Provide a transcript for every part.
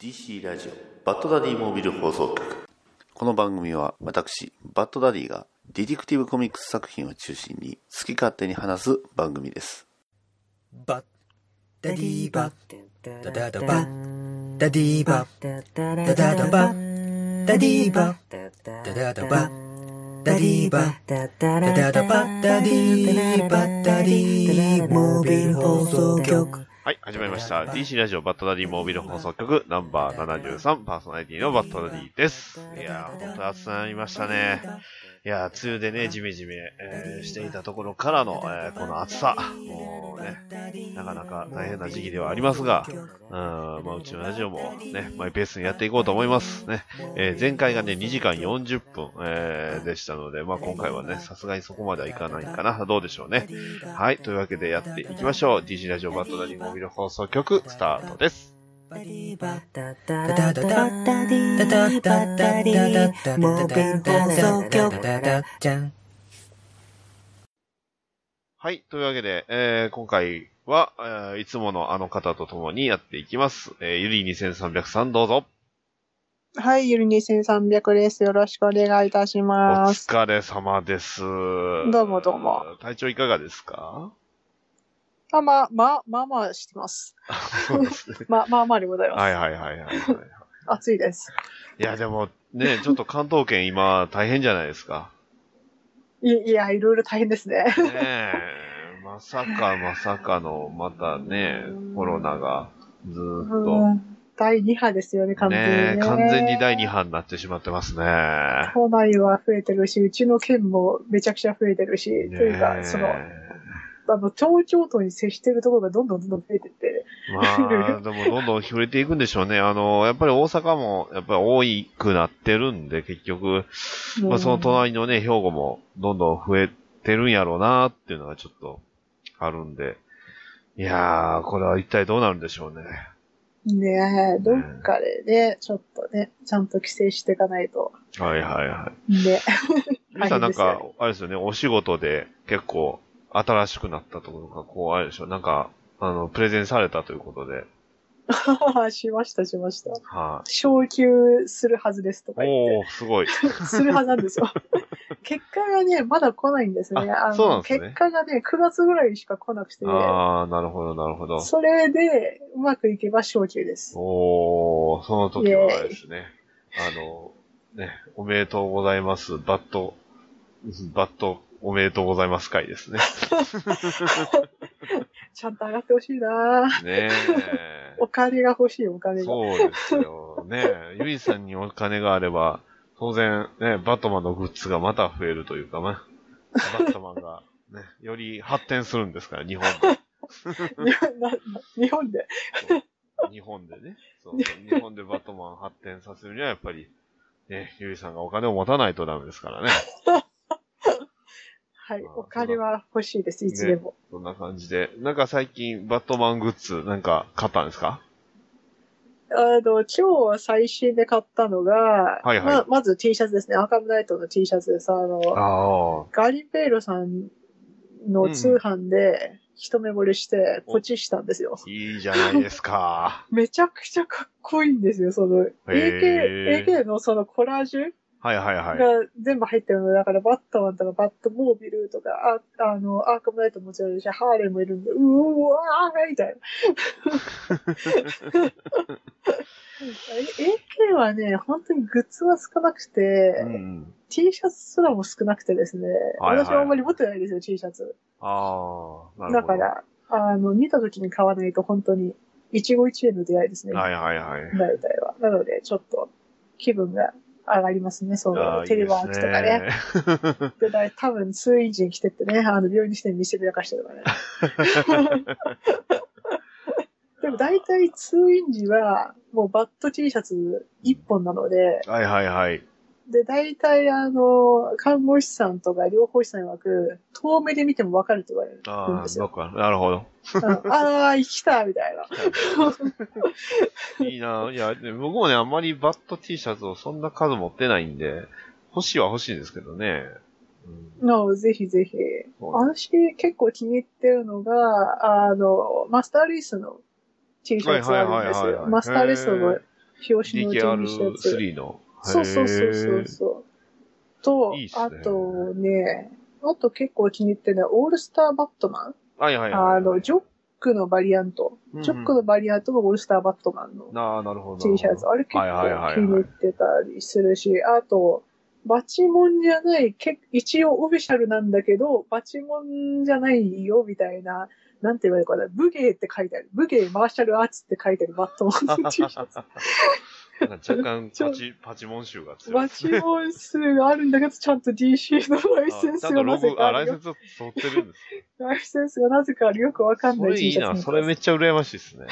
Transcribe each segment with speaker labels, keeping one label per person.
Speaker 1: DC ラジオバッドダディモービル放送局この番組は私バッドダディがディティクティブコミックス作品を中心に好き勝手に話す番組です
Speaker 2: バッダデ
Speaker 3: ダディ
Speaker 2: ィ
Speaker 3: ー
Speaker 2: バ
Speaker 3: バッ
Speaker 2: ダ
Speaker 3: ダ
Speaker 2: ダ
Speaker 3: ダ
Speaker 2: ダ
Speaker 3: ダ
Speaker 2: バッ
Speaker 3: バッ
Speaker 2: ダ
Speaker 3: ダ
Speaker 2: デ
Speaker 3: デ
Speaker 2: ィー
Speaker 3: ィー
Speaker 2: バ
Speaker 3: バ
Speaker 2: ッ
Speaker 3: ッダダダバッダディーバッダダダバッダディーバッダダダバッダディーバッダディーモービル放送局
Speaker 1: はい始まりました DC ラジオバッドダディモービル放送局ナンバー73パーソナリティのバッドダディですいやーほんと暑くなりましたねいやー梅雨でねジメジメ、えーしていたところからの、えーこの暑さもうねなかなか大変な時期ではありますが、うん、まあ、うちのラジオもね、マイペースにやっていこうと思います。ね。えー前回がね、2時間40分、えーでしたので、まあ、今回はね、さすがにそこまではいかないかな。どうでしょうね。はい、というわけでやっていきましょう。DC ラジオバットダディモビル放送局、スタートです。
Speaker 3: ダディーバッダダダダダディーバッダディーモービル放送局
Speaker 1: はい。というわけで、えー今回は、えーいつものあの方と共にやっていきます。えーゆり2303どうぞ。
Speaker 4: はい、ゆり2300です。よろしくお願いいたし
Speaker 1: お
Speaker 4: ます。
Speaker 1: 疲れ様です。ど
Speaker 4: うもどうも。
Speaker 1: 体調いかがですか
Speaker 4: あ、まあ、まあ、まあまあしてます。
Speaker 1: そうですね。
Speaker 4: まあ、まあまあでございます。
Speaker 1: はいはいはいはい、はい。
Speaker 4: 暑いです。
Speaker 1: いや、でも、ね、ちょっと関東圏今、大変じゃないですか。
Speaker 4: いいや、いろいろ大変ですね。
Speaker 1: ねえ、まさかまさかの、またね、コロナが、ずーっ
Speaker 4: う
Speaker 1: と。
Speaker 4: ん第2波ですよね、完全
Speaker 1: ね
Speaker 4: にね、
Speaker 1: え、完全に第2波になってしまってますね。
Speaker 4: 都内は増えてるし、うちの県もめちゃくちゃ増えてるし、と
Speaker 1: ね
Speaker 4: いうか、その、あの、東京都に接してるところがどんどんどんどん増えてって、
Speaker 1: まあ、でもどんどん増えていくんでしょうね。あの、やっぱり大阪も、やっぱり多いくなってるんで、結局、まあ、その隣のね、兵庫もどんどん増えてるんやろうなっていうのがちょっとあるんで。いやー、これは一体どうなるんでしょうね。
Speaker 4: ねえ、どっかでね、ちょっとね、ちゃんと規制していかないと。
Speaker 1: はいはいはい。
Speaker 4: ね。
Speaker 1: ゆりさんなん
Speaker 4: 大変ですよ
Speaker 1: か、あれですよね、お仕事で結構新しくなったところが、こう、あれでしょ、なんか、あの、プレゼンされたということで。
Speaker 4: しました、しました。
Speaker 1: は
Speaker 4: 昇給するはずですと
Speaker 1: い、
Speaker 4: か言って、
Speaker 1: おー、すごい。
Speaker 4: するはずなんですよ。 結果がね、まだ来ないんですね。
Speaker 1: あ
Speaker 4: の
Speaker 1: そうなんですね
Speaker 4: 結果がね、9月ぐらいしか来なくて、
Speaker 1: あー、なるほど、なるほど。
Speaker 4: それでうまくいけば昇給です。
Speaker 1: おー、その時はあれですね。あの、ね、おめでとうございます。バット、 バット、おめでとうございます会ですね。
Speaker 4: ちゃんと上がってほしいなぁ
Speaker 1: ねえ。
Speaker 4: お金が欲しい、お金が。
Speaker 1: そうですよ。ねえ。ゆいさんにお金があれば、当然、ね、バットマンのグッズがまた増えるというかね。バットマンが、ね、 より発展するんですから、日本で。
Speaker 4: 日本 な日本で。
Speaker 1: 日本でね。そう日本でバットマン発展させるには、やっぱり、ね、ゆいさんがお金を持たないとダメですからね。
Speaker 4: はい、
Speaker 1: まあ
Speaker 4: お金は欲しいです、いつでも。
Speaker 1: そんな感じで。なんか最近、バットマングッズ、なんか買ったんですか
Speaker 4: あの、今日は最新で買ったのが、
Speaker 1: はいはい
Speaker 4: ままず T シャツですね。アーカムナイトの T シャツです。あの、
Speaker 1: ああ。
Speaker 4: ガリペイロさんの通販で一目惚れしてポチしたんですよ。
Speaker 1: いいじゃないです か。
Speaker 4: めちゃくちゃかっこいいんですよ、その AK、AK のそのコラージュ
Speaker 1: はいはいはい。
Speaker 4: が全部入ってるので、だからバットマンとかバットモービルとか、ああの、アーカムナイトもちろんいるし、ハーレーもいるんで、うーうわーみたいな。 え AK はね、本当にグッズは少なくて、
Speaker 1: うんうん。
Speaker 4: T シャツすらも少なくてですね、
Speaker 1: はいはい
Speaker 4: 私はあんまり持ってないですよ、T シャツ。
Speaker 1: ああ、なるほど。
Speaker 4: だから、あの、見た時に買わないと本当に、一期一会の出会いですね。
Speaker 1: はいはいはい。
Speaker 4: 大体は。なので、ちょっと、気分が上がりますね。そ
Speaker 1: あ
Speaker 4: の、
Speaker 1: ー
Speaker 4: テレワークとかね。。
Speaker 1: いい
Speaker 4: で、だい多分、通院時に来てってね、あの、病院にして見せびらかしてとかね。 でも、大体、通院時は、もう、バット T シャツ1本なので、
Speaker 1: はいはいはい。
Speaker 4: で、大体、あの、看護師さんとか療法士さん曰く、遠目で見てもわかると言われるん
Speaker 1: あ
Speaker 4: で
Speaker 1: あ、
Speaker 4: す
Speaker 1: ど
Speaker 4: よ。
Speaker 1: っか、なるほ ど。
Speaker 4: うん ああ、生きたみたいな。
Speaker 1: いいな。いや、で僕もね、あんまりバット T シャツをそんな数持ってないんで、欲しいは欲しいんですけどね。うん
Speaker 4: の、ぜひぜひ。
Speaker 1: そう
Speaker 4: 私結構気に入ってるのが、あの、マスターリースの T シャツがあるんです
Speaker 1: はいはいはいはい
Speaker 4: よ。
Speaker 1: はい
Speaker 4: マスターリース
Speaker 1: へ
Speaker 4: の
Speaker 1: ー
Speaker 4: 表紙のジャンプしたやつ。
Speaker 1: DKR3 の。
Speaker 4: そうそうそうそう
Speaker 1: へー
Speaker 4: そう。と、
Speaker 1: いいっすね
Speaker 4: あとね、あと結構気に入ってるのは、オールスターバットマン。
Speaker 1: はいはいはい。
Speaker 4: あの、ジョックのバリアント。
Speaker 1: うんうん
Speaker 4: ジョックのバリアントがオールスターバットマンの
Speaker 1: なあ、なるほど。
Speaker 4: T シャツ。あれ結
Speaker 1: はいはいはいはい
Speaker 4: 構気に入ってたりするし、あと、バチモンじゃない、け一応オフィシャルなんだけど、バチモンじゃないよ、みたいな、なんて言われるかな、武芸って書いてある。武芸マーシャルアーツって書いてあるバットマンの T シャツ。
Speaker 1: なんか若干パ チ、パチモン集が強い
Speaker 4: バ
Speaker 1: です
Speaker 4: チ
Speaker 1: ね。
Speaker 4: モン数があるんだけど、ちゃんと DC のライセン
Speaker 1: あちゃん
Speaker 4: ス
Speaker 1: と
Speaker 4: が
Speaker 1: ロ
Speaker 4: なぜ
Speaker 1: グ、
Speaker 4: か
Speaker 1: あ、
Speaker 4: あ
Speaker 1: ライ
Speaker 4: る
Speaker 1: セ
Speaker 4: よ
Speaker 1: ン。ス取ってるんです。
Speaker 4: ライセンスがなぜかあるよくわかん
Speaker 1: そ
Speaker 4: ない
Speaker 1: れい
Speaker 4: T
Speaker 1: い
Speaker 4: シャツ
Speaker 1: な。
Speaker 4: に
Speaker 1: それめっちゃ羨ましいですね。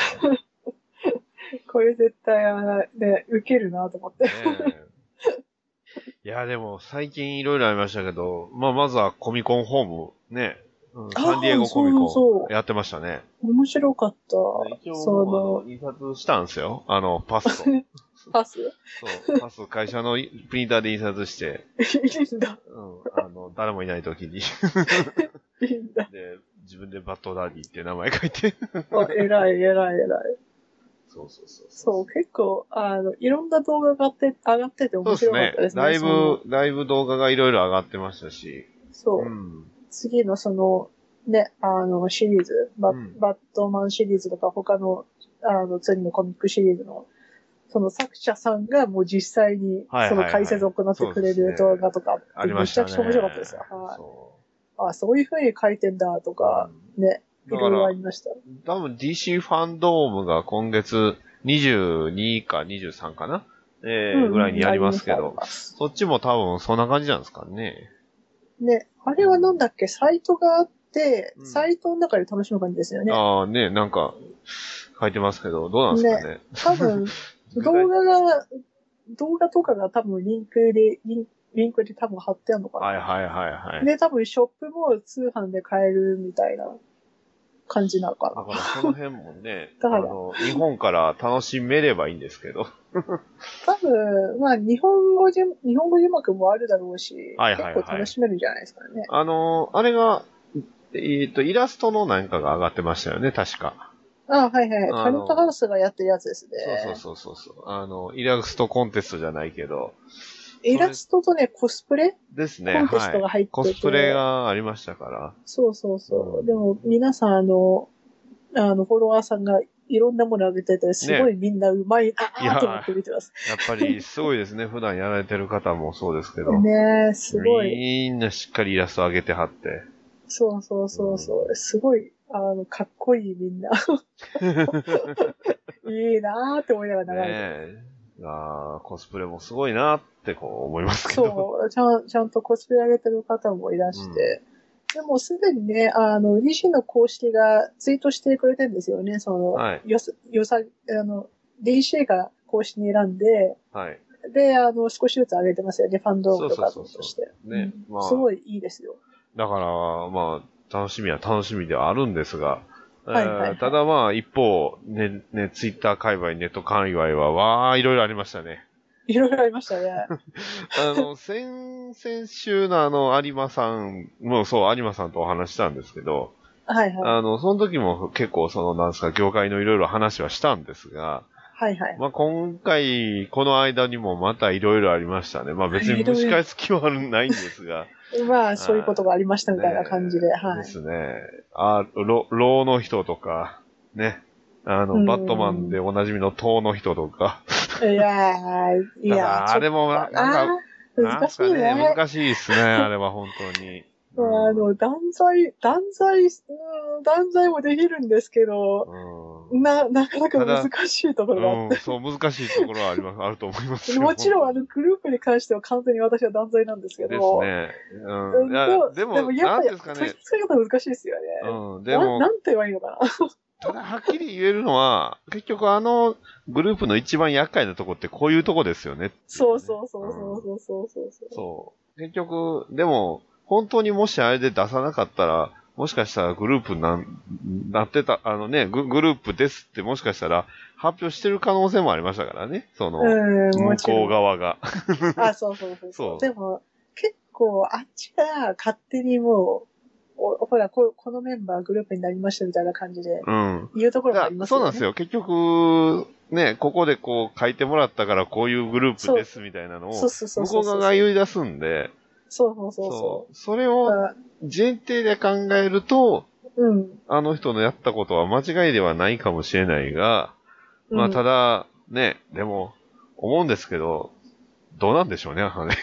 Speaker 4: これ絶対、あのね、ウケるなと思って。
Speaker 1: ねえいや、でも最近いろいろありましたけど、まあ、まずはコミコンホームね、うんサンディエゴコミ
Speaker 4: そうそう
Speaker 1: コ
Speaker 4: そ
Speaker 1: ンやってましたね。
Speaker 4: 面白かった。
Speaker 1: 一応、
Speaker 4: そ
Speaker 1: 印刷したんですよ。あの、パス と。
Speaker 4: の、パスい
Speaker 1: そう、パス会社のいプリンターで印刷して、
Speaker 4: いんだ。
Speaker 1: うん、あの、誰もいない時 に。
Speaker 4: いいんだ。
Speaker 1: で、自分でバットダディって名前書いて。
Speaker 4: あ 偉い、偉い、偉い。
Speaker 1: そうそうそう。
Speaker 4: そう、結構、あの、いろんな動画が上がって、上がってて
Speaker 1: そう
Speaker 4: 面
Speaker 1: です
Speaker 4: 白か
Speaker 1: ね
Speaker 4: ったで。すね。
Speaker 1: だい
Speaker 4: その
Speaker 1: ぶ、だいぶ動画がいろいろ上がってましたし。
Speaker 4: そうう、
Speaker 1: ん。
Speaker 4: 次のその、ね、あの、シリーズ、バ,、
Speaker 1: うん
Speaker 4: バットマンシリーズとか、他の、あの、次のコミックシリーズの、その作者さんがもう実際に
Speaker 1: はい、はい
Speaker 4: その
Speaker 1: はい
Speaker 4: 解説を行ってくれ
Speaker 1: そうで
Speaker 4: る
Speaker 1: すね
Speaker 4: 動画とか
Speaker 1: あ
Speaker 4: って、
Speaker 1: りま
Speaker 4: め
Speaker 1: し
Speaker 4: ち
Speaker 1: た
Speaker 4: ゃ
Speaker 1: ね。
Speaker 4: くちゃ面白かったですよ。はい
Speaker 1: そ
Speaker 4: あ、そういう風に書いてんだ、と
Speaker 1: う
Speaker 4: か、ね、い
Speaker 1: だか
Speaker 4: ろいろあ
Speaker 1: ら、
Speaker 4: りました。
Speaker 1: 多分 DC ファンドームが今月22か23かなえー
Speaker 4: うん
Speaker 1: ぐらいにやりますけ。
Speaker 4: あり
Speaker 1: ど、
Speaker 4: ます
Speaker 1: そっちも多分そんな感じなんですかね。
Speaker 4: ね、あれはなんだっけ、サイトがあって、
Speaker 1: うん
Speaker 4: サイトの中で楽しむ感じですよね。
Speaker 1: ああ、ね、なんか、書いてますけど、どう なんですかね。
Speaker 4: 多分、動画が、動画とかが多分リンクで、リンリンクで多分貼ってあるのかな。
Speaker 1: はいはいはいはい。
Speaker 4: で、多分ショップも通販で買えるみたいな感じなの
Speaker 1: だ
Speaker 4: か
Speaker 1: からその辺もね
Speaker 4: 、だから
Speaker 1: あの、日本から楽しめればいいんですけど。
Speaker 4: な。多分、まあ日本語字、日本語字幕もあるだろうし、
Speaker 1: はいはいはい
Speaker 4: 結構楽しめるんじゃないですかね。
Speaker 1: あの、あれが、えっ、と、イラストのなんかが上がってましたよね、確か。
Speaker 4: あはいは
Speaker 1: あ
Speaker 4: い。
Speaker 1: の
Speaker 4: タルトハウスがやってるやつですね。
Speaker 1: そうそうそうそうそう。あの、イラストコンテストじゃないけど、
Speaker 4: イラストとね、コスプレ
Speaker 1: ですね、
Speaker 4: コンテスト
Speaker 1: は
Speaker 4: が入っ
Speaker 1: い。
Speaker 4: てて、
Speaker 1: コスプレがありましたから。
Speaker 4: そうそうそうう。
Speaker 1: ん
Speaker 4: でも、皆さん、あの、あの、フォロワーさんがいろんなもの上げてて、すごいみんなうまい、あ
Speaker 1: いや
Speaker 4: あと思って見てます。
Speaker 1: やっぱりすごいですね、普 段やられてる方もそうですけど。
Speaker 4: ねえ、すごい。
Speaker 1: みんなしっかりイラスト上げてはって。
Speaker 4: そうそうそうそう。すごい、あの、かっこいいみ んな。いいなーって思いながら流れてる。
Speaker 1: ねえ。あーコスプレもすごいなってこう思いますけど。
Speaker 4: そう、ちゃん、ちゃんとコスプレ上げてる方もいらして。でもすでにね、あの、西の公式がツイートしてくれてんですよね。その、
Speaker 1: はい
Speaker 4: よさ、よさ、あの、DC が公式に選んで、
Speaker 1: はい。
Speaker 4: で、あの、少しずつ上げてますよね、ファンドームとか
Speaker 1: そうそうそうそう
Speaker 4: として。
Speaker 1: ね
Speaker 4: うん
Speaker 1: まあ
Speaker 4: すごいいいですよ。
Speaker 1: だから、まあ、楽しみは楽しみではあるんですが、
Speaker 4: はいはいはい
Speaker 1: えーただまあ、一方、ね、ね、ツイッター界隈、ネット界隈は、わあ、いろいろありましたね。
Speaker 4: いろいろありまし たね。
Speaker 1: あ の、先、先週のあの、有馬さん、もうそう、有馬さんとお話ししたんですけど、
Speaker 4: はいはい。
Speaker 1: あの、その時も結構、その、なんですか、業界のいろいろ話はしたんですが、
Speaker 4: はいはい。
Speaker 1: まあ、今回、この間にもまたいろいろありましたね。まあ、別に蒸し返す気はないんですが。
Speaker 4: まあ、そういうことがありましたみたいな感じで、
Speaker 1: ね
Speaker 4: は
Speaker 1: で
Speaker 4: い。
Speaker 1: すね。あ、ろ、牢の人とか、ね。あ
Speaker 4: う
Speaker 1: の、
Speaker 4: ん
Speaker 1: バットマンでおなじみの塔の人とか。
Speaker 4: いやー、い
Speaker 1: た
Speaker 4: や
Speaker 1: だ
Speaker 4: ー、
Speaker 1: あれ
Speaker 4: も、
Speaker 1: もな、なんか、
Speaker 4: あー
Speaker 1: なん
Speaker 4: 難
Speaker 1: か
Speaker 4: しいね。
Speaker 1: 難しいです ね、あれは本当に。
Speaker 4: まああ
Speaker 1: うん
Speaker 4: の、断罪、断罪、うーん断罪もできるんですけど、
Speaker 1: うん
Speaker 4: な、なかなか
Speaker 1: ただ
Speaker 4: 難しいところがあ
Speaker 1: う
Speaker 4: っ
Speaker 1: ん、そう、難しいところはあります、あると思います
Speaker 4: て。
Speaker 1: よ。
Speaker 4: もちろん、あの、グループに関しては完全に私は断罪なんですけ
Speaker 1: で
Speaker 4: ど。
Speaker 1: すね。
Speaker 4: う
Speaker 1: うんん。いやでも、
Speaker 4: や
Speaker 1: な
Speaker 4: っ
Speaker 1: ん
Speaker 4: ぱ
Speaker 1: で
Speaker 4: り、
Speaker 1: すか
Speaker 4: 取
Speaker 1: ね
Speaker 4: り。付け方難しいですよね。
Speaker 1: うん、で
Speaker 4: な
Speaker 1: も、
Speaker 4: なんて言えばいいのかな。
Speaker 1: ただはっきり言えるのは、結局あのグループの一番厄介なとこってこういうとこですよねっていね
Speaker 4: そうそうそうそうそうそうそう。
Speaker 1: そう。結局、でも、本当にもしあれで出さなかったら、もしかしたらグループなん、なってた、あのね、ググループですってもしかしたら発表してる可能性もありましたからね、その、
Speaker 4: うん、も
Speaker 1: 向
Speaker 4: ち
Speaker 1: こ
Speaker 4: ろ。
Speaker 1: うん側が。
Speaker 4: あ、そうそうそうそう
Speaker 1: そう
Speaker 4: でも、結構、あっちが勝手にもう、おほらこ、このメンバーグループになりましたみたいな感じで
Speaker 1: うん。
Speaker 4: 言うところもあ
Speaker 1: だ
Speaker 4: ります
Speaker 1: そう
Speaker 4: よね。
Speaker 1: なんですよ。結局、ね、ここでこう書いてもらったからこういうグループですみたいなの
Speaker 4: そ
Speaker 1: を
Speaker 4: う、そうそう
Speaker 1: 向
Speaker 4: そ
Speaker 1: こ
Speaker 4: う
Speaker 1: う
Speaker 4: そ
Speaker 1: 側
Speaker 4: う。
Speaker 1: が言い出すんで、
Speaker 4: そうそうそうそ
Speaker 1: そう。それ
Speaker 4: う。だか
Speaker 1: を
Speaker 4: ら
Speaker 1: 前提で考えると、
Speaker 4: うん。
Speaker 1: あの人のやったことは間違いではないかもしれないが、ま
Speaker 4: う
Speaker 1: あ
Speaker 4: ん
Speaker 1: ただ、ね、でも、思うんですけど、どうなんでしょうね、あの ね。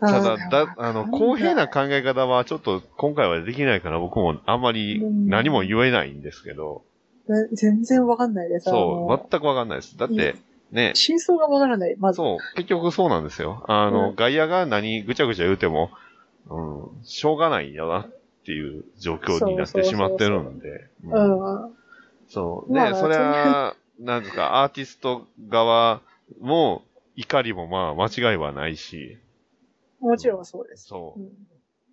Speaker 1: ただ、だ、あの、公平な考え方はちょっと今回はできないから僕もあんまり何も言えないんですけど、
Speaker 4: な全然わかんないでさ、あ
Speaker 1: そ
Speaker 4: の
Speaker 1: う、全くわかんないです。だって、ね、
Speaker 4: 真相がわからない、まず。
Speaker 1: そう、結局そうなんですよ。あの、
Speaker 4: うん
Speaker 1: 外野が何ぐちゃぐちゃ言うても、うん、しょうがないよなっていう状況になっ
Speaker 4: そ
Speaker 1: て
Speaker 4: うそうそうそう
Speaker 1: しまってるんで。
Speaker 4: う
Speaker 1: うん
Speaker 4: ん。
Speaker 1: そう。
Speaker 4: ま
Speaker 1: で、
Speaker 4: あ
Speaker 1: それは、なんですか、アーティスト側も怒りもまあ間違いはないし、
Speaker 4: もちろんそうです。
Speaker 1: そうう。
Speaker 4: ん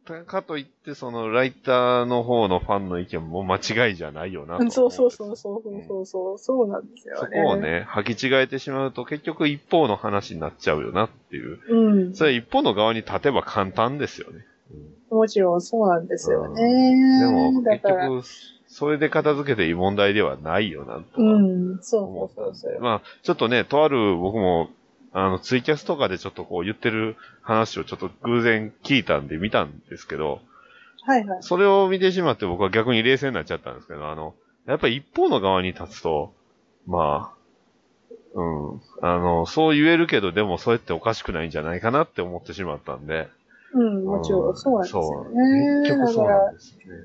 Speaker 1: たかといって、その、ライターの方のファンの意見も間違いじゃないよなと
Speaker 4: うん そうそう
Speaker 1: 思
Speaker 4: そ
Speaker 1: ん
Speaker 4: う
Speaker 1: です
Speaker 4: そうそうそうそう、そうなんですよ
Speaker 1: そ
Speaker 4: ね。
Speaker 1: こを。ね、履き違えてしまうと結局一方の話になっちゃうよなっていう。
Speaker 4: うん。
Speaker 1: それ一方の側に立てば簡単ですよね。
Speaker 4: もちろんそうなんですよね。
Speaker 1: でも、
Speaker 4: だ
Speaker 1: 結
Speaker 4: から、
Speaker 1: 局、それで片付けていい問題ではないよな、と
Speaker 4: う
Speaker 1: は
Speaker 4: ん、そ
Speaker 1: 思
Speaker 4: う
Speaker 1: った
Speaker 4: そ
Speaker 1: ん
Speaker 4: う
Speaker 1: で
Speaker 4: そうそう。
Speaker 1: まあ、ちょっとね、とある僕も、あの、ツイキャスとかでちょっとこう言ってる話をちょっと偶然聞いたんで見たんですけど、
Speaker 4: はいはい。
Speaker 1: それを見てしまって僕は逆に冷静になっちゃったんですけど、あの、やっぱり一方の側に立つと、まあ、うん、あの、そう言えるけど、でもそれっておかしくないんじゃないかなって思ってしまったんで。
Speaker 4: うん、もちろ
Speaker 1: うん
Speaker 4: そうなんですよ
Speaker 1: そう
Speaker 4: ね。
Speaker 1: 結局
Speaker 4: だか
Speaker 1: そうな
Speaker 4: ら
Speaker 1: ん、ですよね。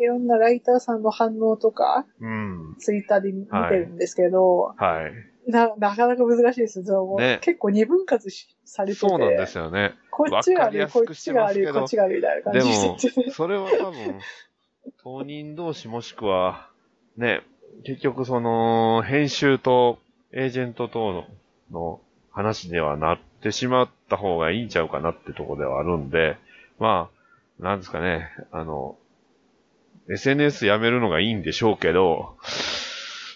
Speaker 4: いろんなライターさんの反応とか、
Speaker 1: うん。
Speaker 4: ツイッターで見てるんですけど、
Speaker 1: はい。
Speaker 4: な、なかなか難しいです。そうもう
Speaker 1: ね
Speaker 4: 結構二分割しされてて。
Speaker 1: そうなんですよね。
Speaker 4: こっちがあり、
Speaker 1: わか
Speaker 4: こ
Speaker 1: りやす
Speaker 4: っ
Speaker 1: くし
Speaker 4: ち
Speaker 1: て
Speaker 4: が
Speaker 1: ま
Speaker 4: あ
Speaker 1: す
Speaker 4: り、
Speaker 1: けど
Speaker 4: こっちがありみたいな
Speaker 1: で
Speaker 4: 感じ
Speaker 1: も
Speaker 4: して て。、
Speaker 1: それは多分、当人同士もしくは、ね、結局その、編集とエージェント等のの話ではなってしまった方がいいんちゃうかなってとこではあるんで、まあ、なんですかね、あの、SNS やめるのがいいんでしょうけど、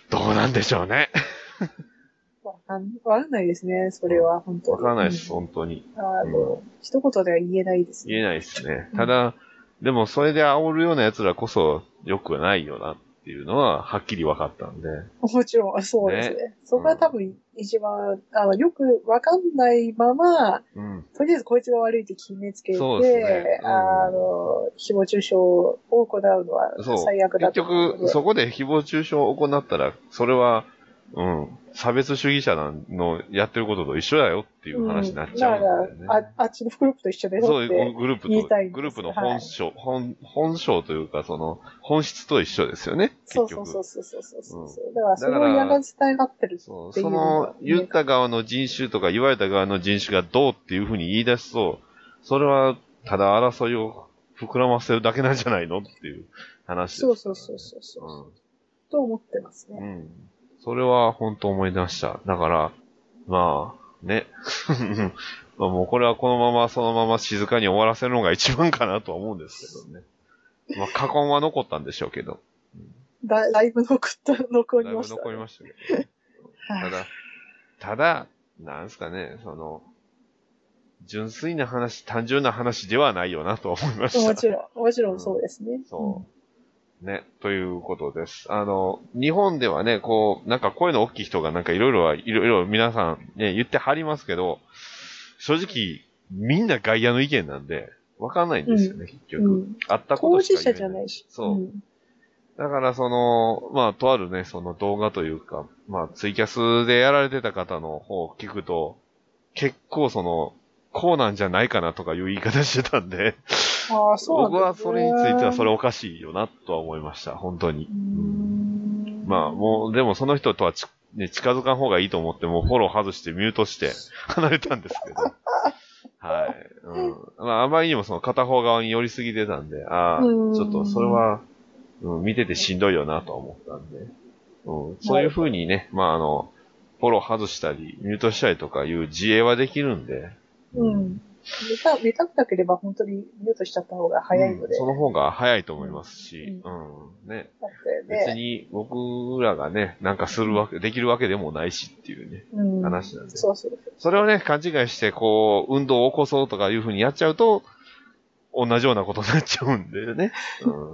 Speaker 1: どうなんでしょうね。
Speaker 4: わかんわかんないですね、それは、本当
Speaker 1: わ
Speaker 4: に。
Speaker 1: からないです、本当に。
Speaker 4: うん。あの、一言では言えないですね。
Speaker 1: 言えないですね
Speaker 4: う。ん
Speaker 1: ただ、でもそれで煽るような奴らこそ良くないよなっていうのははっきり分かったんで。
Speaker 4: もちろん、そうですね。そこ
Speaker 1: う
Speaker 4: が
Speaker 1: ん
Speaker 4: 多分一番、あの、よくわかんないまま、
Speaker 1: うん。
Speaker 4: とりあえずこいつが悪いって決めつけて、
Speaker 1: そうですねうん
Speaker 4: あの、誹謗中傷を行うのは
Speaker 1: そう。
Speaker 4: 最悪だ
Speaker 1: 結
Speaker 4: と思うので
Speaker 1: 局、そこで誹謗中傷を行ったら、それは、うん、差別主義者なんのやってることと一緒だよっていう話になっちゃうんだ
Speaker 4: だか
Speaker 1: よ
Speaker 4: ら
Speaker 1: ね。
Speaker 4: あ、あっちのグループと一緒でし
Speaker 1: そ
Speaker 4: ょ
Speaker 1: う
Speaker 4: っ
Speaker 1: いう
Speaker 4: て。
Speaker 1: グループ
Speaker 4: 言い
Speaker 1: と
Speaker 4: たいんです
Speaker 1: グループの本性、本、本性というか、その、本質と一緒ですよね。結
Speaker 4: そう
Speaker 1: 局。
Speaker 4: そうそうそうそうそうそう、
Speaker 1: うん
Speaker 4: だからそれを嫌が伝えがってる。
Speaker 1: そう、
Speaker 4: っていう
Speaker 1: そ
Speaker 4: のが
Speaker 1: の、言った側の人種とか言われた側の人種がどうっていうふうに言い出すと、それは、ただ争いを膨らませるだけなんじゃないのっていう話です。
Speaker 4: そうそうそうそうそう、と思ってます
Speaker 1: う
Speaker 4: ね。
Speaker 1: ん。うん。それは本当思い出した。だから、まあ、ね。 まあもうこれはこのまま、そのまま静かに終わらせるのが一番かなとは思うんですけどね。まあ、過言は残ったんでしょうけど。
Speaker 4: だだいぶ残った、残
Speaker 1: だい
Speaker 4: り
Speaker 1: ぶ
Speaker 4: ました、
Speaker 1: 残りましたけどね。
Speaker 4: は
Speaker 1: た
Speaker 4: い
Speaker 1: だ、ただ、なんすかね、その、純粋な話、単純な話ではないよなとは思いました。
Speaker 4: もちろん、もちろんそうですね。
Speaker 1: そう。ね、ということです。あの、日本ではね、こう、なんか声の大きい人がなんかいろいろは、いろいろ皆さんね、言ってはりますけど、正直、みんな外野の意見なんで、わかんないんですよね、結
Speaker 4: うん。
Speaker 1: 局。
Speaker 4: うん。
Speaker 1: あったこ
Speaker 4: 当
Speaker 1: としか言
Speaker 4: 事者
Speaker 1: え
Speaker 4: じゃないし。
Speaker 1: そう
Speaker 4: うん
Speaker 1: だから、その、まあ、とあるね、その動画というか、まあ、ツイキャスでやられてた方の方を聞くと、結構その、こうなんじゃないかなとかいう言い方してたんで、
Speaker 4: ああ、そうなん
Speaker 1: 僕は
Speaker 4: ですね
Speaker 1: それについてはそれおかしいよなとは思いました、本当に
Speaker 4: う。ん
Speaker 1: まあ、もう、でもその人とはち、ね、近づかん方がいいと思って、もうフォロー外してミュートして離れたんですけど。 はい。うん。まあ、あまりにもその片方側に寄りすぎてたんで、ああ、ち
Speaker 4: うん
Speaker 1: ょっとそれは、うん、見ててしんどいよなとは思ったんで。うん、そういう風にね、まあ、あの、フォロー外したり、ミュートしたりとかいう自衛はできるんで。
Speaker 4: うん。見た、見たくなければ本当にミュートしちゃった方が早いので。
Speaker 1: うんその方が早いと思いますし、
Speaker 4: う
Speaker 1: うん、ね。
Speaker 4: だってね
Speaker 1: 別に僕らがね、なんかするわけ、できるわけでもないしっていうね、
Speaker 4: うん、
Speaker 1: 話なんで。
Speaker 4: そうそうそう。
Speaker 1: それをね、勘違いして、こう、運動を起こそうとかいうふうにやっちゃうと、同じようなことになっちゃうんだよね。うん。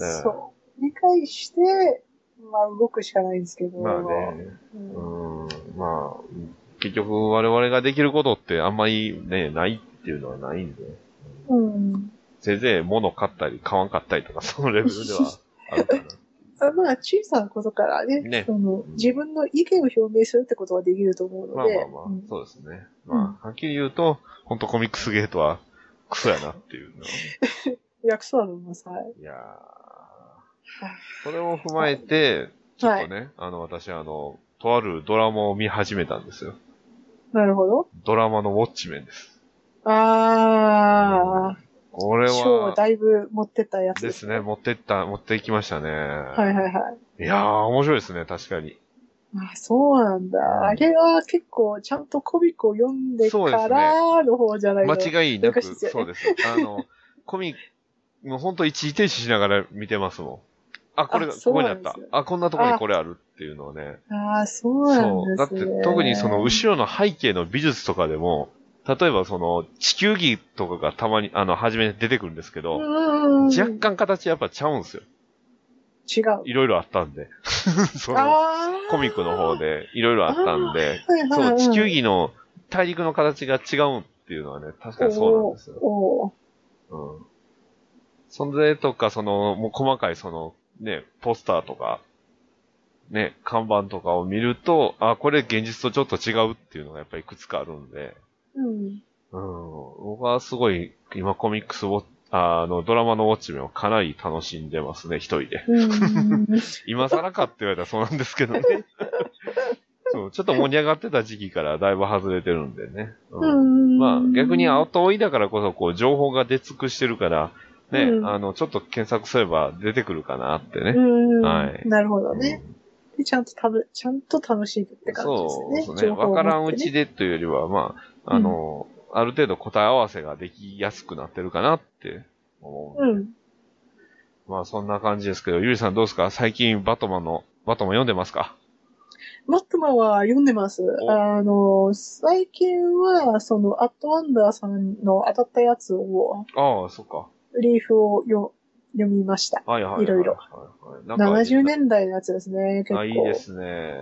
Speaker 1: だから
Speaker 4: そう。理解して、まあ、動くしかないんですけど。
Speaker 1: まあね。
Speaker 4: うん
Speaker 1: うん、まあ、結局我々ができることってあんまりね、ないっていうのはないんで。
Speaker 4: うん。
Speaker 1: せいぜい物買ったり買わんかったりとか、そのレベルではあるか な。
Speaker 4: あまあ、小さなことからね
Speaker 1: ね
Speaker 4: その、自分の意見を表明するってことはできると思う
Speaker 1: ま
Speaker 4: の
Speaker 1: あ
Speaker 4: で、
Speaker 1: まあまあ、
Speaker 4: うん
Speaker 1: そうですね。まあ、はっきり言うと、ほんとコミックスゲートはクソやなっていうの。
Speaker 4: 約束だと思います。はい。
Speaker 1: いやーそれを踏まえて、ちょっとね、あの、私、あの、とあるドラマを見始めたんですよ。
Speaker 4: なるほど。
Speaker 1: ドラマのウォッチメンです。
Speaker 4: あ
Speaker 1: これ
Speaker 4: あ、賞を
Speaker 1: は、
Speaker 4: だいぶ持ってったやつ
Speaker 1: ですね、。持ってった、持っていきましたね。は
Speaker 4: はいはいはい。
Speaker 1: いやー、面白いですね、確かに。
Speaker 4: あ、そうなんだ。あれは結構ちゃんとコミックを読んで
Speaker 1: そうですね
Speaker 4: からの方じゃないの
Speaker 1: 間違いなく、
Speaker 4: 難しいです
Speaker 1: そ
Speaker 4: よね
Speaker 1: うです。あの、コミ、もうほんと一時停止しながら見てますもん。あ、これが、
Speaker 4: あ
Speaker 1: こ
Speaker 4: そう
Speaker 1: こにあ
Speaker 4: なん
Speaker 1: っ
Speaker 4: です
Speaker 1: た
Speaker 4: よ。
Speaker 1: あ、こんなとこにこれあるっていうのをね。
Speaker 4: ああ、そうなん
Speaker 1: だ
Speaker 4: で
Speaker 1: っ
Speaker 4: す
Speaker 1: て
Speaker 4: ね。
Speaker 1: 特にその後ろの背景の美術とかでも、例えばその地球儀とかがたまに、あの、初めに出てくるんですけど、
Speaker 4: うんうんうん、違
Speaker 1: 若
Speaker 4: う。
Speaker 1: 干形やっぱちゃうんですよ。いろいろあったんで。 その
Speaker 4: ああ。
Speaker 1: コミックの方
Speaker 4: で。
Speaker 1: でいろいろあったんで、
Speaker 4: はいはい
Speaker 1: そ
Speaker 4: は
Speaker 1: う、
Speaker 4: い、
Speaker 1: 地球儀の大陸の形が違うっていうのはね、確かにそうなんですよ。
Speaker 4: おーお
Speaker 1: うん。それとか、その、もう細かいその、ね、ポスターとか、ね、看板とかを見ると、あ、これ現実とちょっと違うっていうのがやっぱりいくつかあるんで、
Speaker 4: ー う
Speaker 1: う
Speaker 4: ん。
Speaker 1: ん、僕はすごい、今コミックスウォッあの、ドラマのウォッチメンをかなり楽しんでますね、一人で。
Speaker 4: うん。
Speaker 1: 今更かって言われたらそうなんですけどね。そう、ちょっと盛り上がってた時期からだいぶ外れてるんでね。
Speaker 4: う
Speaker 1: うん
Speaker 4: ん
Speaker 1: まあ逆に後追いだからこそこう情報が出尽くしてるから、ね、
Speaker 4: うん
Speaker 1: あの、ちょっと検索すれば出てくるかなって
Speaker 4: う
Speaker 1: ね。
Speaker 4: ん。
Speaker 1: はい
Speaker 4: なるほ
Speaker 1: う
Speaker 4: ど
Speaker 1: ん
Speaker 4: ね。でちゃんとたぶ、ちゃんと楽しいって感じですよ
Speaker 1: そう
Speaker 4: ね。
Speaker 1: ですね。
Speaker 4: 情報を
Speaker 1: わ
Speaker 4: 持って
Speaker 1: からんうちでというよりは、まあ、あの、ある程度答え合わせができやすくなってるかなって思う。
Speaker 4: うん。
Speaker 1: まあそんな感じですけど、ゆりさんどうですか最近バトマンの、バトマン読んでますか
Speaker 4: マットマンは読んでます。あの、最近は、その、アットワンダーさんの当たったやつを、
Speaker 1: ああ、そっか。
Speaker 4: リーフをよ読みました。
Speaker 1: はいはいはい。
Speaker 4: いろいろ
Speaker 1: はいはい。なんか
Speaker 4: 70年代のやつですね、結構。
Speaker 1: あ、いいですね。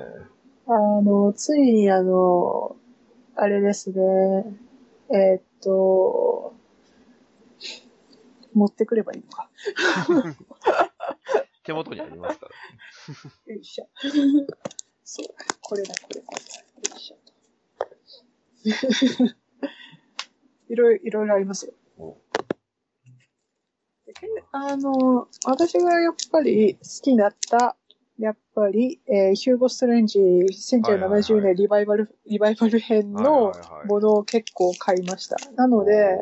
Speaker 4: あの、ついにあの、あれですね、えーっと、持ってくればいいのか。
Speaker 1: 手元にありますから。
Speaker 4: よいしょ。 そう、これだ、これ、これ。よいしょ。 いろいろ、いろいろありますよ。
Speaker 1: お
Speaker 4: でけあの、私がやっぱり好きだった、やっぱり、えーヒューゴ・ストレンジ、1970年リバイバル、リバイバル編の
Speaker 1: はいはいはい
Speaker 4: ものを結構買いました。なので、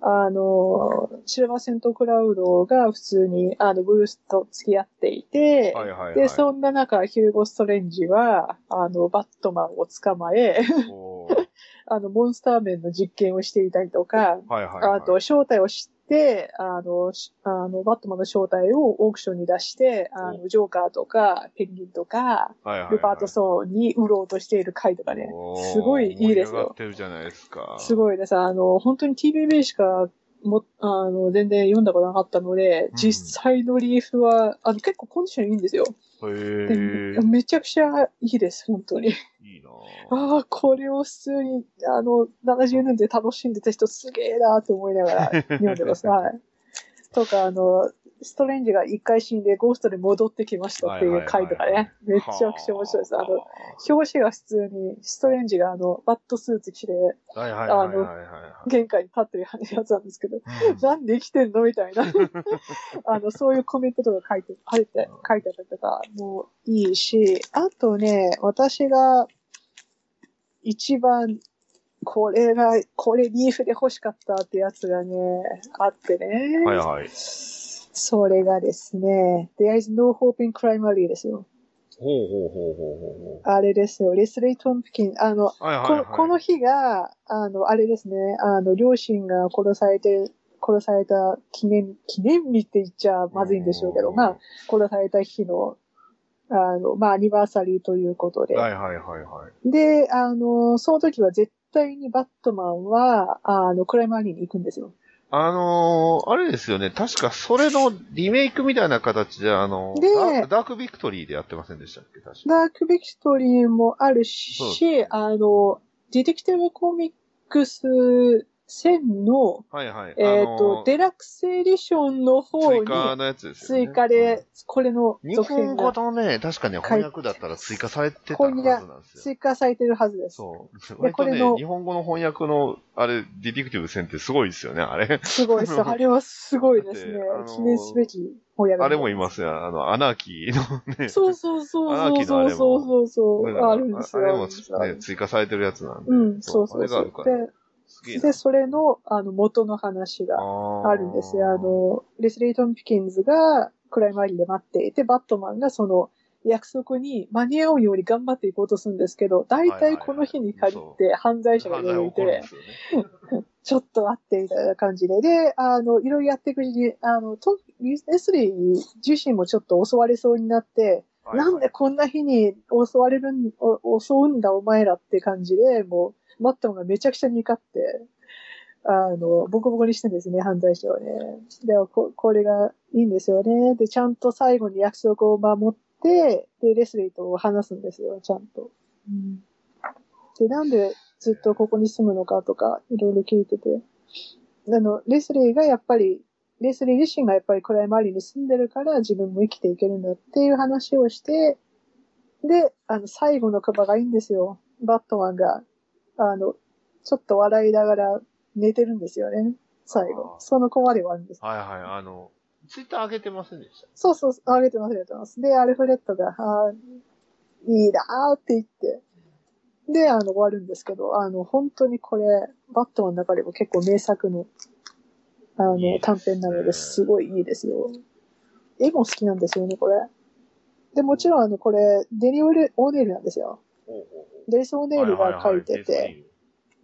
Speaker 4: あの、シルバーセント・クラウドが普通に、あの、ブルースと付き合っていて、
Speaker 1: はいはいはい。
Speaker 4: で、そんな中、ヒューゴ・ストレンジは、あの、バットマンを捕まえ、
Speaker 1: おー
Speaker 4: あの、モンスター面の実験をしていたりとか、
Speaker 1: はいはい、はい。
Speaker 4: あと、正体を知って、あの、しあのバットマンの正体をオークションに出して、あの、ジョーカーとか、ペンギンとか、
Speaker 1: はいはいはい、
Speaker 4: ルパート・ソーンに売ろうとしている回とかね、
Speaker 1: おー
Speaker 4: すごいいいです
Speaker 1: 盛り上がっ
Speaker 4: よ。
Speaker 1: てるじゃないですか。
Speaker 4: すごいです。あの、本当に TBB しか、も、あの、全然読んだことなかったので、
Speaker 1: ん
Speaker 4: 実際のリーフは、あの、結構コンディションいいんですよ。
Speaker 1: へ
Speaker 4: で
Speaker 1: ー
Speaker 4: めちゃくちゃいいです、本当 に。
Speaker 1: いいなぁ
Speaker 4: ああ、これを普通に、あの、70年で楽しんでた人すげえなーって思いながら読んで ます。はい。とか、あの、ストレンジが一回死んでゴーストで戻ってきましたっていう回とかね。めちゃくちゃ面白いです。あの、、表紙が普通に、ストレンジがあの、バットスーツ着て、
Speaker 1: はいはいはいはいはい
Speaker 4: 玄関に立ってるやつなんですけど、
Speaker 1: はいうん。
Speaker 4: なんで生きてんのみたいな。 あの、そういうコメントとか書いて、書いて、書いてあったりとかもいいし、あとね、私が一番、これが、これリーフで欲しかったってやつがね、あってね。
Speaker 1: はいはい。
Speaker 4: それがですね、There is no hope in primary ですよ。
Speaker 1: ほうほうほうほうほうほ
Speaker 4: あれですよ、レスリー・トンプキン、あの、
Speaker 1: う。はいはい、は
Speaker 4: こ
Speaker 1: い。
Speaker 4: この日が、あの、あれですね、あの、両親が殺されて、殺された記念、記念日って言っちゃまずいんでしょうけど、
Speaker 1: ん
Speaker 4: まあ、殺された日の、あの、まあ、アニバーサリーということで。
Speaker 1: はいはいはいはい。
Speaker 4: で、あの、その時は絶対にバットマンは、あの、クライマーリーに行くんですよ。
Speaker 1: あのーあれですよね、確かそれのリメイクみたいな形で、あのー
Speaker 4: で
Speaker 1: ダ、ダークビクトリーでやってませんでしたっけ、確か。
Speaker 4: ダークビクトリーもあ
Speaker 1: そうで
Speaker 4: るし、あの、ディティクティブコミックス1000の、
Speaker 1: はいはい。
Speaker 4: えっ、
Speaker 1: あ
Speaker 4: と
Speaker 1: の、ー
Speaker 4: デラックスエディションの方
Speaker 1: 追
Speaker 4: に、
Speaker 1: 加のやつですよね。
Speaker 4: 追加で、これの
Speaker 1: うん。日
Speaker 4: 続
Speaker 1: 本
Speaker 4: 編
Speaker 1: 語
Speaker 4: が
Speaker 1: のね、確かね、
Speaker 4: 書いて
Speaker 1: 翻訳だったら追加されてたはずなんですよ。
Speaker 4: 追加されてるはずです。
Speaker 1: そう。
Speaker 4: で
Speaker 1: 割と
Speaker 4: これ
Speaker 1: ね
Speaker 4: の、
Speaker 1: 日本語の翻訳の、あれ、ディティクティブ戦ってすごいですよね、あれ。
Speaker 4: すごい です。あれはすごいですね
Speaker 1: だってあの。ー
Speaker 4: 記念すべき本屋だ
Speaker 1: あれもいますよ、あの、アナーキーのね。
Speaker 4: そうそうそう
Speaker 1: アナー
Speaker 4: そ
Speaker 1: キ
Speaker 4: う
Speaker 1: ーのあ
Speaker 4: そう
Speaker 1: れも
Speaker 4: そうそう
Speaker 1: これだから
Speaker 4: あるんですよ。
Speaker 1: ああれ
Speaker 4: ある
Speaker 1: も
Speaker 4: んですよ
Speaker 1: ね、追加されてるやつなんで。
Speaker 4: うん、そうそ
Speaker 1: あれが
Speaker 4: うそ
Speaker 1: ある
Speaker 4: う
Speaker 1: か。ら。
Speaker 4: で
Speaker 1: すげえな
Speaker 4: で、それの、あの、元の話が
Speaker 1: あ
Speaker 4: あるんですよ。あの、レスリー・トンピキンズが暗い周りで待っていて、バットマンがその約束に間に合うように頑張っていこうとするんですけど、大体この日に限
Speaker 1: はい
Speaker 4: っ
Speaker 1: は
Speaker 4: て犯罪者がいろいろいて、ちょっと待ってみたいな感じで、で、あの、いろいろやっていくうちに、あの、トレスリー自身もちょっと襲われそうになって、なんでこんな日に襲われるん、お襲うんだお前らって感じで、もう、マットンがめちゃくちゃに怒って、あの、ボコボコにしてんですね、犯罪者をね。でもこ、これがいいんですよね。で、ちゃんと最後に約束を守って、で、レスリーと話すんですよ、ちゃんと。うん、で、なんでずっとここに住むのかとか、いろいろ聞いてて。あの、レスリーがやっぱり、レスリー自身がやっぱり暗い周りに住んでるから自分も生きていけるんだっていう話をして、で、あの、最後のカバがいいんですよ。バットマンが、あの、ちょっと笑いながら寝てるんですよね。最後。
Speaker 1: あー
Speaker 4: その子まで終わるんです。
Speaker 1: はいはい、あの、ツイッター上げてませんでした
Speaker 4: そうそう、あげてます、あげてます。で、アルフレッドが、あーいいなーって言って、で、あの、終わるんですけど、あの、本当にこれ、バットマンの中でも結構名作の、
Speaker 1: いいです
Speaker 4: あの、
Speaker 1: ね
Speaker 4: 短編なのですごいいいですよ。絵も好きなんですよね、これ。で、もちろん、あの、これ、デニオル・オネールなんですよ。
Speaker 1: おう
Speaker 4: デリス・オネールが描いてて、。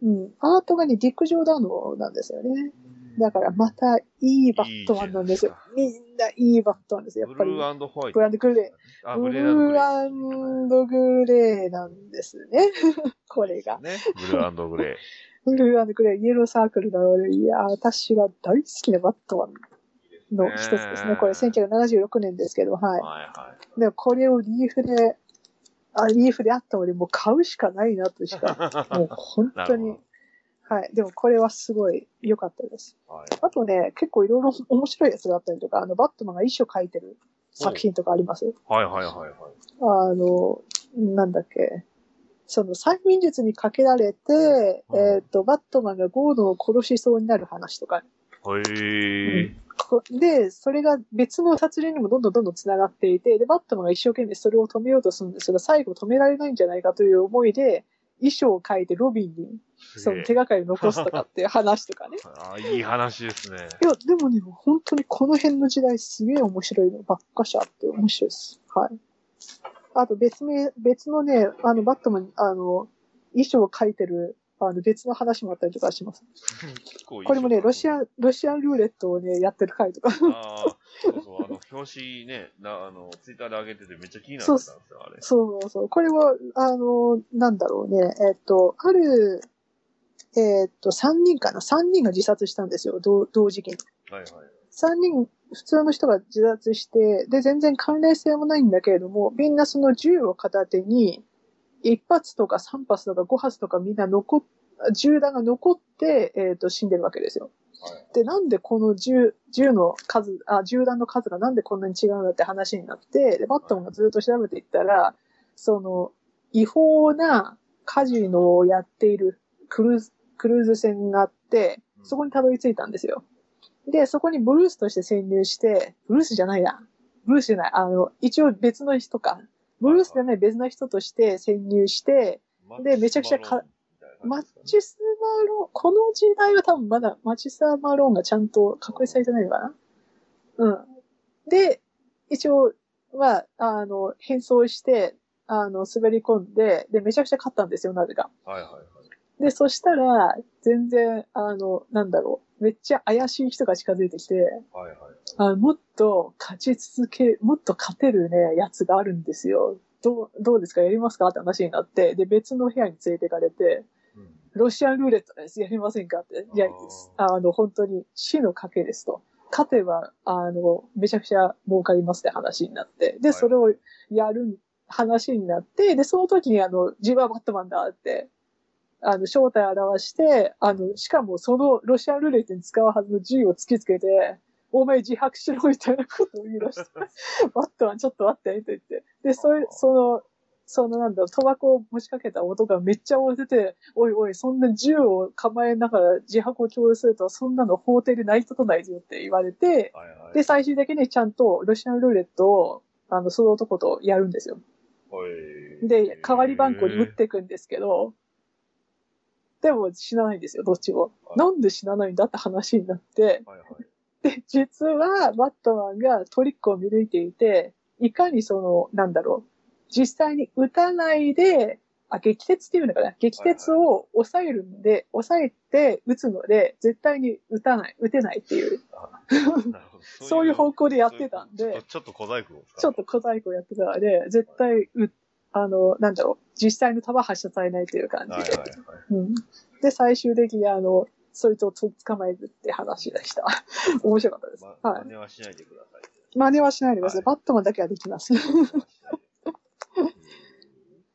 Speaker 4: うん。アートがね、ディック・ジョーダーノなんですよね。だから、また、いいバットマンなんですよ。みんないいバットマンですよ、やっ
Speaker 1: ブ
Speaker 4: ぱり。
Speaker 1: ルーホワイト。
Speaker 4: ブランドグレ
Speaker 1: ー。あ、
Speaker 4: ブ
Speaker 1: ブ
Speaker 4: ル
Speaker 1: レーラ
Speaker 4: ードグレーなんですね。 これが。
Speaker 1: ね。ブルーグレ
Speaker 4: ブルーグレー、イエローサークルの、いや、私が大好きなバットマンの一つですね。これ1976年ですけ
Speaker 1: ー。
Speaker 4: ど、は。
Speaker 1: はいはい
Speaker 4: でもこれをリーフで、あ、リーフであった俺もう買うしかないなとしか、
Speaker 1: い。
Speaker 4: もう本
Speaker 1: な
Speaker 4: 当に
Speaker 1: る。
Speaker 4: はい。でもこれはすごい良かったです。
Speaker 1: はい
Speaker 4: あとね、結構いろいろ面白いやつがあったりとか、あの、バットマンが衣装描いてる作品とかあります
Speaker 1: はいはいはいはい。
Speaker 4: あの、なんだっけ、その催眠術にかけられて、
Speaker 1: うん
Speaker 4: えっ、と、バットマンがゴードンを殺しそうになる話とか、
Speaker 1: へえ。
Speaker 4: こで、それが別の殺人にもどんどんどんどん繋がっていて、で、バットマンが一生懸命それを止めようとするんですが、最後止められないんじゃないかという思いで、衣装を変えてロビンに、
Speaker 1: す
Speaker 4: そ
Speaker 1: げ
Speaker 4: の
Speaker 1: え
Speaker 4: 手がかりを残すとかっていう話とかね。
Speaker 1: あいい話ですね。
Speaker 4: いや、でもね、本当にこの辺の時代すげえ面白いのばっかしあって面白いです。はい。あと別名、別のね、あの、バットマン、あの、衣装を書いてる、あの、別の話もあったりとかします。
Speaker 1: こ
Speaker 4: これもね、ロシア、ロシアンルーレットをね、やってる回とか。
Speaker 1: ああ、そうそう、あの、表紙ね、なあの、ツイッターで上げててめっちゃ気になってたんですよ、あれ。
Speaker 4: そうそう。これは、あの、なんだろうね、えっと、ある、えっと、3人かな ?3 人が自殺したんですよ、同同時期に。
Speaker 1: はいはい。
Speaker 4: 三人、普通の人が自殺して、で、全然関連性もないんだけれども、みんなその銃を片手に、一発とか三発とか五発とかみんな残っ、銃弾が残って、えっ、と、死んでるわけですよ。で、なんでこの銃、銃の数、あ、銃弾の数がなんでこんなに違うんだって話になって、で、バットマンがずっと調べていったら、その、違法なカジノをやっているクルーズ、クルーズ船があって、そこにたどり着いたんですよ。で、そこにブルースとして潜入して、ブルースじゃないな。ブルースじゃない。あの、一応別の人か。ブルースじゃない別の人として潜入して、でめちゃくちゃかマッチス・マローン、この時代は多分まだマッチス・マローンがちゃんと確立されてないのかなうん。で、一応は、あの、変装して、あの、滑り込んで、で、めちゃくちゃ勝ったんですよ、なぜか。
Speaker 1: はいはいはい。
Speaker 4: で、そしたら、全然、あの、なんだろう、めっちゃ怪しい人が近づいてきて、
Speaker 1: はいはい。
Speaker 4: あもっと勝ち続け、もっと勝てるね、やつがあるんですよ。どう、どうですかやりますかって話になって、で、別の部屋に連れていかれて、
Speaker 1: うん
Speaker 4: ロシアンルーレットです。やりませんかって。いや、あの、本当に死の賭けですと。勝てば、あの、めちゃくちゃ儲かりますって話になって。
Speaker 1: は
Speaker 4: で、
Speaker 1: い
Speaker 4: それをやる話になって、で、その時にあの、自分はバットマンだって、あの、正体を表して、あの、しかもそのロシアンルーレットに使うはずの銃を突きつけて、お前自白しろみたいなことを言い 出して、バットマンちょっと待って、って言って。で、それ、その、そのなんだろう、賭博を持ちかけた男がめっちゃ慌てて、おいおい、そんな銃を構えながら自白を共有するとは、そんなの法廷で成り立たないよって言われて、
Speaker 1: はいはい。
Speaker 4: で、最終的にちゃんとロシアンルーレットを、あの、その男とやるんですよ。
Speaker 1: はい
Speaker 4: で、代わり番号に打っていくんですけど、でも死なないんですよ、どっちも。なんで死なないんだって話になって、
Speaker 1: はいはい。
Speaker 4: で、実は、バットマンがトリックを見抜いていて、いかにその、なんだろう、実際に打たないで、あ、激鉄っていうのかな激鉄を抑えるんで、抑えて打つので、絶対に打たない、打てないっていう、
Speaker 1: なるほど
Speaker 4: そういう方向でやってたん
Speaker 1: そういう
Speaker 4: で
Speaker 1: ちょっと、ちょっと小細工を使
Speaker 4: ちょっと小細工やってたので、絶対、う、あの、なんだろう、実際の球発射されないという感
Speaker 1: はい
Speaker 4: じ
Speaker 1: はい
Speaker 4: で。
Speaker 1: はい。
Speaker 4: うん。で、最終的にあの、そいつをと捕まえるって話でした。面白かったです。
Speaker 1: ま、
Speaker 4: はい
Speaker 1: 真。似はしないでください。
Speaker 4: 真似はしないでください。
Speaker 1: は
Speaker 4: バットマンだけはでき ます。
Speaker 1: 真似はしないで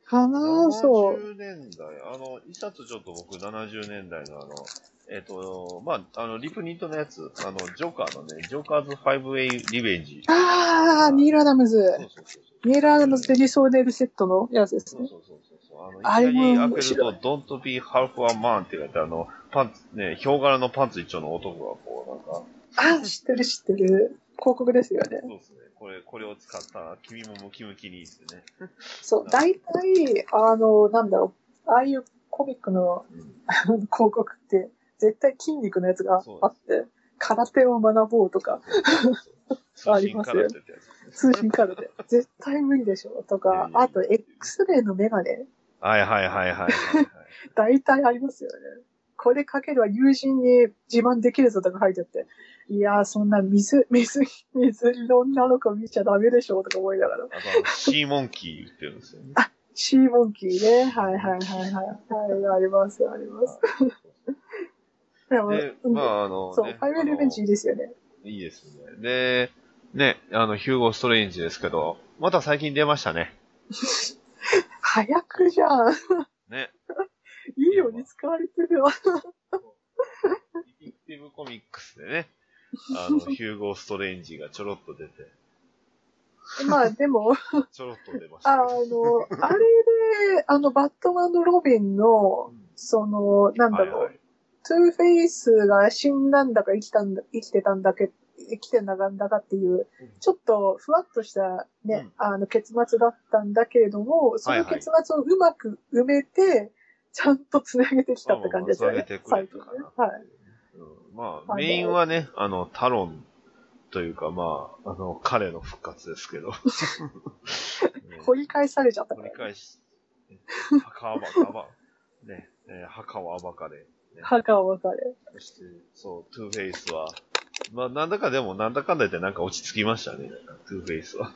Speaker 4: かなぁ、そう。
Speaker 1: 70年代、あの、一冊ちょっと僕、70年代のあの、えっ、と、まあ、あの、リプニットのやつ、あの、ジョーカーのね、ジョーカーズ 5A リベンジ。
Speaker 4: あー、ニーラ・アダムズ。
Speaker 1: そうそうそうそう
Speaker 4: ニーラ・アダムズ・デリソーネルセットのやつです
Speaker 1: そう
Speaker 4: ね。
Speaker 1: そうそうそうそう。あの、
Speaker 4: あれ
Speaker 1: いきなり
Speaker 4: も
Speaker 1: 開
Speaker 4: 面
Speaker 1: ける
Speaker 4: 白
Speaker 1: と、Don't be half a man って書いてあるあの、パンツ、ね、ヒョウ柄のパンツ一丁の男がこう、なんか、
Speaker 4: あー、知ってる知ってる。広告ですよね。
Speaker 1: そうですね。これ、これを使った、君もムキムキにですね。
Speaker 4: そう、大体、あの、なんだろう、ああいうコミックの
Speaker 1: うん
Speaker 4: 広告って、絶対筋肉のやつがあって、空手を学ぼうとか、ありますよ
Speaker 1: 通信からってやつですね
Speaker 4: 通信カルテ、絶対無理でしょとか、あと、X レイのメガネ、
Speaker 1: はいはいはいはいはいはい。
Speaker 4: 大体ありますよね。これかけるは友人に自慢できるぞとか書いてあって、いやー、そんな水、 水、水着の女の子見ちゃダメでしょとか思いながら。
Speaker 1: あとあの、シーモンキー言ってるんですよね。
Speaker 4: シーモンキーね。はいはいはいはい。はい、あります、あります。でも、
Speaker 1: で、
Speaker 4: うん
Speaker 1: まああの、
Speaker 4: そう、
Speaker 1: ね
Speaker 4: ファイナルリベンジいいですよね。
Speaker 1: あのいいですね。で、ね、あの、ヒューゴ・ストレンジですけど、また最近出ましたね。
Speaker 4: 早くじゃん。
Speaker 1: ね。
Speaker 4: いいように使われてるわ。
Speaker 1: ディティクティブコミックスでね、あの、ヒューゴ・ストレンジがちょろっと出て、
Speaker 4: まあでも、
Speaker 1: ちょろっと出ました、
Speaker 4: あの、あれで、あの、バットマンのロビンの、その、なんだろう、
Speaker 1: はいはい
Speaker 4: トゥーフェイスが死んだんだか生きたんだ、生きてたんだけ、生きてなかんだかっていう
Speaker 1: うん、
Speaker 4: ちょっとふわっとした
Speaker 1: う
Speaker 4: ね
Speaker 1: ん、
Speaker 4: あの結末だったんだけれども、その結末をうまく埋めて、ちゃんと繋げてきたって感じですよ
Speaker 1: まあまあ
Speaker 4: ね
Speaker 1: 繋げて。くれ
Speaker 4: 最
Speaker 1: た
Speaker 4: 近
Speaker 1: か
Speaker 4: ね
Speaker 1: な。
Speaker 4: はい。
Speaker 1: うんまあ、
Speaker 4: あの
Speaker 1: メインはね、あの、タロンというか、まあ、あの、彼の復活です けど。ね掘
Speaker 4: 掘り返されちゃったか
Speaker 1: り
Speaker 4: ら。
Speaker 1: 返し、ね墓はバカば、ね、えー墓はバカで、
Speaker 4: 墓を分かれ。
Speaker 1: そして、そう、トゥーフェイスは、まあ、なんだかでも、なんだかんだ言ってなんか落ち着きましたね、トゥーフェイスは。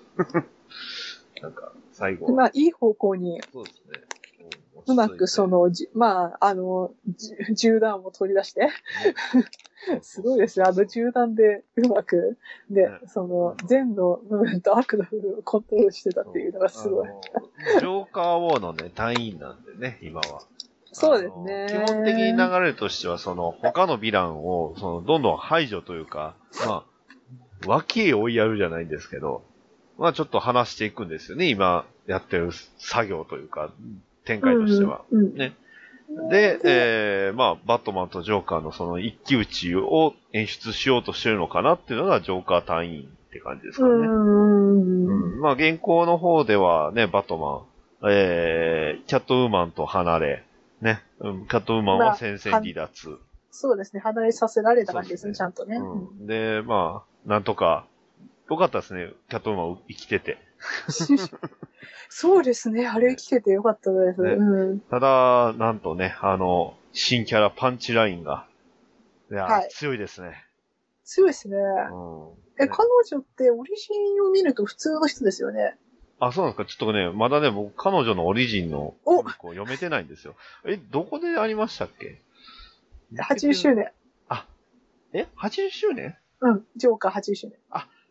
Speaker 1: なんか、最後
Speaker 4: ま
Speaker 1: は、
Speaker 4: あ、いい方向に、
Speaker 1: そうですね。ん落ち着いて
Speaker 4: うまくそ、の、じまあ、あの、じ銃弾を取り出して、
Speaker 1: ね
Speaker 4: すごいですね。あの銃弾でうまく、で
Speaker 1: ね、
Speaker 4: その、善の部分と悪の部分をコントロールしてたっていうのがすごい。
Speaker 1: あのジョーカーウォーのね、隊員なんでね、今は。
Speaker 4: そうですね。
Speaker 1: あの基本的に流れとしては、その、他のヴィランを、その、どんどん排除というか、まあ、脇へ追いやるじゃないんですけど、まあちょっと話していくんですよね、今やってる作業というか、展開としては。
Speaker 4: うんうんうん
Speaker 1: ねで、えー、まあ、バットマンとジョーカーのその一騎打ちを演出しようとしてるのかなっていうのがジョーカー隊員って感じですかね。
Speaker 4: うん。
Speaker 1: うんまあ、現行の方ではね、バットマン、えー、キャットウーマンと離れ、ね、うんキャットウーマンは戦線離脱。
Speaker 4: そうですね。離れさせられた感じですね、ち
Speaker 1: そ
Speaker 4: ゃんとね。
Speaker 1: うん、で、まあ、なんとか、よかったですね、キャットウーマン生きてて。
Speaker 4: そうですね。あれ生きててよかったです。
Speaker 1: ね
Speaker 4: うん。
Speaker 1: ただ、なんとね、あの、新キャラパンチラインが、いや、
Speaker 4: はい
Speaker 1: 強いですね。
Speaker 4: 強いですね。
Speaker 1: うん、
Speaker 4: え、
Speaker 1: ね
Speaker 4: 彼女ってオリジンを見ると普通の人ですよね。
Speaker 1: あ、そうなんですか。ちょっとね、まだね、僕、彼女のオリジンの
Speaker 4: お
Speaker 1: こう読めてないんですよ。え、どこでありましたっけ
Speaker 4: 80周年。
Speaker 1: え ?80 周年
Speaker 4: うん、ジョーカー80周年。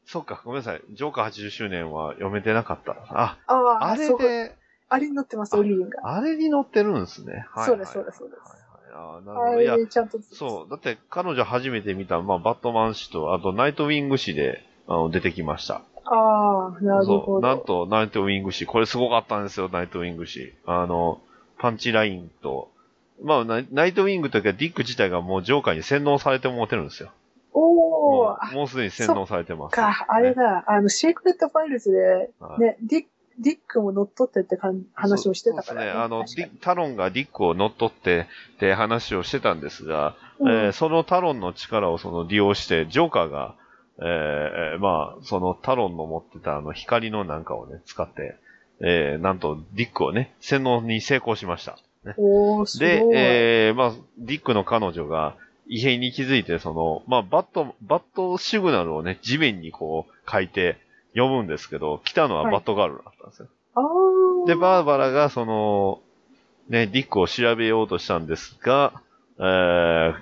Speaker 1: そうか、ごめんなさい。ジョーカー80周年は読めてなかった。あ、
Speaker 4: ああ、
Speaker 1: あれ
Speaker 4: そう
Speaker 1: で、
Speaker 4: あれに乗ってます、オリジンが。
Speaker 1: あれに載ってるんですね。はいはい、
Speaker 4: そうですそうですそうです
Speaker 1: はいはい、あーなるほ
Speaker 4: あ
Speaker 1: ど。いや
Speaker 4: れ、にちゃんと。
Speaker 1: そう。だって、彼女初めて見た、まあ、バットマン誌と、あと、ナイトウィング誌で、あの、出てきました。
Speaker 4: ああ、なる
Speaker 1: そ
Speaker 4: ほ
Speaker 1: う。なん
Speaker 4: ど。
Speaker 1: と、ナイトウィング誌。これすごかったんですよ、ナイトウィング誌。あの、パンチラインと、まあ、ナイナイトウィングというか、ディック自体がもうジョーカーに洗脳されてもうてるんですよ。
Speaker 4: お
Speaker 1: も
Speaker 4: お、あ
Speaker 1: う、もうすでに洗脳されてます。
Speaker 4: か、あれ
Speaker 1: ね
Speaker 4: だ、あの、シークレットファイルズで、
Speaker 1: はい
Speaker 4: ね、ディック、ディックも乗っ取ってって感話をしてたから、
Speaker 1: そうそうです
Speaker 4: 確
Speaker 1: ね。
Speaker 4: か
Speaker 1: あ
Speaker 4: に
Speaker 1: の、ディタロンがディックを乗っ取って、って話をしてたんですが、え
Speaker 4: う
Speaker 1: ー
Speaker 4: ん
Speaker 1: そのタロンの力をその利用して、ジョーカーが、えーまあ、そのタロンの持ってたあの光のなんかをね、使って、えーなんとディックをね、洗脳に成功しました。
Speaker 4: おお、すごい。
Speaker 1: で、えーまあ、ディックの彼女が異変に気づいて、その、まあ、バット、バットシグナルをね、地面にこう書いて読むんですけど、来たのはバットガールだったんですよ。
Speaker 4: あー
Speaker 1: で、バーバラが、その、ね、ディックを調べようとしたんですが、えー、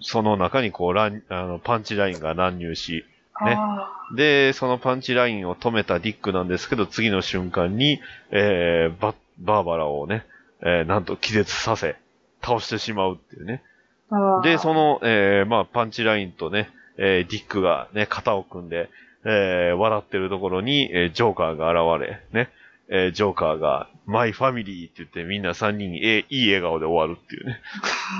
Speaker 1: その中にこう、乱あのパンチラインが乱入し、ね
Speaker 4: あ
Speaker 1: で、そのパンチラインを止めたディックなんですけど、次の瞬間に、えー、ババーバラをね、えー、なんと気絶させ、倒してしまうっていうね。
Speaker 4: ーあー。
Speaker 1: で、その、えー、まあ、パンチラインとね、えー、ディックがね、肩を組んで、えー、笑ってるところに、えー、ジョーカーが現れ、ね、えー、ジョーカーが、マイファミリーって言ってみんな3人、えーいい笑顔で終わるっていうね。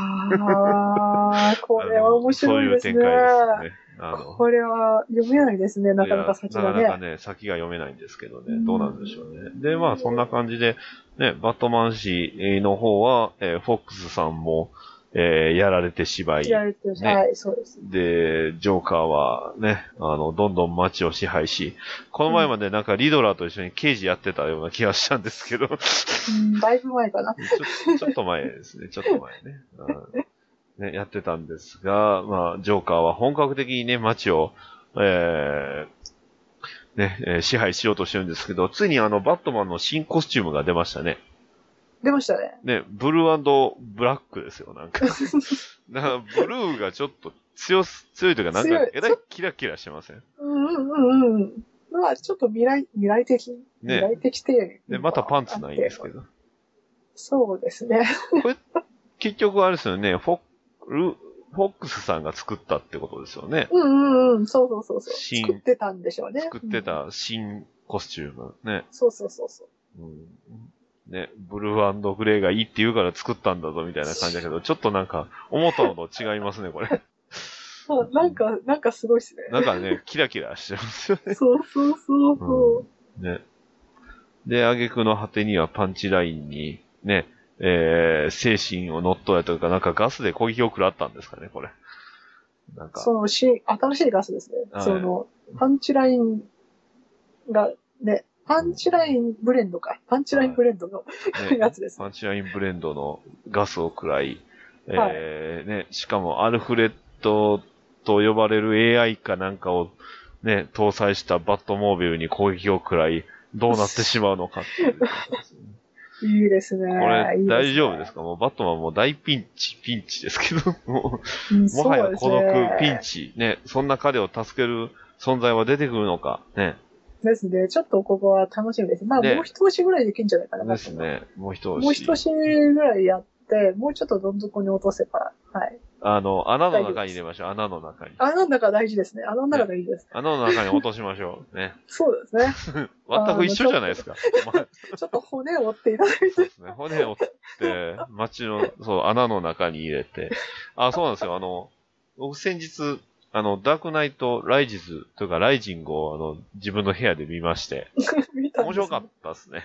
Speaker 4: あーこれは面白いですね。
Speaker 1: あのそういう展開ですね。あの
Speaker 4: これは読めないですね、なかなか先が
Speaker 1: いやなか
Speaker 4: ね。
Speaker 1: なかね、先が読めないんですけど
Speaker 4: う
Speaker 1: ね、
Speaker 4: ん
Speaker 1: どうなんでしょうね。で、まあ、そんな感じで、ね、バットマン誌の方は、えーフォックスさんも、えーやられてしまい、
Speaker 4: 知られてるし、
Speaker 1: ね
Speaker 4: はい、そうです。
Speaker 1: で、ジョーカーはね、あの、どんどん街を支配し、この前までなんかリドラーと一緒に刑事やってたような気がしたんですけど、 ちょ
Speaker 4: うん、だいぶ前かな。
Speaker 1: ちょっと前ですね、ちょっと前ね。うんねやってたんですが、まあ、ジョーカーは本格的にね、街を、えーね、えー支配しようとしてるんですけど、ついにあの、バットマンの新コスチュームが出ましたね。
Speaker 4: 出ましたね。
Speaker 1: ね、ブルーブラックですよ、 なんか。だからブルーがちょっと強す、強いというか、なん
Speaker 4: 強
Speaker 1: か
Speaker 4: い、
Speaker 1: えらいキラキラしてません
Speaker 4: うんうんうんうん。まあ、ちょっと未来、未来的。未来的って。
Speaker 1: で、またパンツないんですけど。
Speaker 4: そうですね。
Speaker 1: 結局あれですよね、フォルフォックスさんが作ったってことですよね。
Speaker 4: うんうんうん。そうそうそうそう。
Speaker 1: 新
Speaker 4: 作ってたんでしょうね。
Speaker 1: 作って
Speaker 4: うん。
Speaker 1: た新コスチューム。ね。
Speaker 4: そうそうそうそう。
Speaker 1: うん、ね、ブルーグレーがいいって言うから作ったんだぞみたいな感じだけど、ちょっとなんか、思ったのと違いますね、これ。
Speaker 4: まあなんか、なんかすごいっすね。
Speaker 1: なんかね、キラキラしてますよね。
Speaker 4: そうそうそうそう。
Speaker 1: うん、ね。で、挙句の果てにはパンチラインに、ね、えー、精神を乗っ取られたというか、なんかガスで攻撃を食らったんですかね、これ。なんか、
Speaker 4: その新、新しいガスですね。
Speaker 1: はい
Speaker 4: その、パンチラインが、ね、パンチラインブレンドか。パンチラインブレンドの
Speaker 1: ね
Speaker 4: やつです。
Speaker 1: パンチラインブレンドのガスを食らい、
Speaker 4: はい
Speaker 1: えーね、しかもアルフレッドと呼ばれる AI かなんかを、ね、搭載したバットモービルに攻撃を食らい、どうなってしまうのか っていうこ
Speaker 4: いいですね。
Speaker 1: れ、
Speaker 4: いいね
Speaker 1: 大丈夫ですかもうバットマンもう大ピンチ、ピンチですけど、 も
Speaker 4: うん
Speaker 1: うもはや孤独、ピンチ、
Speaker 4: チ。
Speaker 1: ね、そんな彼を助ける存在は出てくるのか、ね、
Speaker 4: ですね。ちょっとここは楽しみです。まあ、
Speaker 1: ね
Speaker 4: もう一押しぐらいできるんじゃないかな。
Speaker 1: ですね、もう一押し。
Speaker 4: もう一押しぐらいやって、もうちょっとどん底に落とせば、はい。
Speaker 1: あの、穴の中に入れましょう、穴の中に。
Speaker 4: 穴の中大事ですね。穴の中大事です。
Speaker 1: 穴の中に落としましょう。ね。
Speaker 4: そうですね。
Speaker 1: 全く一緒じゃないですか。まあ
Speaker 4: ちょっと骨を折っていただい
Speaker 1: そう
Speaker 4: て。
Speaker 1: ですね。骨を折って、街の、そう、穴の中に入れて。あ、そうなんですよ。あの、僕先日、あの、ダークナイト、ライジズ、というか、ライジングを、あの、自分の部屋で見まして、
Speaker 4: 見たん
Speaker 1: 面
Speaker 4: です
Speaker 1: 白かったです ね。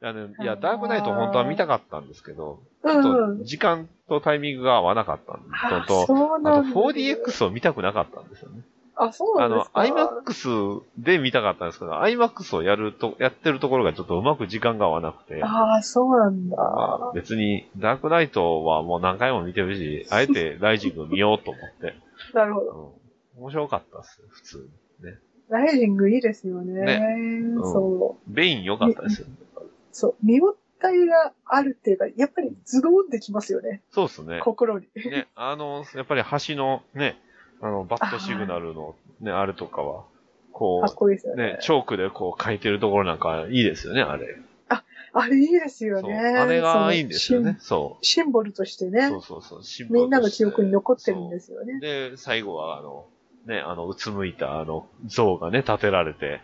Speaker 1: いや、ね、いやダークナイト本当は見たかったんですけど、ち
Speaker 4: う
Speaker 1: ょ
Speaker 4: ん
Speaker 1: っ
Speaker 4: う
Speaker 1: と
Speaker 4: ん。
Speaker 1: 時間とタイミングが合わなかったの
Speaker 4: あ
Speaker 1: と、
Speaker 4: そう
Speaker 1: あ
Speaker 4: な
Speaker 1: と
Speaker 4: んだ
Speaker 1: 4DX を見たくなかったんですよね。
Speaker 4: あ、そう
Speaker 1: あ
Speaker 4: なんで
Speaker 1: の
Speaker 4: す、か。
Speaker 1: iMAX で見たかったんですけど、iMAX をやると、やってるところがちょっとうまく時間が合わなくて、
Speaker 4: ああ、そうなんだ。
Speaker 1: まあ別に、ダークナイトはもう何回も見てるし、あえ てライジング見ようと思って、
Speaker 4: なるほど。
Speaker 1: うん面白かったっす、普通に。
Speaker 4: ライジングいいですよね。
Speaker 1: ねん
Speaker 4: そう。
Speaker 1: ベイン良かったですよね。
Speaker 4: そう。見応えがあるっていうか、やっぱりズドンできますよね。
Speaker 1: そうですね。
Speaker 4: 心に。
Speaker 1: ね、あの、やっぱり橋のね、あの、バットシグナルのね、あれとかは、こ
Speaker 4: かっこいいですよ
Speaker 1: う、
Speaker 4: ね。
Speaker 1: ね、チョークでこう書いてるところなんかいいですよね、あれ。
Speaker 4: あれいいです
Speaker 1: そ
Speaker 4: よ
Speaker 1: う。
Speaker 4: ね。
Speaker 1: あれがいいんですよね。そ
Speaker 4: その。シンシンボルとして
Speaker 1: う。
Speaker 4: ね
Speaker 1: そうそうそう。シンボル。
Speaker 4: みんなの記憶に残ってるんですすよ
Speaker 1: そう
Speaker 4: ね。
Speaker 1: で、最後はあの、ね、あの、うつむいたあの、像がね、立てられて。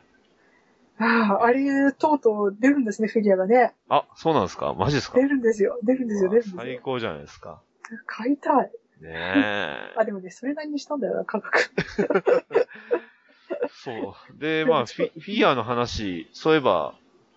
Speaker 4: ああ、あれ、とうとう出るんですね、フィギュアがね。
Speaker 1: あ、そうなんですかマジですか
Speaker 4: 出るんですよ。出るんですよ、出るんです
Speaker 1: 最
Speaker 4: よ。
Speaker 1: 高じゃないですか。
Speaker 4: 買いたい。
Speaker 1: ねえ。
Speaker 4: あ、でもね、それなりにしたんだよな、価格。
Speaker 1: そう。で、まあ、フィフィギュアの話、そういえば、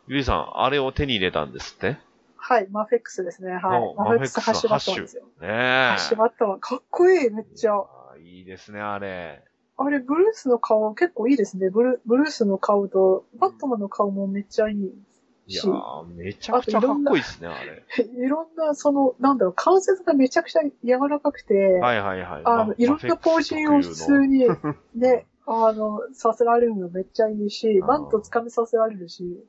Speaker 1: ゆりさん、あれを手に入れたんですってね
Speaker 4: はい、マフェックスですね。は
Speaker 1: お
Speaker 4: い。マフェックス
Speaker 1: マフェックス
Speaker 4: ハッシュバットなんですよ。
Speaker 1: え。
Speaker 4: ハッシュバットマン。かっこいい、めっちゃ。
Speaker 1: いやーいいですね、あれ。
Speaker 4: あれ、ブルースの顔結構いいですね。ブルブルースの顔と、バットマンの顔もめっちゃいい。
Speaker 1: いや
Speaker 4: し
Speaker 1: ーめちゃくちゃかっこいいですね、あれ。
Speaker 4: いろんな、その、なんだろう、関節がめちゃくちゃ柔らかくて、
Speaker 1: はいはいはい。
Speaker 4: あ
Speaker 1: ま
Speaker 4: の、いろんなポージングを普通。に、 ね、あの、させられるのめっちゃいいし、
Speaker 1: あー
Speaker 4: バント掴みさせられるし、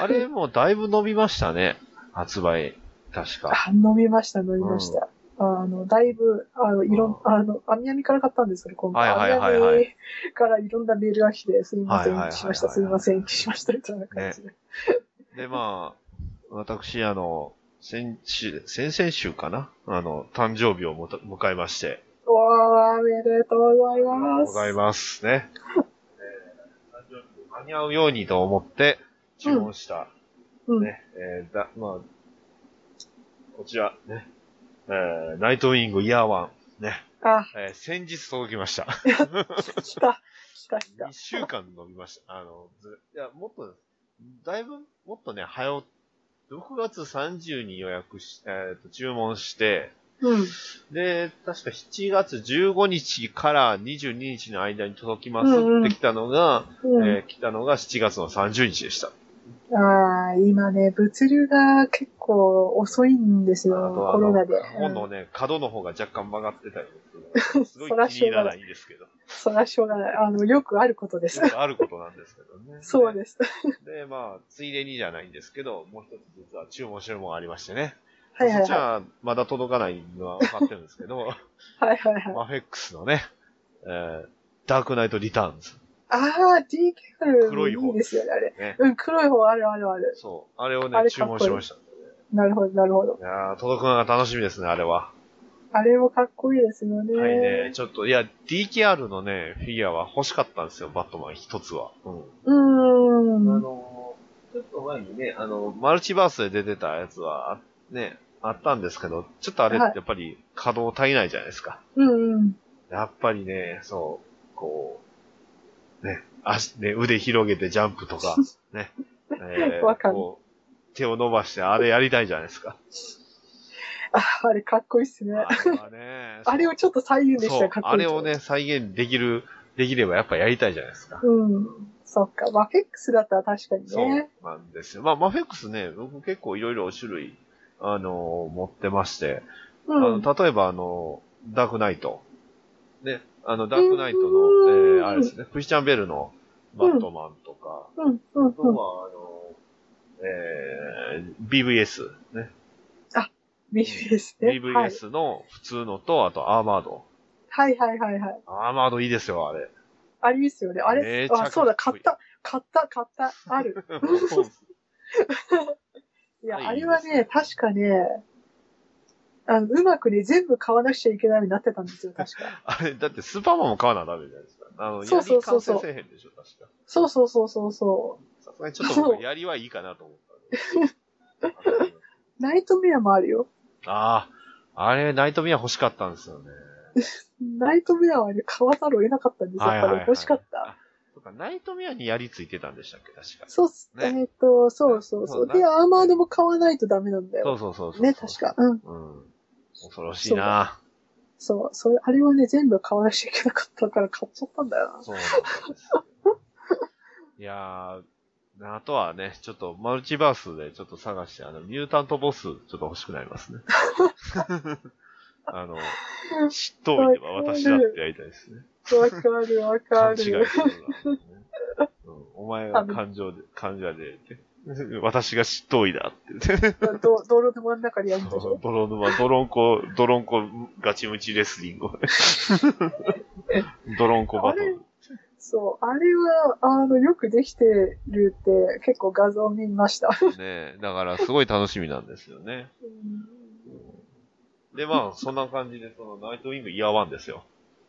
Speaker 1: マフェックス特有のあれもだいぶ伸びましたね、発売。確か。
Speaker 4: あ飲みました、飲みました。あの、だいぶ、あの、いろん、あの、網やみから買ったんですけど、今回。
Speaker 1: はいはいはい
Speaker 4: 網
Speaker 1: はい
Speaker 4: やみからいろんなメールが来て、すいません、
Speaker 1: はいはいはいはい
Speaker 4: 延期しました、すいません、延期しました、みたいな感じで。
Speaker 1: で、まあ、私、あの、先週、先々週かなあの、誕生日をもた迎えまして。
Speaker 4: うわー、おめでとうございます。
Speaker 1: ございますね。えー誕生日間に合うようにと思って注文した、
Speaker 4: うん。
Speaker 1: ね、えーだ、まあ、こちら、ね、えーナイトウィングイヤーワン、ね、
Speaker 4: あ、
Speaker 1: えー先日届きました。
Speaker 4: 来た、来た、来
Speaker 1: 1
Speaker 4: た。
Speaker 1: 週間伸びました。あの、ずいや、もっと、だいぶ、もっとね、早う、6月30に予約し、えーと、注文して、
Speaker 4: うん。
Speaker 1: で、確か7月15日から22日の間に届きます
Speaker 4: うんうん
Speaker 1: って来たのが、
Speaker 4: うん。
Speaker 1: えー来たのが7月の30日でした。
Speaker 4: ああ、今ね、物流が結構遅いんです
Speaker 1: あ
Speaker 4: よ、
Speaker 1: とあ
Speaker 4: コロ
Speaker 1: の
Speaker 4: ナで。
Speaker 1: 今度
Speaker 4: うん
Speaker 1: ね、角の方が若干曲がってたりするすごい
Speaker 4: そら
Speaker 1: 気
Speaker 4: し
Speaker 1: に
Speaker 4: ょ
Speaker 1: 入ら
Speaker 4: うが
Speaker 1: な
Speaker 4: ない
Speaker 1: いんですけど。
Speaker 4: そらしょうがない。あの、よくあることです。。
Speaker 1: よくあることなんですけどね
Speaker 4: そうです。
Speaker 1: す。で、まあ、ついでにじゃないんですけど、もう一つ実は注文してるものがありましてね。
Speaker 4: はいはい
Speaker 1: そっち
Speaker 4: は
Speaker 1: はまだ届かないのは分かってるんですけど、
Speaker 4: い。はいはいはい。
Speaker 1: マフェックスのね、えーダークナイトリターンズ。
Speaker 4: ああ、
Speaker 1: 黒い
Speaker 4: DKR
Speaker 1: 方
Speaker 4: いいですよね、あれ。
Speaker 1: ね
Speaker 4: うん、黒い方あるあるある。
Speaker 1: そう。あれを
Speaker 4: あ
Speaker 1: ね、
Speaker 4: れ
Speaker 1: 注
Speaker 4: かっこい
Speaker 1: 文し
Speaker 4: い
Speaker 1: ました。
Speaker 4: なるほど、なるほど。
Speaker 1: いやー届くのが楽しみですね、あれは。
Speaker 4: あれもかっこいいですよね。
Speaker 1: はいね、ちょっと、いや、DKR のね、フィギュアは欲しかったんですよ、バットマン一つは。うん。
Speaker 4: うー
Speaker 1: あ
Speaker 4: ん。
Speaker 1: の、ちょっと前にね、あの、マルチバースで出てたやつは、あね、あったんですけど、ちょっとあれ、
Speaker 4: はい
Speaker 1: やっぱり稼働足りないじゃないですか。
Speaker 4: うんうん。
Speaker 1: やっぱりね、そう、こう、ね、足、ね、腕広げてジャンプとか、 ね、え
Speaker 4: わかる
Speaker 1: こう、手を伸ばしてあれやりたいじゃない ですか。
Speaker 4: あ、あれかっこいいっすね。、
Speaker 1: あれはね
Speaker 4: あれをちょっと再現できた
Speaker 1: そう
Speaker 4: らかっこい
Speaker 1: あ
Speaker 4: い。
Speaker 1: れを。ね、再現できる、できればやっぱやりたいじゃないですか。
Speaker 4: うん。そっか。マフェックスだったら確かに
Speaker 1: そう
Speaker 4: ね。
Speaker 1: なんですよ。まあ、マフェックスね、僕結構いろいろ種類、あのー持ってまして、
Speaker 4: う
Speaker 1: あ
Speaker 4: ん。
Speaker 1: の例えばあの、ダークナイト。ね、あの、ダークナイトの、
Speaker 4: うん
Speaker 1: えー、あれですね、クリスチャンベルのバットマンとか、
Speaker 4: うん、うん、
Speaker 1: あと
Speaker 4: うん。
Speaker 1: は、あの、えー、BVS ね。
Speaker 4: BVS ね。はい。
Speaker 1: BVS の普通のと、あとアーマード。
Speaker 4: はいはいはいはい。
Speaker 1: アーマードいいですよ、あ れ。
Speaker 4: ありですよね。あ
Speaker 1: め
Speaker 4: れ
Speaker 1: ちゃくちゃ
Speaker 4: あ、そうだ、
Speaker 1: かっ
Speaker 4: 買
Speaker 1: こい
Speaker 4: っ
Speaker 1: い
Speaker 4: た、買った、買った、ある。いや、
Speaker 1: あ
Speaker 4: あ
Speaker 1: れいいで
Speaker 4: れは
Speaker 1: す
Speaker 4: ね、確かね、あの、うまくね、全部買わなくちゃいけないようになってたんで すよ、確か。
Speaker 1: あれ、だってスーパーマンも買わなダメじゃないですか。あの、
Speaker 4: そうそうそうそう
Speaker 1: 槍完成せえへんでしょ、確か。
Speaker 4: そうそうそうそうそ
Speaker 1: さすがにちょっと
Speaker 4: そ
Speaker 1: 僕、
Speaker 4: う
Speaker 1: 槍はいいかなと思ったんで。
Speaker 4: う。ナイトメアもあるよ。
Speaker 1: ああ、あれ、ナイトミア欲しかったんですよね。
Speaker 4: ナイトメアはね、買わざるを得なかったんですよ。やっぱり欲しかった。
Speaker 1: あ。そうか、ナイトミアに槍ついてたんでしたっけ、確か。
Speaker 4: そうっす、
Speaker 1: ね
Speaker 4: えっと、そうそうそう。
Speaker 1: そう
Speaker 4: で、アーマードも買わないとダメなんだ
Speaker 1: そ
Speaker 4: よ。
Speaker 1: うそうそうそう。
Speaker 4: ね、確。か。うん。
Speaker 1: うん。恐ろしいな
Speaker 4: そう、それ、あれはね、全部買わなくちゃいけなかったから買っちゃったんだよな。
Speaker 1: そうなんですよ。いやー、あとはね、ちょっとマルチバースでちょっと探して、あの、ミュータントボス、ちょっと欲しくなりますね。 あの、知っといては私だってやりたいですね。
Speaker 4: わかるわか
Speaker 1: 勘違いす
Speaker 4: る
Speaker 1: る。なお前は感情で、感情やで、って私が執刀医だって。
Speaker 4: ど道路の真ん中でやるんでし
Speaker 1: そう
Speaker 4: ょ
Speaker 1: 泥沼、ドロンコ、ドロンコガチムチレスリング。ドロンコバトル。
Speaker 4: そう。あれは、あの、よくできてるって、結構画像見ました。
Speaker 1: ねだからすごい楽しみなんですよね。
Speaker 4: うん
Speaker 1: で、まあ、そんな感じで、その、ナイトウィングイヤーワンですよ。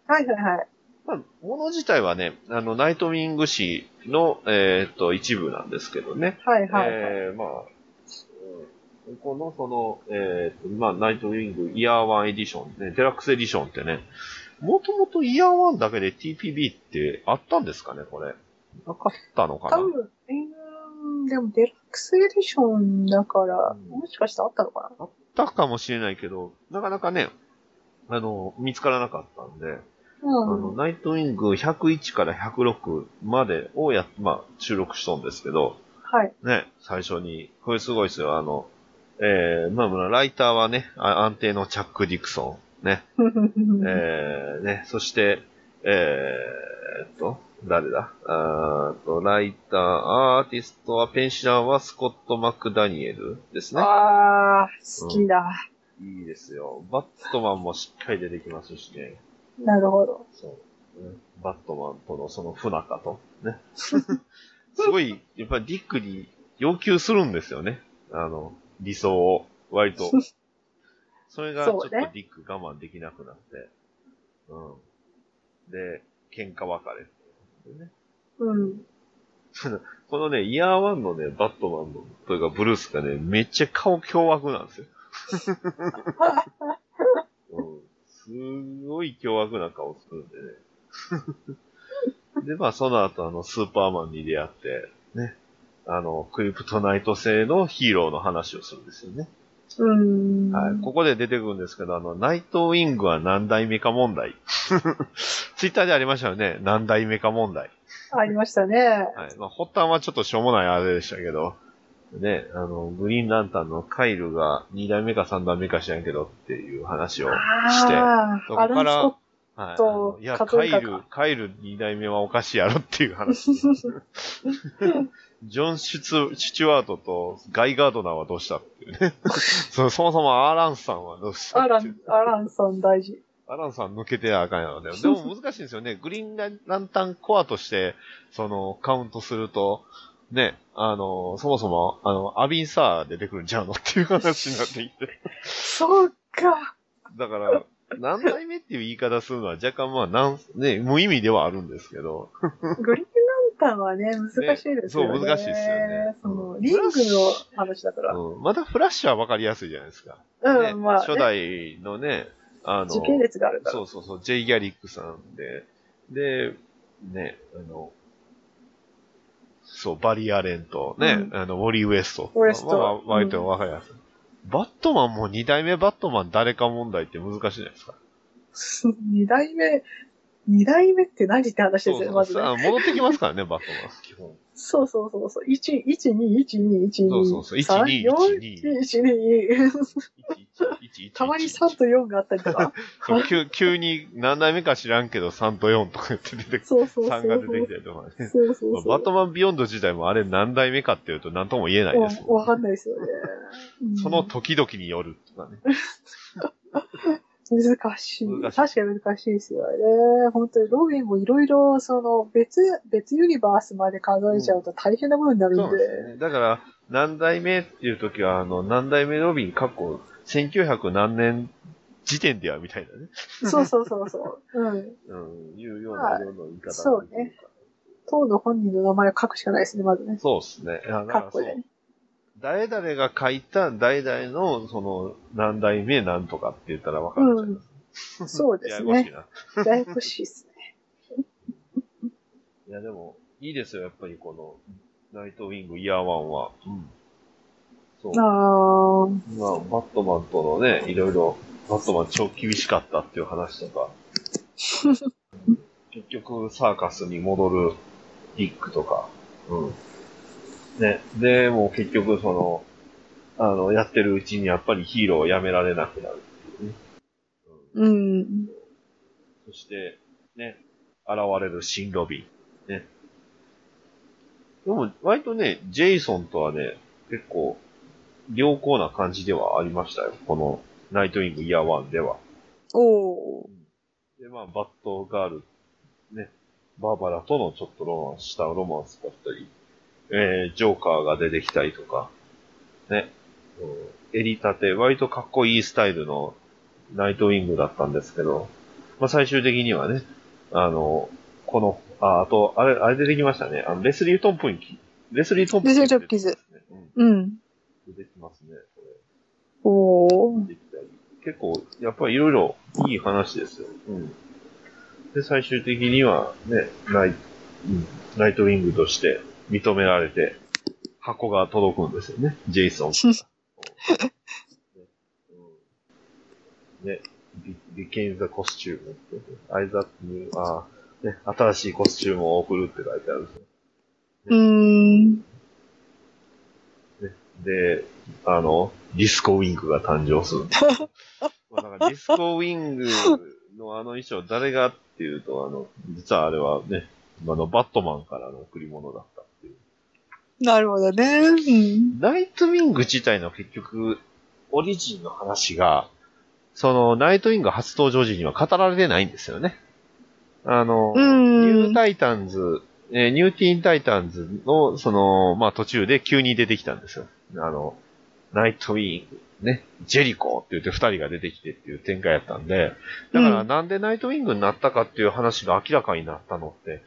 Speaker 4: はいはいはい。
Speaker 1: まあ、もの自体はね、あの、ナイトウィング誌の、えーっと、一部なんですけどね。
Speaker 4: はいはいはい。
Speaker 1: えーまあ、うんこの、その、えーとまあ、ナイトウィングイヤーワンエディション、ね、デラックスエディションってね、もともとイヤーワンだけで TPB ってあったんですかね、これ。なかったのかな
Speaker 4: 多分、えー、でもデラックスエディションだから、
Speaker 1: うん
Speaker 4: もしかしてあったのか
Speaker 1: あったかもしれないけど、なかなかね、あの、見つからなかったんで、
Speaker 4: な
Speaker 1: あ
Speaker 4: う
Speaker 1: の、
Speaker 4: ん。
Speaker 1: ナイトウィング101から106までをや、まあ、収録しとんですけど、
Speaker 4: はい。
Speaker 1: ね、最初に、これすごいですよ、あの、えー、まあまあ、ライターはね、あ安定のチャック・ディクソン、ね、えー、ね、そして、えー、っと、誰だあーっと、ライター、アーティストは、ペンシラーはスコット・マックダニエルですね。
Speaker 4: ああ、好きだ。
Speaker 1: いいですよ。バットマンもしっかり出てきますしね。
Speaker 4: なるほど。
Speaker 1: そう。ねバットマンとのその不仲と、 ね。すごい、やっぱりディックに要求するんですよね。あの、理想を、割 と。それがちょっと
Speaker 4: そう
Speaker 1: デ
Speaker 4: ね
Speaker 1: ィック我慢できなくなって。うん。で、喧嘩別れっていうね。
Speaker 4: うん。
Speaker 1: このね、イヤーワンのね、バットマンの、というかブルースがね、めっちゃ顔凶悪なんですよ。うん、すごい凶悪な顔するんでね。で、まあ、その後、あの、スーパーマンに出会って、ね、あの、クリプトナイト製のヒーローの話をするんですよね。
Speaker 4: うん。
Speaker 1: はい。ここで出てくるんですけど、あの、ナイトウィングは何代目か問題。ツイッターでありましたよね。何代目か問題。
Speaker 4: ありましたね。
Speaker 1: はい。まあ、発端はちょっとしょうもないあれでしたけど、ね、あの、グリーンランタンのカイルが2代目か3代目か知らんけどっていう話をして、はい。
Speaker 4: あ
Speaker 1: そこ
Speaker 4: あ、ア
Speaker 1: から
Speaker 4: ラン・スコッ
Speaker 1: あ
Speaker 4: と
Speaker 1: のいや、
Speaker 4: 数
Speaker 1: カ
Speaker 4: え
Speaker 1: イ
Speaker 4: たか
Speaker 1: ル、カイル2代目はおかしいやろっていう話。 ジョン・シュツシチュワートとガイ・ガードナーはどうしたっていう ね。そそもそもアーランさんはどうした
Speaker 4: ア
Speaker 1: って
Speaker 4: ラ
Speaker 1: いう
Speaker 4: ン、アランさん大事。
Speaker 1: アランさん抜けてはあかんや ろね。でも難しいんですよね。グリーンランタンコアとして、その、カウントすると、ね、あの、そもそも、あの、アビンサー出てくるんちゃうのっていう話になってきて。
Speaker 4: そうか。
Speaker 1: だから、何代目っていう言い方するのは若干まあ、なん、ね、無意味ではあるんですけど。
Speaker 4: グリーンランタンはね、難しいですよね。
Speaker 1: ねそう難しいですよね
Speaker 4: その、
Speaker 1: うん
Speaker 4: リングの話だから。
Speaker 1: うん、またフラッシュはわかりやすいじゃないですか。
Speaker 4: う
Speaker 1: ね
Speaker 4: ん、まあ、
Speaker 1: 初代のね、あの、
Speaker 4: 時系列があるから。
Speaker 1: そうそうそう、ジェイ・ギャリックさんで、で、ね、あの、そう、バリー・アレンとね、
Speaker 4: う
Speaker 1: あの、ウォリー・ウエスト。
Speaker 4: ウエスト
Speaker 1: まあまあ割とわかりやすい。バットマンも二代目バットマン誰か問題って難しいじゃないですか。
Speaker 4: 二代目、二代目って何って話ですよ、まず
Speaker 1: そう
Speaker 4: ね。
Speaker 1: あ戻ってきますからね、バットマン、基本。
Speaker 4: そうそうそうそう。一、一、二、一、二、一、
Speaker 1: そう
Speaker 4: 二。
Speaker 1: そうそう
Speaker 4: 三
Speaker 1: 一二
Speaker 4: 四
Speaker 1: 一
Speaker 4: 一、一、二。
Speaker 1: 11
Speaker 4: たまに三と四があったり とか。
Speaker 1: そう急急に何代目か知らんけど3と4とか言って出てく
Speaker 4: そうそう
Speaker 1: る。
Speaker 4: そう。
Speaker 1: 3が出てきたりとかね。
Speaker 4: そうそう
Speaker 1: まあ
Speaker 4: そう。
Speaker 1: バットマンビヨンド自体もあれ何代目かっていうと何とも言えないですもんね
Speaker 4: うんわかんないですよね。うん
Speaker 1: その時々によるとかね。
Speaker 4: 難しい。
Speaker 1: 難しい
Speaker 4: 確かに難しいですよね。本当にロビンもいろいろ、その、別、別ユニバースまで数えちゃうと大変なことになるんで。
Speaker 1: そうですよね。だから、何代目っていう時は、あの、何代目ロビン、過去、1900何年時点ではみたいなね。
Speaker 4: そうそうそうそう。うん。
Speaker 1: うん、いうような、
Speaker 4: はい
Speaker 1: ような言い方。
Speaker 4: そうね。当の本人の名前を書くしかないですね、まずね。
Speaker 1: そうですね。だか
Speaker 4: カッ
Speaker 1: ら
Speaker 4: コ
Speaker 1: そう
Speaker 4: で。
Speaker 1: 誰々が書いた代々の、その、何代目なんとかって言ったらわかるじゃないですか。
Speaker 4: そうで
Speaker 1: やや
Speaker 4: す
Speaker 1: こしい
Speaker 4: ね。
Speaker 1: な。
Speaker 4: ややこしいですね。
Speaker 1: いや、でも、いいですよ、やっぱりこの、ナイトウィング、イヤーワンは。うん。そう。
Speaker 4: あー
Speaker 1: まあ、バットマンとのね、いろいろ、バットマン超厳しかったっていう話とか、結局サーカスに戻るディックとか、うん。ね、で、もう結局その、あの、やってるうちにやっぱりヒーローをやめられなくなるっていうね。うん
Speaker 4: うん。
Speaker 1: そして、ね、現れる新ロビン。ね。でも、割とね、ジェイソンとはね、結構、良好な感じではありましたよ。この、ナイトウィングイヤーワンでは。
Speaker 4: おー。
Speaker 1: で、まあ、バットガール、ね、バーバラとのちょっとロマンスしたロマンスだったり、えー、ジョーカーが出てきたりとか、ね、うん、エリタテ、割とかっこいいスタイルのナイトウィングだったんですけど、まあ、最終的にはね、あの、この、あ、あと、あれ、あれ出てきましたね。あの、レスリー・トンプンキ、レスリー・トンプンキ、
Speaker 4: レスリートンプンキズ。
Speaker 1: うん
Speaker 4: うん。
Speaker 1: 出てきますね、これ。
Speaker 4: おー。
Speaker 1: できたり結構、やっぱりいろいろいい話ですよ。うん。で、最終的にはね、ナイ,、うん、ナイトウィングとして認められて、箱が届くんですよね、ジェイソ ンから。ねうんね、ビビケンザコスチュームって、アイザッに、あーね、新しいコスチュームを送るって書いてあるんですよ
Speaker 4: うーん。
Speaker 1: で、あの、ディスコウィングが誕生する。まあなんかディスコウィングのあの衣装、誰がっていうと、あの、実はあれはね、あの、バットマンからの贈り物だったっていう。
Speaker 4: なるほどね。うん。
Speaker 1: ナイトウィング自体の結局、オリジンの話が、その、ナイトウィング初登場時には語られてないんですよね。あの、
Speaker 4: う
Speaker 1: ニュ
Speaker 4: ー
Speaker 1: ー
Speaker 4: ん。
Speaker 1: タイタンズ、えーニューティーンタイタンズの、その、まあ途中で急に出てきたんですよ。あの、ナイトウィーン、ね、ジェリコって言って二人が出てきてっていう展開やったんで、だから
Speaker 4: うん
Speaker 1: なんでナイトウィングになったかっていう話が明らかになったのって、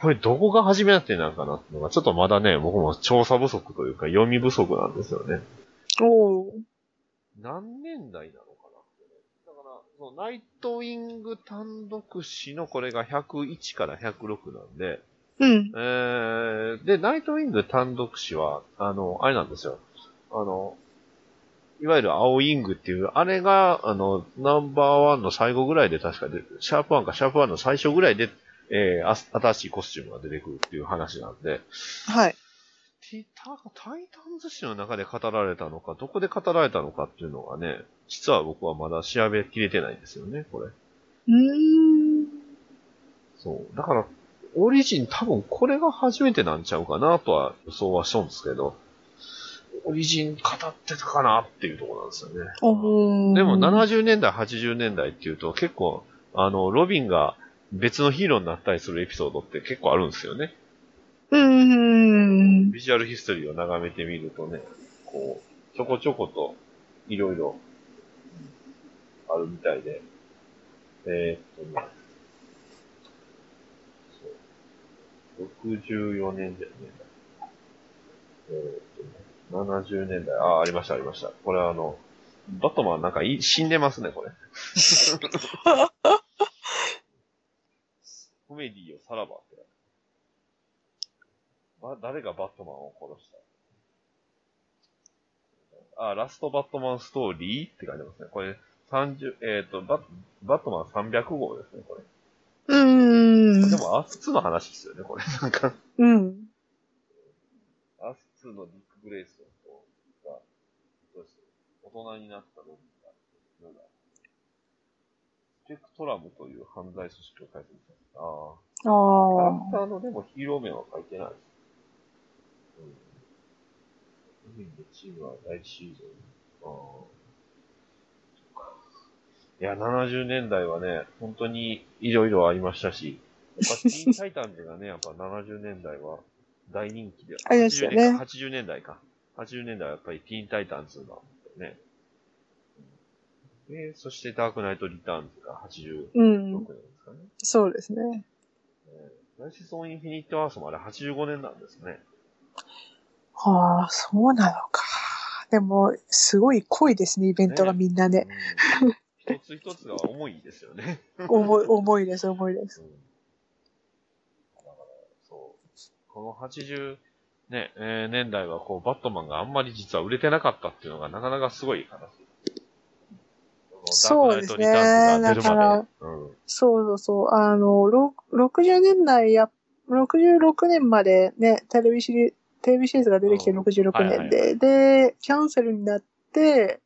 Speaker 1: これどこが始めなってなんかなっていうのが、ちょっとまだね、僕も調査不足というか読み不足なんですよね。
Speaker 4: おー。
Speaker 1: 何年代なのかなだから、そのナイトウィング単独誌のこれが101から106なんで、
Speaker 4: うん。
Speaker 1: えーで、ナイトウィング単独誌は、あの、あれなんですよ。あの、いわゆる青イングっていう、あれが、あの、ナンバーワンの最後ぐらいで確かで、シャープワンかシャープワンの最初ぐらいで、えーあす新しいコスチュームが出てくるっていう話なんで、
Speaker 4: はい。
Speaker 1: ティタタイタンズ誌の中で語られたのか、どこで語られたのかっていうのがね、実は僕はまだ調べきれてないんですよね、これ。
Speaker 4: うーん。
Speaker 1: そう。だから、オリジン多分これが初めてなんちゃうかなとは予想はしたんですけど、オリジン語ってたかなっていうところなんですよね。
Speaker 4: おー。
Speaker 1: でも、70年代、80年代っていうと結構、あの、ロビンが別のヒーローになったりするエピソードって結構あるんですよね。
Speaker 4: うーん。
Speaker 1: ビジュアルヒストリーを眺めてみるとね、こう、ちょこちょこと、いろいろ、あるみたいで。えーっとね、そう。64年だよね。えーっとね、70年代。あ、ありました、ありました。これあの、バットマンなんかい死んでますね、これ。コメディをさらばって。ば誰がバットマンを殺したあ、ラストバットマンストーリーって書いてますね。これ、30、えっ、とバ、バットマン300号ですね、これ。
Speaker 4: うーん
Speaker 1: で。も、アース2の話ですよね、これ。なんか、
Speaker 4: うん。
Speaker 1: アース2のディック・グレイソンと、が、どうして大人になったロビンが、なんだスペクトラムという犯罪組織を書いてみたいな。ああ。
Speaker 4: あ
Speaker 1: キャラ
Speaker 4: あ
Speaker 1: ク。ターのでもヒーロー名は書いてないです。うん。海のチームは来シーズン。ああ。そっかいや、70年代はね、本当にいろいろありましたし、や っぱティーンタイタンズがね、やっぱ70年代は大人気で。
Speaker 4: あれですよね
Speaker 1: 80年か80年代か。80年代はやっぱりティーンタイタンズなんだよね。で、そしてダークナイトリターンズが86
Speaker 4: う
Speaker 1: 年
Speaker 4: ん。
Speaker 1: ですかね。
Speaker 4: そうですね。
Speaker 1: ライシソン・インフィニット・アースもあれ85年なんですね。
Speaker 4: はあ、そうなのか。でも、すごい濃いですね、イベントがみんなね。
Speaker 1: うん、一つ一つが重いですよね。
Speaker 4: 重 い、重いです、重いです。
Speaker 1: うんだから、そう。この80、ね、えー年代はこう、バットマンがあんまり実は売れてなかったっていうのがなかなかすごい話。
Speaker 4: そうですね
Speaker 1: ダークナイトリターンズが出るま
Speaker 4: だ
Speaker 1: で。うん。
Speaker 4: そうそうそう。あの、ろ60年代や、66年までね、テレビシリテレビシリーズが出てきて
Speaker 1: うん
Speaker 4: 66年で、
Speaker 1: は
Speaker 4: で、キャンセルになって、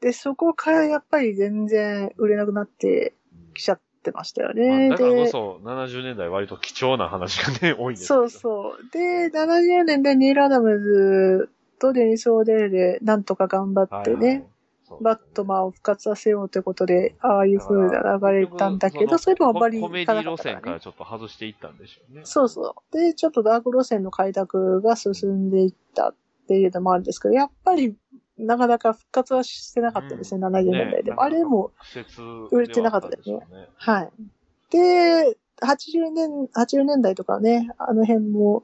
Speaker 4: で、そこからやっぱり全然売れなくなってきちゃっってましたよ
Speaker 1: まあ
Speaker 4: ね。
Speaker 1: だからこ
Speaker 4: で
Speaker 1: そ、70年代割と貴重な話がね、多いんですけど
Speaker 4: そうそう。で、70年でニール・アダムズとデニス・オーデールでなんとか頑張
Speaker 1: は
Speaker 4: っ
Speaker 1: い
Speaker 4: て
Speaker 1: はい
Speaker 4: ね、バットマンを復活させようということで、ああいう風な流れたんだけど、それでもあんまり
Speaker 1: ココメデ
Speaker 4: いか
Speaker 1: ィ
Speaker 4: なかっ
Speaker 1: 路
Speaker 4: た
Speaker 1: 線
Speaker 4: か
Speaker 1: からら
Speaker 4: ね。
Speaker 1: ちょっと外していったんでしょうね。
Speaker 4: そうそう。で、ちょっとダーク路線の開拓が進んでいったっていうのもあるんですけど、やっぱりなかなか復活はしてなかったですね、70年代でも。あれも、
Speaker 1: 苦節
Speaker 4: 売れてなかったよね
Speaker 1: ではあんでしょうね。
Speaker 4: はい。で、80年、80年代とかね、あの辺も、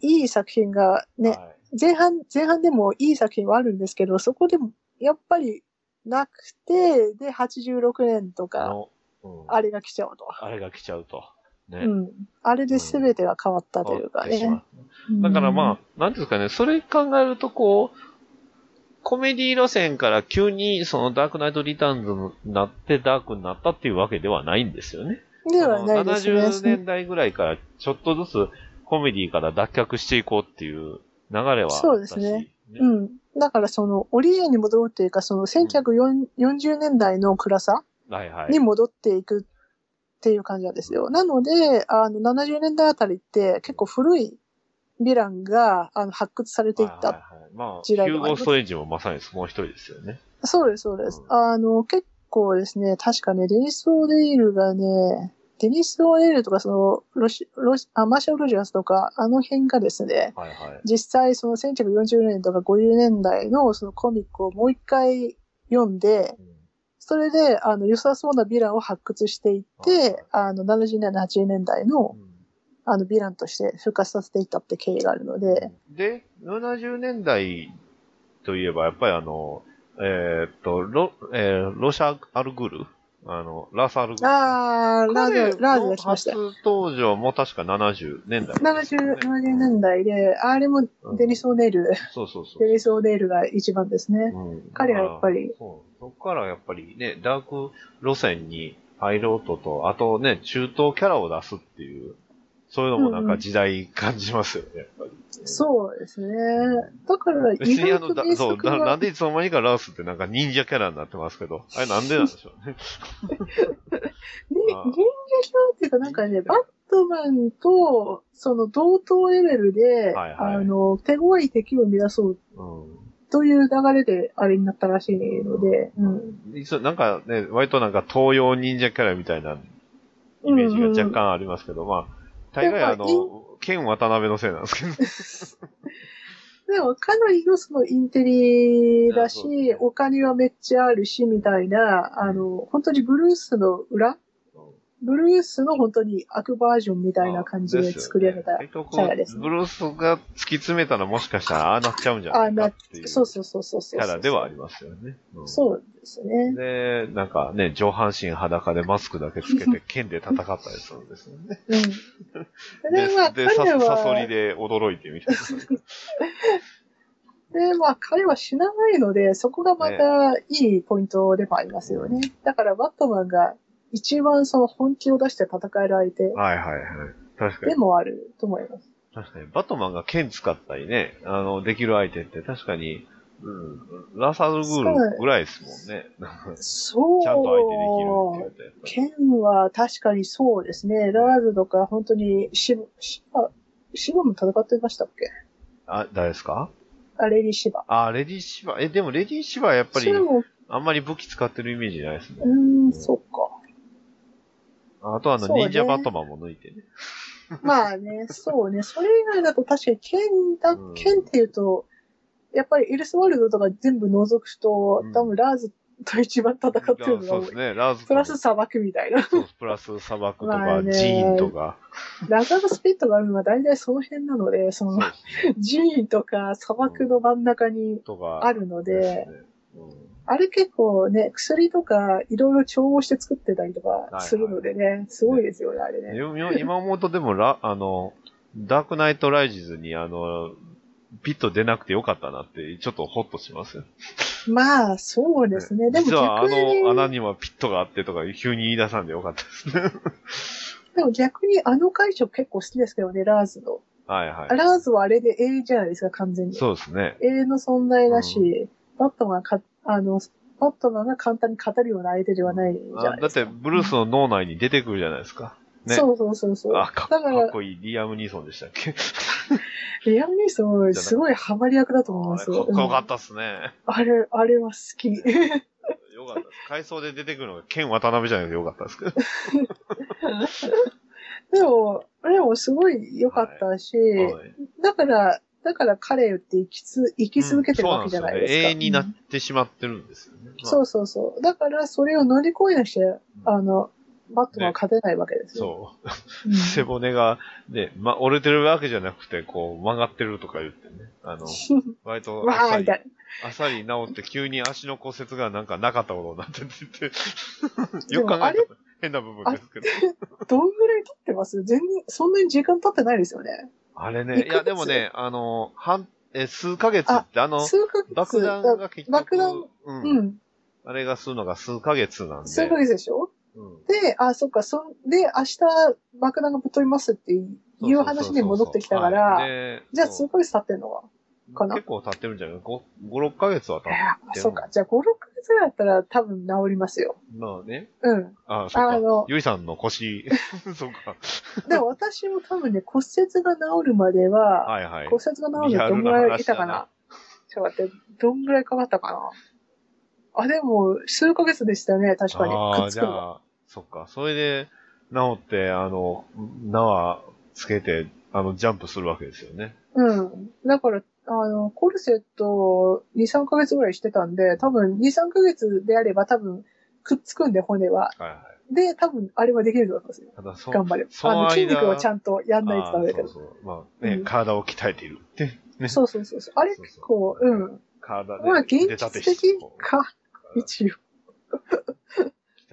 Speaker 4: いい作品がね、
Speaker 1: はい
Speaker 4: 前半、前半でもいい作品はあるんですけど、そこでも、やっぱり、なくて、で、86年と
Speaker 1: あ
Speaker 4: か、
Speaker 1: のうん
Speaker 4: あれが来ちゃうと。
Speaker 1: あれが来ちゃうと。ね。
Speaker 4: うん。あれで全てが変わったというか
Speaker 1: 変わ
Speaker 4: ね
Speaker 1: っ。てしまうだからまあ、なんていうんですかね、それ考えるとこう、コメディ路線から急にそのダークナイトリターンズになってダークになったっていうわけではないんですよね。
Speaker 4: あ、ではないです
Speaker 1: あの
Speaker 4: ね。
Speaker 1: 70年代ぐらいからちょっとずつコメディから脱却していこうっていう流れはあったし。
Speaker 4: そうですね
Speaker 1: ね。
Speaker 4: うん。だからその、オリジンに戻るっていうか、その1940年代の暗さ
Speaker 1: はいはい。
Speaker 4: に戻っていくっていう感じなんですよ。なので、あの、70年代あたりって結構古いヴィランがあの発掘されていっ
Speaker 1: は
Speaker 4: た。
Speaker 1: いはいはいまあ、ヒ
Speaker 4: 時代で
Speaker 1: ュ
Speaker 4: も
Speaker 1: ーゴ・
Speaker 4: あります
Speaker 1: ストレンジもまさにその一人ですよね。
Speaker 4: そうです、そうです。
Speaker 1: うん
Speaker 4: あの、結構ですね、確かね、デニス・オーデイルがね、デニス・オーデイルとか、その、ロシ、ロシ、あマーシャル・ロジャースとか、あの辺がですね、
Speaker 1: はいはい。
Speaker 4: 実際その1940年とか50年代のそのコミックをもう一回読んで、
Speaker 1: うん
Speaker 4: それで、あの、良さそうなヴィランを発掘していって、あの、70年代、80年代の、あの、ヴィランとして復活させていったって経緯があるので、
Speaker 1: で、70年代といえば、やっぱりあの、えーっと、ロ、えーロシャ・アルグルあの、ラス・アルグル。
Speaker 4: あー、ラー
Speaker 1: 彼
Speaker 4: ズ、ラーズ
Speaker 1: の
Speaker 4: が来ましたよ。
Speaker 1: 初登場も確か70年代、
Speaker 4: 70、70年代で、あれも
Speaker 1: うん
Speaker 4: デニス・オネール、
Speaker 1: そうそうそう。
Speaker 4: デニス・オネールが一番ですね。
Speaker 1: うん
Speaker 4: 彼はやっぱ
Speaker 1: だ
Speaker 4: り
Speaker 1: からそう。そこからやっぱりね、ダーク路線に入ろうとと、あとね、中東キャラを出すっていう、そういうのもなん
Speaker 4: うんう
Speaker 1: か
Speaker 4: ん
Speaker 1: 時代感じますよね、やっぱり。
Speaker 4: そうですね。だから、
Speaker 1: 別
Speaker 4: 意
Speaker 1: にあ
Speaker 4: 外
Speaker 1: の、
Speaker 4: と
Speaker 1: だ
Speaker 4: 名
Speaker 1: そう
Speaker 4: 作
Speaker 1: な、
Speaker 4: は
Speaker 1: なんでいつの間にかラースってなんか忍者キャラになってますけど、あれなんでなんでしょうね。
Speaker 4: ね、
Speaker 1: ああ
Speaker 4: 忍者キャラっていうか、なんかね、バットマンと、その同等レベルで、
Speaker 1: はいはい
Speaker 4: あの、手強い敵を生み出そう
Speaker 1: う
Speaker 4: という流れで、あれになったらしいので、うん。
Speaker 1: ん。いつなんかね、割となんか東洋忍者キャラみたいなイメージが若干ありますけど、まあ、大概あ
Speaker 4: でも
Speaker 1: の、剣渡辺のせいなんですけど。
Speaker 4: でも、かなりのそのインテリだし
Speaker 1: あそうですね、
Speaker 4: お金はめっちゃあるし、みたいな、あの、本当にブルースの裏ブルースの本当に悪バージョンみたいな感じで作り上げた。
Speaker 1: ですよね
Speaker 4: キャラですね
Speaker 1: ブルースが突き詰めたらもしかしたらああなっちゃうんじゃ
Speaker 4: あ
Speaker 1: な
Speaker 4: あ
Speaker 1: い
Speaker 4: な
Speaker 1: かっ
Speaker 4: って
Speaker 1: いうキ
Speaker 4: そうそうそうそうそう。
Speaker 1: ャラではありますよね。うん
Speaker 4: そうですね。
Speaker 1: で、なんかね、上半身裸でマスクだけつけて剣で戦ったりするんですよね。
Speaker 4: うん。
Speaker 1: で
Speaker 4: で、まあ、
Speaker 1: でさ
Speaker 4: 彼は、
Speaker 1: サソリで驚いてみたいな。
Speaker 4: で、まあ、彼は死なないので、そこがまたいいポイントでもありますよね。だから、バットマンが一番その本気を出して戦える相 手
Speaker 1: はいはいはい。確か
Speaker 4: で
Speaker 1: に。
Speaker 4: もあると思います。
Speaker 1: 確かに。バットマンが剣使ったりね、あの、できる相手って確かに、うん、ラサルグールぐらいですもんね。
Speaker 4: そう。
Speaker 1: ちゃんと相手できるって言うと。
Speaker 4: 剣は確かにそうですね。ラーズとか、本当にシブ、シバ、シバも戦ってましたっけ
Speaker 1: あ、誰ですか
Speaker 4: あレディシバ。
Speaker 1: あ、レディーシバ。え、でもレディーシバはやっぱり
Speaker 4: シ、バも、
Speaker 1: あんまり武器使ってるイメージないですね
Speaker 4: う。ーん、そっか。
Speaker 1: あとあの、
Speaker 4: そうね
Speaker 1: 忍者バットマンも抜いてね。
Speaker 4: ま あね、そうね。それ以外だと確かに剣だ
Speaker 1: うん、
Speaker 4: 剣っていうと、やっぱりエルスワールドとか全部覗くと、
Speaker 1: うん
Speaker 4: 多分ラーズと一番戦ってるのが
Speaker 1: そう
Speaker 4: 多
Speaker 1: です
Speaker 4: い。
Speaker 1: ね。ラーズ
Speaker 4: プ
Speaker 1: と
Speaker 4: ラス砂漠みた いな。
Speaker 1: そうプラス砂漠と
Speaker 4: ま
Speaker 1: か
Speaker 4: あ、ね
Speaker 1: ジーンとか。
Speaker 4: ラザースピットがあるのは大体その辺なので、そ
Speaker 1: そう
Speaker 4: の、
Speaker 1: ですね。
Speaker 4: 寺院とか砂漠の真ん中に
Speaker 1: とか。
Speaker 4: あるの
Speaker 1: ですね
Speaker 4: で、
Speaker 1: うん
Speaker 4: あれ結構ね、薬とかいろいろ調合して作ってたりとかするのでね、すごいですよね、あれね。
Speaker 1: よよ今思うとでもラ、あの、ダークナイトライジズに、あの、ピット出なくてよかったなって、ちょっとホッとしますよ。
Speaker 4: まあ、そうですね。でも
Speaker 1: 実はあ
Speaker 4: 逆に、
Speaker 1: の穴にはピットがあってとか、急に言い出さんでよかったですね。
Speaker 4: でも逆にあの解釈結構好きですけどね、ラーズの。
Speaker 1: はいはい。
Speaker 4: ラーズはあれで永遠じゃないですか、完全に。
Speaker 1: そうですね。
Speaker 4: 永遠の存在だし、バットマンか、あの、パッとなが簡単に語るような相手ではないじゃ
Speaker 1: あだ
Speaker 4: ないで
Speaker 1: っ
Speaker 4: すか。
Speaker 1: て、ブルースの脳内に出てくるじゃないですか。ね。
Speaker 4: そうそうそうそう。
Speaker 1: あかっ、
Speaker 4: だか
Speaker 1: からっこいい。リアム・ニーソンでしたっけ
Speaker 4: リアム・ニーソン、すごいハマり役だと思い
Speaker 1: あ
Speaker 4: ま
Speaker 1: れ
Speaker 4: す
Speaker 1: かっ
Speaker 4: よ。
Speaker 1: こよかったっすね。
Speaker 4: うんあれ、あれは好き。
Speaker 1: よかったです。回想で出てくるのが、ケン・渡辺じゃないでよかったですけど。
Speaker 4: でも、でもすごい良かったし、
Speaker 1: はい
Speaker 4: だから、だから彼って生きつ生き続けてるわけじゃないですか。
Speaker 1: うんそうなんよね永遠になってしまってるんですよね。まあ
Speaker 4: そうそうそう。だから、それを乗り越えなきゃ、あの、バットマンは勝てないわけですよ。
Speaker 1: そう。
Speaker 4: うん
Speaker 1: 背骨が、ね、ま、折れてるわけじゃなくて、こう、曲がってるとか言ってね。あ の、割と
Speaker 4: わ
Speaker 1: あっ
Speaker 4: ー
Speaker 1: さ
Speaker 4: み
Speaker 1: り
Speaker 4: た、い
Speaker 1: あっさり治って、急に足の骨折がなんかなかったことになってて、
Speaker 4: で
Speaker 1: よく
Speaker 4: も
Speaker 1: 考えた
Speaker 4: あ
Speaker 1: ら
Speaker 4: れ
Speaker 1: 変な部分ですけど。
Speaker 4: な。どんぐらい経ってます全然、そんなに時間経ってないですよね。
Speaker 1: あれ
Speaker 4: 一
Speaker 1: ね、
Speaker 4: ヶ
Speaker 1: い
Speaker 4: 月
Speaker 1: やでもね、あの、半、え、数ヶ月って、あの、
Speaker 4: 数ヶ月。
Speaker 1: 爆弾が結局、
Speaker 4: 爆弾
Speaker 1: うん、
Speaker 4: うん。
Speaker 1: あれがするのが数ヶ月なんで。
Speaker 4: 数ヶ月でしょ
Speaker 1: うん
Speaker 4: で、あ、そっか、そんで、明日爆弾がぶっ飛びますってい
Speaker 1: そううそうそうそう
Speaker 4: 話に戻ってきたから、
Speaker 1: はいで
Speaker 4: じゃあ
Speaker 1: そ
Speaker 4: 数
Speaker 1: う
Speaker 4: ヶ月経ってんのは。かな
Speaker 1: 結構経ってるんじゃない ?5、5 6ヶ月は経っ
Speaker 4: いや
Speaker 1: てる。
Speaker 4: そっか。じゃあ5、6ヶ月ぐらいだったら多分治りますよ。
Speaker 1: まあね。
Speaker 4: うん。
Speaker 1: あそっか
Speaker 4: あの。
Speaker 1: ゆいさんの腰、 そうか。
Speaker 4: でも私も多分ね、骨折が治るまでは、
Speaker 1: はいはい。
Speaker 4: 骨折が治るのどんぐらいいたかなちょっと待って、どんぐらいかかったかなあ、でも、数ヶ月でしたね、確かに。
Speaker 1: あ
Speaker 4: く
Speaker 1: あ、
Speaker 4: っつ
Speaker 1: じ
Speaker 4: く
Speaker 1: ゃ
Speaker 4: のが。
Speaker 1: あ、そっか。それで、治って、あの、縄つけて、あの、ジャンプするわけですよね。
Speaker 4: うん。だから、あの、コルセットを2、3ヶ月ぐらいしてたんで、多分2、3ヶ月であれば多分、くっつくんで、骨は。
Speaker 1: はいはい。
Speaker 4: で、多分、あれはできると思いますよ。
Speaker 1: ただ、そ
Speaker 4: 頑張れば。
Speaker 1: そ
Speaker 4: あ
Speaker 1: の
Speaker 4: の、
Speaker 1: 間
Speaker 4: 筋肉をちゃんとやんないとダメだけ
Speaker 1: あー
Speaker 4: ど。
Speaker 1: そうそう。まあね、
Speaker 4: うん
Speaker 1: 体を鍛えているって。ね。
Speaker 4: そうそうそうそう。あれ
Speaker 1: そうそう
Speaker 4: 結構、うん。
Speaker 1: 体で。
Speaker 4: まあ、現
Speaker 1: 腕立
Speaker 4: 実
Speaker 1: てして
Speaker 4: 的
Speaker 1: こう
Speaker 4: か、一応。
Speaker 1: 鍛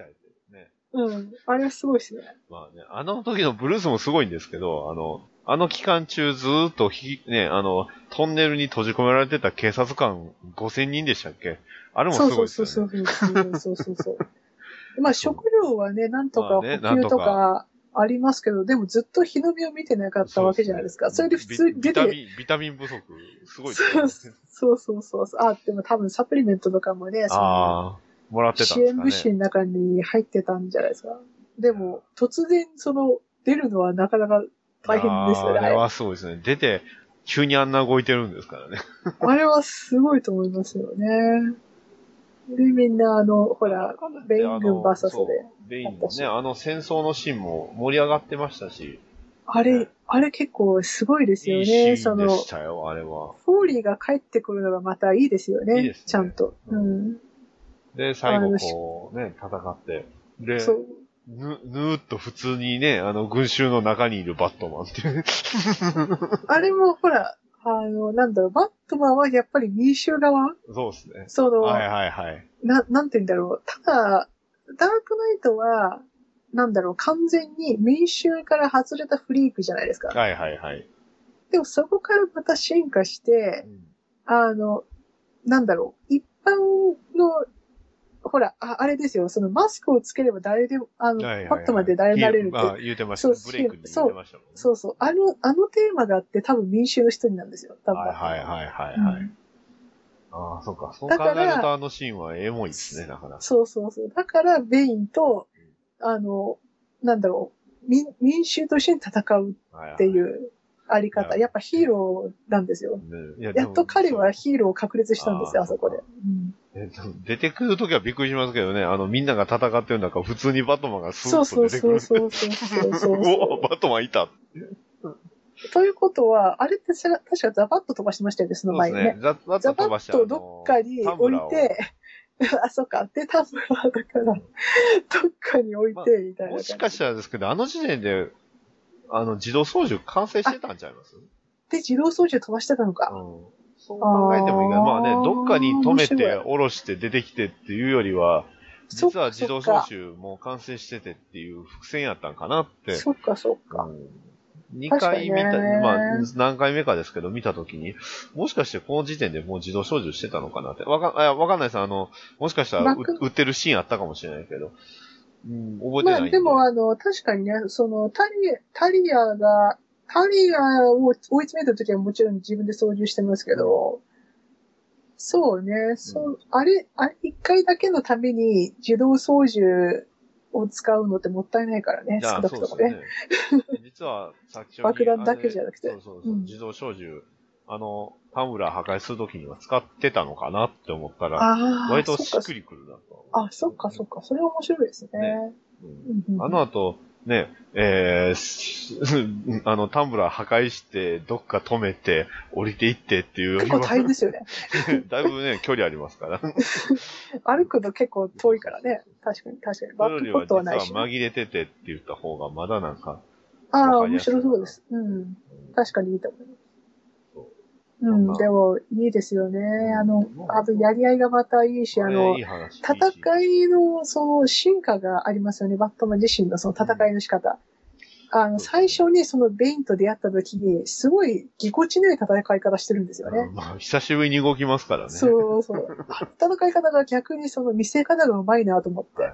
Speaker 1: えてるね。
Speaker 4: うん。あれはすごいですね。
Speaker 1: まあね、あの時のブルースもすごいんですけど、あの、あの期間中ずーっとひ、ね、あの、トンネルに閉じ込められてた警察官5000人でしたっけあれもす
Speaker 4: そ
Speaker 1: ご
Speaker 4: う
Speaker 1: いですよ
Speaker 4: そ
Speaker 1: ね。
Speaker 4: うそうそうそうそうそうそう。まあ食料はね、なんとか
Speaker 1: まあ
Speaker 4: 補
Speaker 1: ねなん
Speaker 4: 給
Speaker 1: と
Speaker 4: と
Speaker 1: か
Speaker 4: かありますけど、でもずっと日の目を見てなかったわけじゃないですか。それで普通
Speaker 1: ビ
Speaker 4: に
Speaker 1: ビ
Speaker 4: 出
Speaker 1: タ
Speaker 4: て、
Speaker 1: ミン、ビタミン不足、すごいです
Speaker 4: そ
Speaker 1: よ
Speaker 4: う
Speaker 1: ね。
Speaker 4: そうそうそうそう。あ、でも多分サプリメントとかもね、その
Speaker 1: ああ、もらってたん
Speaker 4: 支
Speaker 1: です
Speaker 4: 援
Speaker 1: か
Speaker 4: 物資
Speaker 1: ね。
Speaker 4: の中に入ってたんじゃないですか。でも、突然その、出るのはなかなか大変ですよね。
Speaker 1: あーあ
Speaker 4: あ
Speaker 1: れ
Speaker 4: れ
Speaker 1: はすごいですね。出て、急にあんな動いてるんですからね。
Speaker 4: あれはすごいと思いますよね。で、みんなあの、ほら、ベイン軍バーサスで
Speaker 1: そう。ベインのね、あの戦争のシーンも盛り上がってましたし、
Speaker 4: あ
Speaker 1: ね
Speaker 4: れ、あれ結構すごいですよ
Speaker 1: いい
Speaker 4: ね。
Speaker 1: シー
Speaker 4: そ
Speaker 1: ンで
Speaker 4: の、
Speaker 1: したよ、あれは。
Speaker 4: フォーリーが帰ってくるのがまたいいですよね。
Speaker 1: いいですね
Speaker 4: ちゃんと。
Speaker 1: う
Speaker 4: うんん。
Speaker 1: で、最後こうね、戦って。で、
Speaker 4: そう。
Speaker 1: ぬ、ぬーっと普通にね、あの、群衆の中にいるバットマンっていう。
Speaker 4: あれもほら、あの、なんだろう、バットマンはやっぱり民衆側
Speaker 1: そうですね。
Speaker 4: その、
Speaker 1: はいはいはい。
Speaker 4: な、なんて言うんだろう。ただ、ダークナイトは、なんだろう、完全に民衆から外れたフリークじゃないですか。
Speaker 1: はいはいはい。
Speaker 4: でもそこからまた進化して、あの、なんだろう、一般の、ほら、ああれですよ、そのマスクをつければ誰でも、あの、パッとまで誰になれるって、
Speaker 1: まあ、言うてましたね。
Speaker 4: そう
Speaker 1: ブレイクに言うてましたもんね。
Speaker 4: そうそう、あの、あのテーマがあって多分民衆の人になんですよ、多分。
Speaker 1: はいはいはいはい
Speaker 4: うん
Speaker 1: はい。ああ、そっか。そう考
Speaker 4: だから
Speaker 1: えるとあのシーンはエモいですね、なかなか。
Speaker 4: そうそうそう。だから、ベインと、あの、なんだろう、民民衆と一緒に戦う
Speaker 1: っ
Speaker 4: っていうあり方、
Speaker 1: はい
Speaker 4: やっぱヒーローなんですよ。やっと彼はヒーローを確立したんです
Speaker 1: あ
Speaker 4: よ、
Speaker 1: ー
Speaker 4: あそこで。
Speaker 1: そ
Speaker 4: うん
Speaker 1: えっと出てくるときはびっくりしますけどね、あの、みんなが戦ってる中、普通にバットマンがス
Speaker 4: そう
Speaker 1: ーッ
Speaker 4: そ
Speaker 1: と
Speaker 4: う
Speaker 1: 出て
Speaker 4: そ
Speaker 1: く
Speaker 4: う
Speaker 1: る。
Speaker 4: そうそうそう
Speaker 1: う
Speaker 4: そうそう。
Speaker 1: おバットマンいた
Speaker 4: ということは、あれってさ確かザバッと飛ばしましたよね、その
Speaker 1: そうで
Speaker 4: 前
Speaker 1: す
Speaker 4: に
Speaker 1: ね
Speaker 4: ね。。
Speaker 1: ザバ
Speaker 4: ザ
Speaker 1: ッ
Speaker 4: バ
Speaker 1: トばし
Speaker 4: ッとどっかに置いて、 あ、そっか、で、タンブラーだから、 どっかに置いて、みたいな感じ。
Speaker 1: もしかしたらですけど、あの時点で、あの、自動操縦完成してたんちゃいますうん。
Speaker 4: で、自動操縦飛ばしてたのか。
Speaker 1: そう考えてもいいが、
Speaker 4: あー
Speaker 1: まあね、どっかに止めて、
Speaker 4: 面白い
Speaker 1: 下ろして出てきてっていうよりは、
Speaker 4: そっ
Speaker 1: 実は
Speaker 4: か
Speaker 1: 自動操縦も完成しててっていう伏線やったんかなって。
Speaker 4: そっか、そっか。
Speaker 1: うん2回見た、
Speaker 4: 確かにね
Speaker 1: まあ、何回目かですけど、見たときに、もしかしてこの時点でもう自動操縦してたのかなって。わかんあ、わかんないです。あの、もしかしたらう
Speaker 4: バック
Speaker 1: 売ってるシーンあったかもしれないけど、うん、覚えて
Speaker 4: ま
Speaker 1: ないん
Speaker 4: あ、でも、あの、確かにね、その、タリ、タリアが、タリアを追い詰めた時はもちろん自分で操縦してますけど、そうね、そう、あれ、あれ一回だけのために自動操縦を使うのってもったいないからね、
Speaker 1: いや
Speaker 4: 少なくと
Speaker 1: そうで
Speaker 4: も
Speaker 1: す
Speaker 4: ね。
Speaker 1: よね。実は、先ほど。
Speaker 4: 爆弾だけじゃなくて
Speaker 1: あれそうそうそう、
Speaker 4: うん
Speaker 1: 自動小銃、あの、タムラー破壊するときには使ってたのかなって思ったら、
Speaker 4: ああ、
Speaker 1: 割とし
Speaker 4: そ
Speaker 1: っ
Speaker 4: っか
Speaker 1: くりくるなと。
Speaker 4: あ、そっかそっか、それ面白いですね。
Speaker 1: ねうん
Speaker 4: うんうん
Speaker 1: あの後、ね、えーし、あの、タンブラー 破壊して、どっか止めて、降りていってっていうより
Speaker 4: 結構
Speaker 1: は、
Speaker 4: 大変ですよね。
Speaker 1: だいぶね、距離ありますから。
Speaker 4: 歩くの結構遠いからね。確かに確かに。バ
Speaker 1: それ
Speaker 4: ッ
Speaker 1: より
Speaker 4: クポ
Speaker 1: は実は
Speaker 4: ットはないし、
Speaker 1: 紛れててって言った方が、まだなんか、
Speaker 4: ああ、
Speaker 1: わかり
Speaker 4: 面
Speaker 1: やすい
Speaker 4: 白そうです。うん。確かにいいと思います。う
Speaker 1: まあ
Speaker 4: ん、でも、いいですよね。あの、あと、やり合いがまたいいし、あの
Speaker 1: い、い話。
Speaker 4: 戦いの、その、進化がありますよね。バットマン自身のその戦いの仕方。あの、最初にそのベインと出会った時に、すごいぎこちない戦い方してるんですよね
Speaker 1: う。んまあ、久しぶりに動きますからね。
Speaker 4: そうそう。戦い方が逆にその見せ方がうまいなと思って
Speaker 1: は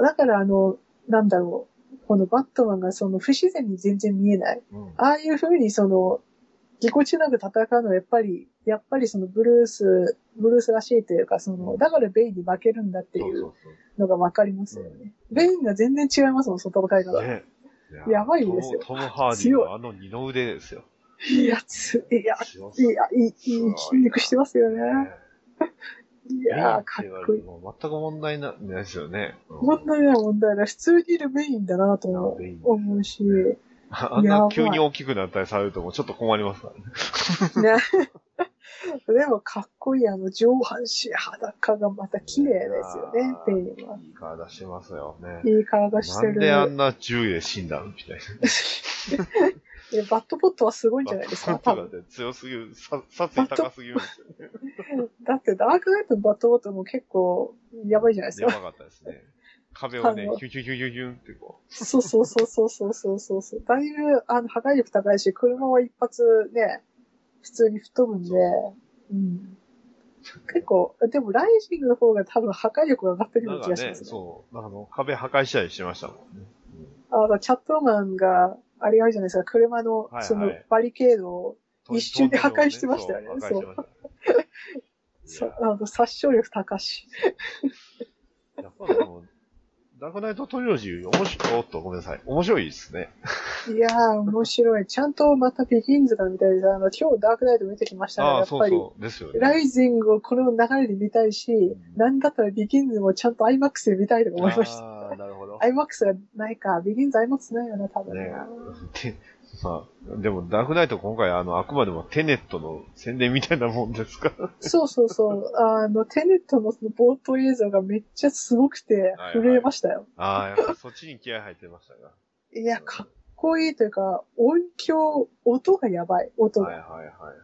Speaker 1: い。
Speaker 4: だからあの、なんだろう。このバットマンがその不自然に全然見えない。
Speaker 1: うん
Speaker 4: ああいう風にその、ぎこちなく戦うのはやっぱり、やっぱりそのブルース、ブルースらしいというか、その、だからベイに負けるんだってい
Speaker 1: そう
Speaker 4: う
Speaker 1: そうそう
Speaker 4: のがわかりますよね。ベインが全然違いますもん、その戦い方。
Speaker 1: ね
Speaker 4: やばいですよ
Speaker 1: トム・トムハーディのあの二の腕ですよ。
Speaker 4: いや、つ、いや、
Speaker 1: 強
Speaker 4: い
Speaker 1: そう
Speaker 4: や、いい、いい筋肉してますよね。
Speaker 1: ね
Speaker 4: い
Speaker 1: い
Speaker 4: やー、かっこいい。
Speaker 1: もう全く問題なないですよね。うん
Speaker 4: 問題ない問題ない。普通にいるメインだなと
Speaker 1: あ
Speaker 4: も
Speaker 1: メイン
Speaker 4: 思うし。
Speaker 1: ね
Speaker 4: ね。
Speaker 1: あんな急に大きくなったりされるともうちょっと困りますからね。
Speaker 4: でもかっこいい。あの上半身裸がまた綺麗ですよね、ペインは。
Speaker 1: いい体してますよね。
Speaker 4: いい体して
Speaker 1: なん
Speaker 4: る。
Speaker 1: であんな銃で死んだのみたい
Speaker 4: いやバットポットはすごいんじゃないです
Speaker 1: な。パ
Speaker 4: か、多
Speaker 1: ンと
Speaker 4: 分。
Speaker 1: かって強すぎる、さ殺意高すぎるんですよ。
Speaker 4: だってダークナイトのバットポットも結構やばいじゃないです
Speaker 1: や
Speaker 4: か。
Speaker 1: ばかったですね。壁をね
Speaker 4: あ、の
Speaker 1: ヒュヒュヒュヒュヒュンってこ
Speaker 4: そうそうそうそうそうそうそうそう。だいぶあの破壊力高いし、車は一発ね、普通に吹っ飛ぶんで、うん。結構、でもライジングの方が多分破壊力が上がって
Speaker 1: う。
Speaker 4: る
Speaker 1: な
Speaker 4: ようん
Speaker 1: か
Speaker 4: な気がし
Speaker 1: ね
Speaker 4: ま、すね。
Speaker 1: そう、あの、壁破壊したりしてましたもんね。うん
Speaker 4: あの、チャットマンが、あれあるじゃないですか、車の
Speaker 1: はいはい、
Speaker 4: その、バリケードを、
Speaker 1: と
Speaker 4: 一瞬で破壊してましたよね
Speaker 1: とんでもないそう破壊して
Speaker 4: さ
Speaker 1: ましたね。いや
Speaker 4: あの、殺傷力高し。
Speaker 1: やっぱりでも、ダークナイトトリロジー、面白い、おっと、ごめんなさい。面白いですね。
Speaker 4: いやー、面白い。ちゃんとまたビギンズが見たいです。あの、今日ダークナイト見てきましたね、
Speaker 1: あ
Speaker 4: や
Speaker 1: あ、
Speaker 4: っ
Speaker 1: そ
Speaker 4: ぱ
Speaker 1: う
Speaker 4: り。
Speaker 1: そう。ですよね。
Speaker 4: ライジングをこの流れで見たいし、
Speaker 1: ん
Speaker 4: なんだったらビギンズもちゃんと IMAX で見たいとか思いました。
Speaker 1: ああ、なるほど。
Speaker 4: IMAX がないか、ビギンズ IMAX ないよな、多分
Speaker 1: ね
Speaker 4: な。
Speaker 1: で、まあ、でも、ダークナイト今回、あの、あくまでもテネットの宣伝みたいなもんです から。
Speaker 4: そうそうそう。あの、テネットのその冒頭映像がめっちゃすごくて
Speaker 1: はい、はい
Speaker 4: 震えましたよ。
Speaker 1: ああ、やっぱそっちに気合入ってましたが。
Speaker 4: いや、かっこいいというか、音響、音がやばい、音が。
Speaker 1: はいはいはいは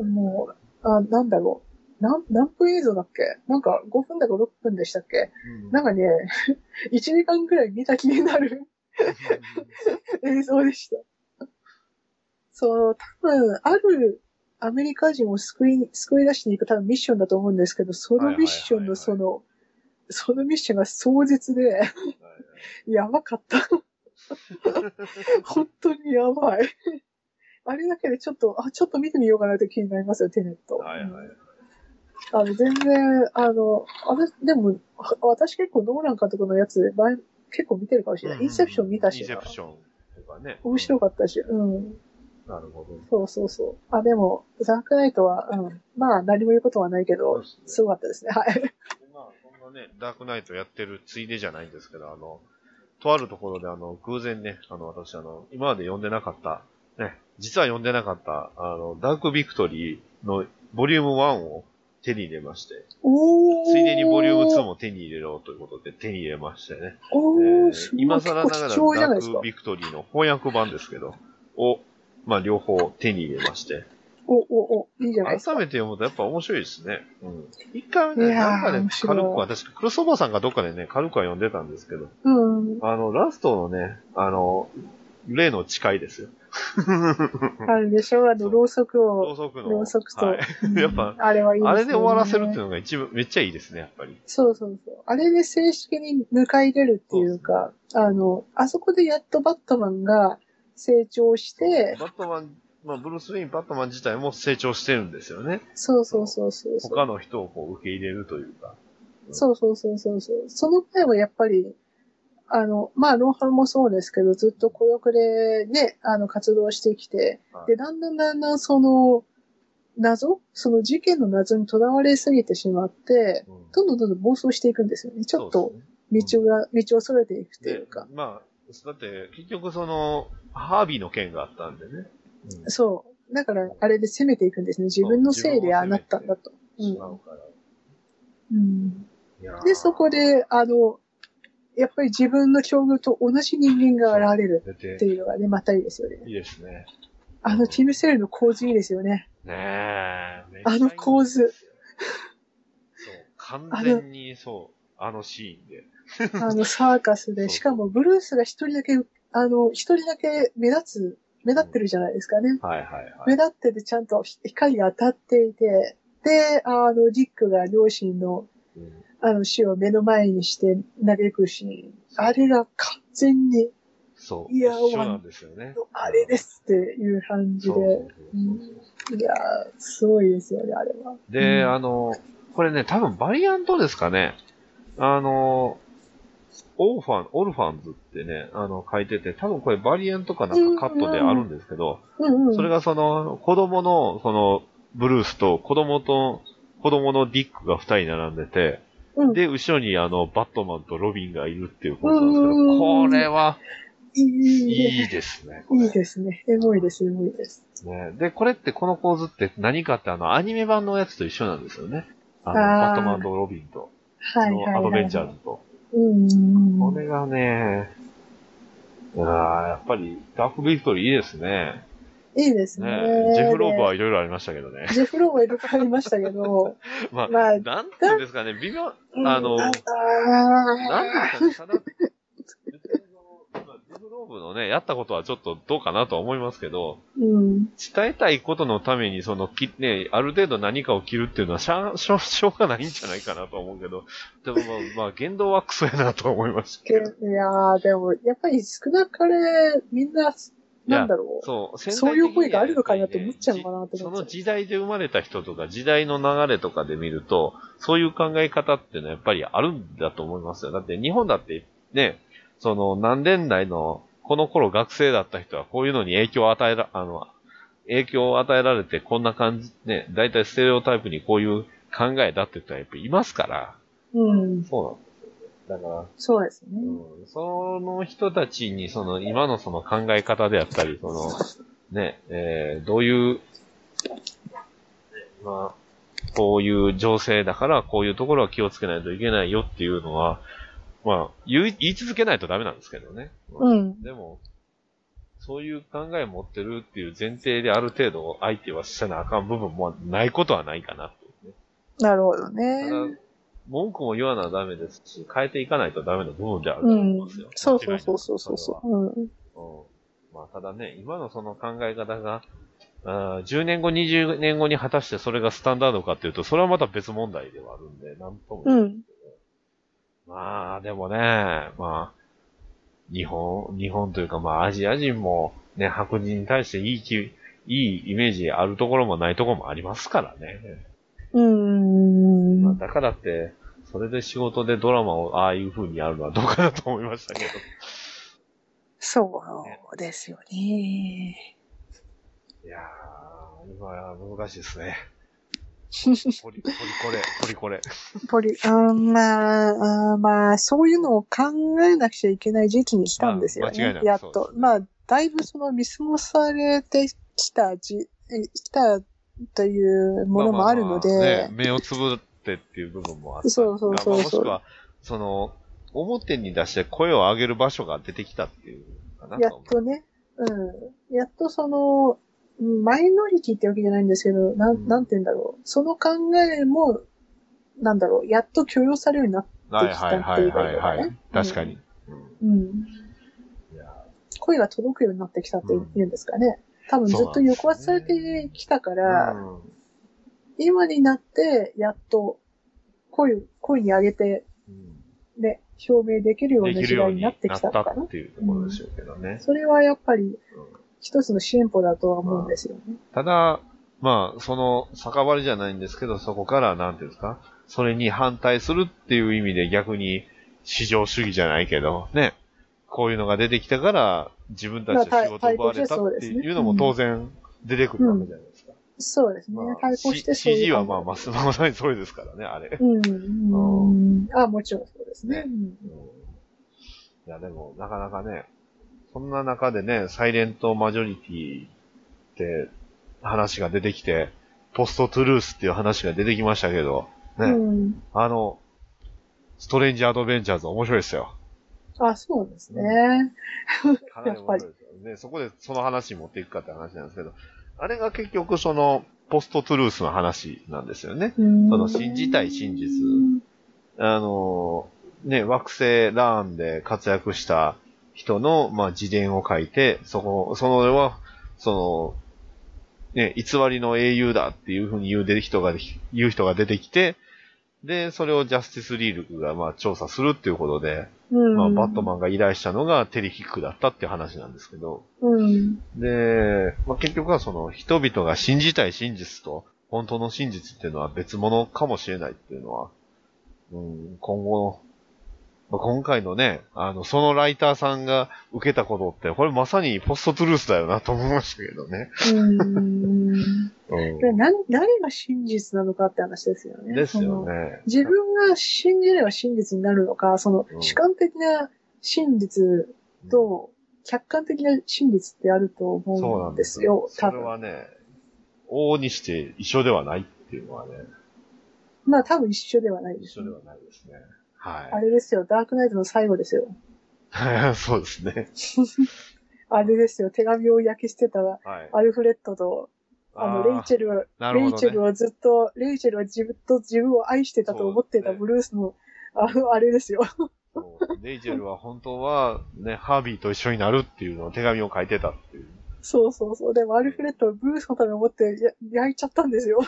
Speaker 1: い。
Speaker 4: もう、あ、なんだろう。なん、何分映像だっけなんか5分だか6分でしたっけ
Speaker 1: うん
Speaker 4: なんかね、1時間くらい見た気になる 映像でした。そう、多分、あるアメリカ人を救い、救い出しに行く多分ミッションだと思うんですけど、そのミッションのその、そのミッションが壮絶で、やばかった。本当にやばい。あれだけでちょっと、あ、ちょっと見てみようかなって気になりますよ、テネット。
Speaker 1: はいはいはい。
Speaker 4: あの、全然、あの、私、でも、あ私結構ノーラン監督のやつ、前結構見てるかもしれない。インセプション見た
Speaker 1: イン
Speaker 4: し
Speaker 1: セ
Speaker 4: な
Speaker 1: プ。ションとかね。
Speaker 4: 面白かったし、うん。
Speaker 1: なるほど。
Speaker 4: そうそうそう。あ、でも、ザークナイトは、うん。まあ、何も言うことはないけど、すごかったですね。はい。
Speaker 1: まあ、そんなね、ダークナイトやってるついでじゃないんですけど、あの、とあるところで、あの、偶然ね、あの、私、あの、今まで読んでなかった、ね、実は読んでなかった、あの、ダークビクトリーのボリューム1を手に入れまして、
Speaker 4: お ー。
Speaker 1: ついでにボリューム2。も手に入れろということで手に入れましてね、え
Speaker 4: お
Speaker 1: ー
Speaker 4: ー、すごい
Speaker 1: 今更ながら
Speaker 4: 結構
Speaker 1: ダ
Speaker 4: 貴重じゃないです
Speaker 1: ー
Speaker 4: か
Speaker 1: ク。ビクトリーの翻訳版ですけど、を、まあ、両方手に入れまして、
Speaker 4: お、お、お、いいじゃない
Speaker 1: 改
Speaker 4: ですか。
Speaker 1: めて読むとやっぱ面白いですね。うん。一回はね、
Speaker 4: いやー
Speaker 1: なんかね
Speaker 4: 面、白い
Speaker 1: 軽くは、確か黒そばさんがどっかでね、軽くは読んでたんですけど、
Speaker 4: うん。
Speaker 1: あの、ラストのね、あの、例の誓いですよ。
Speaker 4: あれでしょ、あ
Speaker 1: そ
Speaker 4: の、
Speaker 1: う
Speaker 4: ろうそく
Speaker 1: ろう
Speaker 4: を、
Speaker 1: そくの。
Speaker 4: ろうそくと、
Speaker 1: はい。
Speaker 4: う ん
Speaker 1: やっぱ
Speaker 4: あれはいいです
Speaker 1: あ
Speaker 4: ね
Speaker 1: れで終わらせるっていうのが一番、めっちゃいいですね、やっぱり。
Speaker 4: そうそうそう。あれで正式に迎え入れるっていうか、あの、あそこでやっとバットマンが成長して、
Speaker 1: バットマン、まあ、ブルース・ウィン、バットマン自体も成長してるんですよね。
Speaker 4: そうそうそうそうそう。
Speaker 1: 他の人をこう受け入れるというか。
Speaker 4: そうそうそうそうそう。その前はやっぱり、あの、まあ、ロンハルもそうですけど、ずっと孤独でね、あの、活動してきて、
Speaker 1: はい
Speaker 4: で、だんだんだんだんその、謎その事件の謎にとらわれすぎてしまって、
Speaker 1: うん
Speaker 4: どんどんどんどん暴走していくんですよね。ちょっと
Speaker 1: そうですね
Speaker 4: 道が、道を逸れていくとい
Speaker 1: で
Speaker 4: うか。
Speaker 1: まあ、だって、結局その、ハービーの件があったんでね。うん
Speaker 4: そう。だから、あれで攻めていくんですね。自分のせいでああなったんだと。
Speaker 1: しまうから
Speaker 4: うん。
Speaker 1: いやー
Speaker 4: で、そこで、あの、やっぱり自分の境遇と同じ人間が現れる
Speaker 1: 出
Speaker 4: って
Speaker 1: て、
Speaker 4: いうのがね、またいいですよね。
Speaker 1: いいですね。
Speaker 4: あのティムセルの構図いいですよ ね。
Speaker 1: ねえ。めっちゃい
Speaker 4: あ
Speaker 1: いん
Speaker 4: の
Speaker 1: ですよ
Speaker 4: 構図。
Speaker 1: そう、完全にそう、あのシーンで。
Speaker 4: あのサーカス
Speaker 1: そう
Speaker 4: で。しかも、ブルースが一人だけ、あの、一人だけ目立つ、目立ってるじゃないですかね。
Speaker 1: はいはい
Speaker 4: 目
Speaker 1: はい。
Speaker 4: 立ってて、ちゃんと光が当たっていて、で、あの、リックが両親の
Speaker 1: うん
Speaker 4: あの死を目の前にして嘆くシーン。あれが完全に、
Speaker 1: そう。
Speaker 4: いやー
Speaker 1: 一緒なんですよね。
Speaker 4: あれですっていう感じ
Speaker 1: そ
Speaker 4: で
Speaker 1: う。そうそうそう
Speaker 4: いやー、すごいですよね、あれは。
Speaker 1: で、
Speaker 4: うん
Speaker 1: あの、これね、多分バリアントですかね。あの、オーファン、オルファンズってね、あの、書いてて、多分これバリアントかなんかカットであるんですけど、
Speaker 4: うんうん。
Speaker 1: それがその、子供の、その、ブルースと子供と、子供のディックが二人並んでて、
Speaker 4: うん
Speaker 1: で、後ろにあの、バットマンとロビンがいるっていうことなんですけ
Speaker 4: うんうん
Speaker 1: ど、
Speaker 4: うん
Speaker 1: これは、
Speaker 4: いい、
Speaker 1: いいですね。これ
Speaker 4: いいですね。エモいです、エモいです。
Speaker 1: ね。で、これって、この構図って何かって、あの、アニメ版のやつと一緒なんですよね。あの、バ
Speaker 4: あー
Speaker 1: ットマンとロビンと、
Speaker 4: はいはい、はい。
Speaker 1: のアドベンチャーズと。
Speaker 4: うんうん
Speaker 1: こ
Speaker 4: うん。
Speaker 1: れがね、いやーやっぱり、ダークビクトリーいいですね。
Speaker 4: いいですね
Speaker 1: ね。ジェフ・ローブはいろいろありましたけどね
Speaker 4: で。。ジェフローブはいろいろありましたけど、
Speaker 1: まあ、
Speaker 4: まあ、
Speaker 1: なんていうんですかね、微妙、
Speaker 4: うん
Speaker 1: あの
Speaker 4: あ
Speaker 1: なんていうんですかね、ただ、別にそのまあ ジェフ・ローブのね、やったことはちょっとどうかなとは思いますけど、
Speaker 4: うん。
Speaker 1: 伝えたいことのために、その、き、ね、ある程度何かを切るっていうのはしゃ、しょ、しょうがないんじゃないかなと思うけど、でもまあ、まあ、言動はクソやなと思いました
Speaker 4: けい
Speaker 1: けど。
Speaker 4: やー、でも、やっぱり少なかれ、みんな、なんだろう。
Speaker 1: そう、潜
Speaker 4: そう
Speaker 1: 在的にね
Speaker 4: いう声があるのかなって思っちゃうのかなって
Speaker 1: じそ
Speaker 4: 思っ
Speaker 1: の
Speaker 4: ちゃ
Speaker 1: 時代で生まれた人とか、時代の流れとかで見ると、そういう考え方っていうのはやっぱりあるんだと思いますよ。だって日本だって、ね、その何年代の、この頃学生だった人はこういうのに影響を与えら、あの、影響を与えられてこんな感じ、ね、だいたいステレオタイプにこういう考えだって言ったらやっぱりいますから。
Speaker 4: う。うん。
Speaker 1: そうなんですよね。だから、
Speaker 4: そうですね。
Speaker 1: うんその人たちに、その、今のその考え方であったり、そ の、ね、えーどういう、ねまあ、こういう情勢だから、こういうところは気をつけないといけないよっていうのは、まあ、言い言い続けないとダメなんですけどね。まあ
Speaker 4: うん
Speaker 1: でも、そういう考え持ってるっていう前提である程度相手はせなあかん部分もないことはないかなっていうね。
Speaker 4: なるほど
Speaker 1: ただ
Speaker 4: ね。、
Speaker 1: 文句も言わなダメですし、変えていかないとダメな部分であると
Speaker 4: う
Speaker 1: 思い
Speaker 4: ん
Speaker 1: ますよ。。
Speaker 4: そうそうそうそうそうそう。うん。
Speaker 1: うんまあ、ただね、今のその考え方が、あー10年後、20年後に果たしてそれがスタンダードかっていうと、それはまた別問題ではあるんで、なんとも。
Speaker 4: うん。
Speaker 1: まあ、でもね、まあ、日本、日本というかまあ、アジア人も、ね、白人に対していい気、いいイメージあるところもないところもありますからね。
Speaker 4: うん。
Speaker 1: まあ、だからって、それで仕事でドラマをああいう風にやるのはどうかなと思いましたけど。
Speaker 4: そうですよね。
Speaker 1: いやー、今は難しい ですね。 ポリ、ポリコレ、ポリコレ。
Speaker 4: ポリ、うん、まあ、あーまあ、そういうのを考えなくちゃいけない時期に来たんですよ
Speaker 1: まあ間違い
Speaker 4: ね
Speaker 1: な。く
Speaker 4: やっ
Speaker 1: そう
Speaker 4: と
Speaker 1: で。すね
Speaker 4: まあ、だいぶその見過ごされてきたじ、え来たという ものもあるの
Speaker 1: ままま
Speaker 4: で
Speaker 1: ね、、目をつぶってっていう部分もあったり
Speaker 4: そうそうそうそう
Speaker 1: まあもしくは、その、表に出して声を上げる場所が出てきたっていうのかな
Speaker 4: や
Speaker 1: と
Speaker 4: っ
Speaker 1: 思う。
Speaker 4: とね、うん。やっとその、マイノリティってわけじゃないんですけど、な
Speaker 1: うん
Speaker 4: ん、なんて言うんだろう。その考えも、なんだろう、やっと許容されるようになった。
Speaker 1: はいはいはいはいは
Speaker 4: うん
Speaker 1: い。確かに。
Speaker 4: うん。
Speaker 1: いや
Speaker 4: 声が届くようになってきたっていうんですかね。多分ずっと抑圧されてきたか
Speaker 1: う
Speaker 4: ら、
Speaker 1: ん
Speaker 4: 今になって、やっと声を、声に上げて、
Speaker 1: うん
Speaker 4: ね、表明できるよう
Speaker 1: で
Speaker 4: な
Speaker 1: き
Speaker 4: 時
Speaker 1: るよう
Speaker 4: 代
Speaker 1: に
Speaker 4: に
Speaker 1: な
Speaker 4: な
Speaker 1: っ
Speaker 4: ってき
Speaker 1: た
Speaker 4: たの
Speaker 1: っ
Speaker 4: かな。
Speaker 1: ていうところでしょうけどね。
Speaker 4: それはやっぱり
Speaker 1: うん
Speaker 4: 一つの進歩だとは思うんですよね。
Speaker 1: ただ、まあ、その、酒場りじゃないんですけど、そこから、なんていうんですか、それに反対するっていう意味で逆に市場主義じゃないけど、ね。こういうのが出てきたから、自分たちは仕事を奪われたっていうのも当然出てくるわけじゃないですか。
Speaker 4: そうですね
Speaker 1: ま。あ
Speaker 4: 対抗してそう
Speaker 1: CG
Speaker 4: いう
Speaker 1: は
Speaker 4: 感じ。
Speaker 1: まあ、まさまさにそれですからね、あれ。
Speaker 4: うんうん。あ、もちろんそうですね。うん
Speaker 1: いや、でも、なかなかね、そんな中でね、サイレントマジョリティって話が出てきて、ポストトゥルースっていう話が出てきましたけど、ね、
Speaker 4: うん。
Speaker 1: あの、ストレンジアドベンチャーズ面白いですよ。
Speaker 4: あ、そうなんですね。
Speaker 1: かなり面白いですよね。そこでその話に持っていくかって話なんですけど、あれが結局その、ポストトゥルースの話なんですよね。
Speaker 4: そ
Speaker 1: の信じたい真実あの、ね、惑星ラーンで活躍した人の、まあ、自伝を書いて、そこ、そのは、その、ね、偽りの英雄だっていうふうに言うで人が、言う人が出てきて、で、それをジャスティスリーグが、まあ、調査するっていうことで、
Speaker 4: うん。
Speaker 1: まあ、バットマンが依頼したのがテリヒックだったっていう話なんですけど、
Speaker 4: うん。
Speaker 1: で、まあ、結局はその、人々が信じたい真実と、本当の真実っていうのは別物かもしれないっていうのは、うん、今後の、まあ今回のね、あの、そのライターさんが受けたことって、これまさにポストトゥルースだよなと思いましたけどね。
Speaker 4: うん。
Speaker 1: う
Speaker 4: で何何が真実なのかって話ですよ
Speaker 1: ん。
Speaker 4: ね。
Speaker 1: です
Speaker 4: そ
Speaker 1: よ
Speaker 4: の
Speaker 1: ね。
Speaker 4: 自分が信じれば真実になるのか、その
Speaker 1: うん
Speaker 4: 主観的な真実と客観的な真実ってあると
Speaker 1: そう
Speaker 4: 思
Speaker 1: な
Speaker 4: うん
Speaker 1: ん
Speaker 4: で
Speaker 1: です
Speaker 4: すよ
Speaker 1: よ。。そ
Speaker 4: 多
Speaker 1: れ
Speaker 4: 分。
Speaker 1: はね、往々にして一緒ではないっていうのはね、
Speaker 4: まあ多分一緒ではないで
Speaker 1: 一
Speaker 4: す
Speaker 1: 緒ではないですね。はい。
Speaker 4: あれですよ、ダークナイトの最後ですよ。
Speaker 1: そうですね。
Speaker 4: あれですよ、手紙を焼き捨てた
Speaker 1: はい。
Speaker 4: アルフレッドと、あの、レイチェルは、
Speaker 1: なるほ
Speaker 4: レイ
Speaker 1: どね
Speaker 4: チェルはずっと、レイチェルは自分と自分を愛してたと思ってた
Speaker 1: そうですね
Speaker 4: ブルースの、あのあれですよ。
Speaker 1: そうレイチェルは本当は、ね、ハービーと一緒になるっていうのを手紙を書いてたっていう。
Speaker 4: そうそうそう。でもアルフレッドはブルースのためを思ってや焼いちゃったんですよ。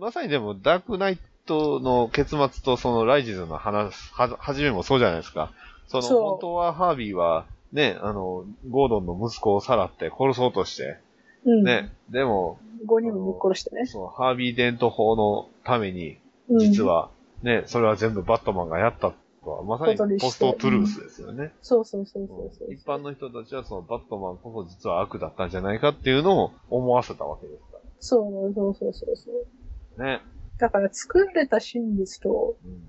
Speaker 1: まさにでも、ダークナイトの結末とそのライジズの話、は、始めもそうじゃないですか。その、
Speaker 4: そう
Speaker 1: 本当はハービーは、ね、あの、ゴードンの息子をさらって殺そうとして、
Speaker 4: うん。
Speaker 1: ね、でも、
Speaker 4: 5人もぶっ殺してね。
Speaker 1: そのハービー伝統法のために、
Speaker 4: うん
Speaker 1: 実。は、ね、それは全部バットマンがやったとは、まさ
Speaker 4: こと
Speaker 1: に
Speaker 4: にして
Speaker 1: ポストトゥルースですよね。
Speaker 4: そうそうそうそうそう。
Speaker 1: 一般の人たちはそのバットマンこそ実は悪だったんじゃないかっていうのを思わせたわけですか
Speaker 4: そうそうそうそうそう。
Speaker 1: らね。
Speaker 4: だから作られた真実と、
Speaker 1: うん、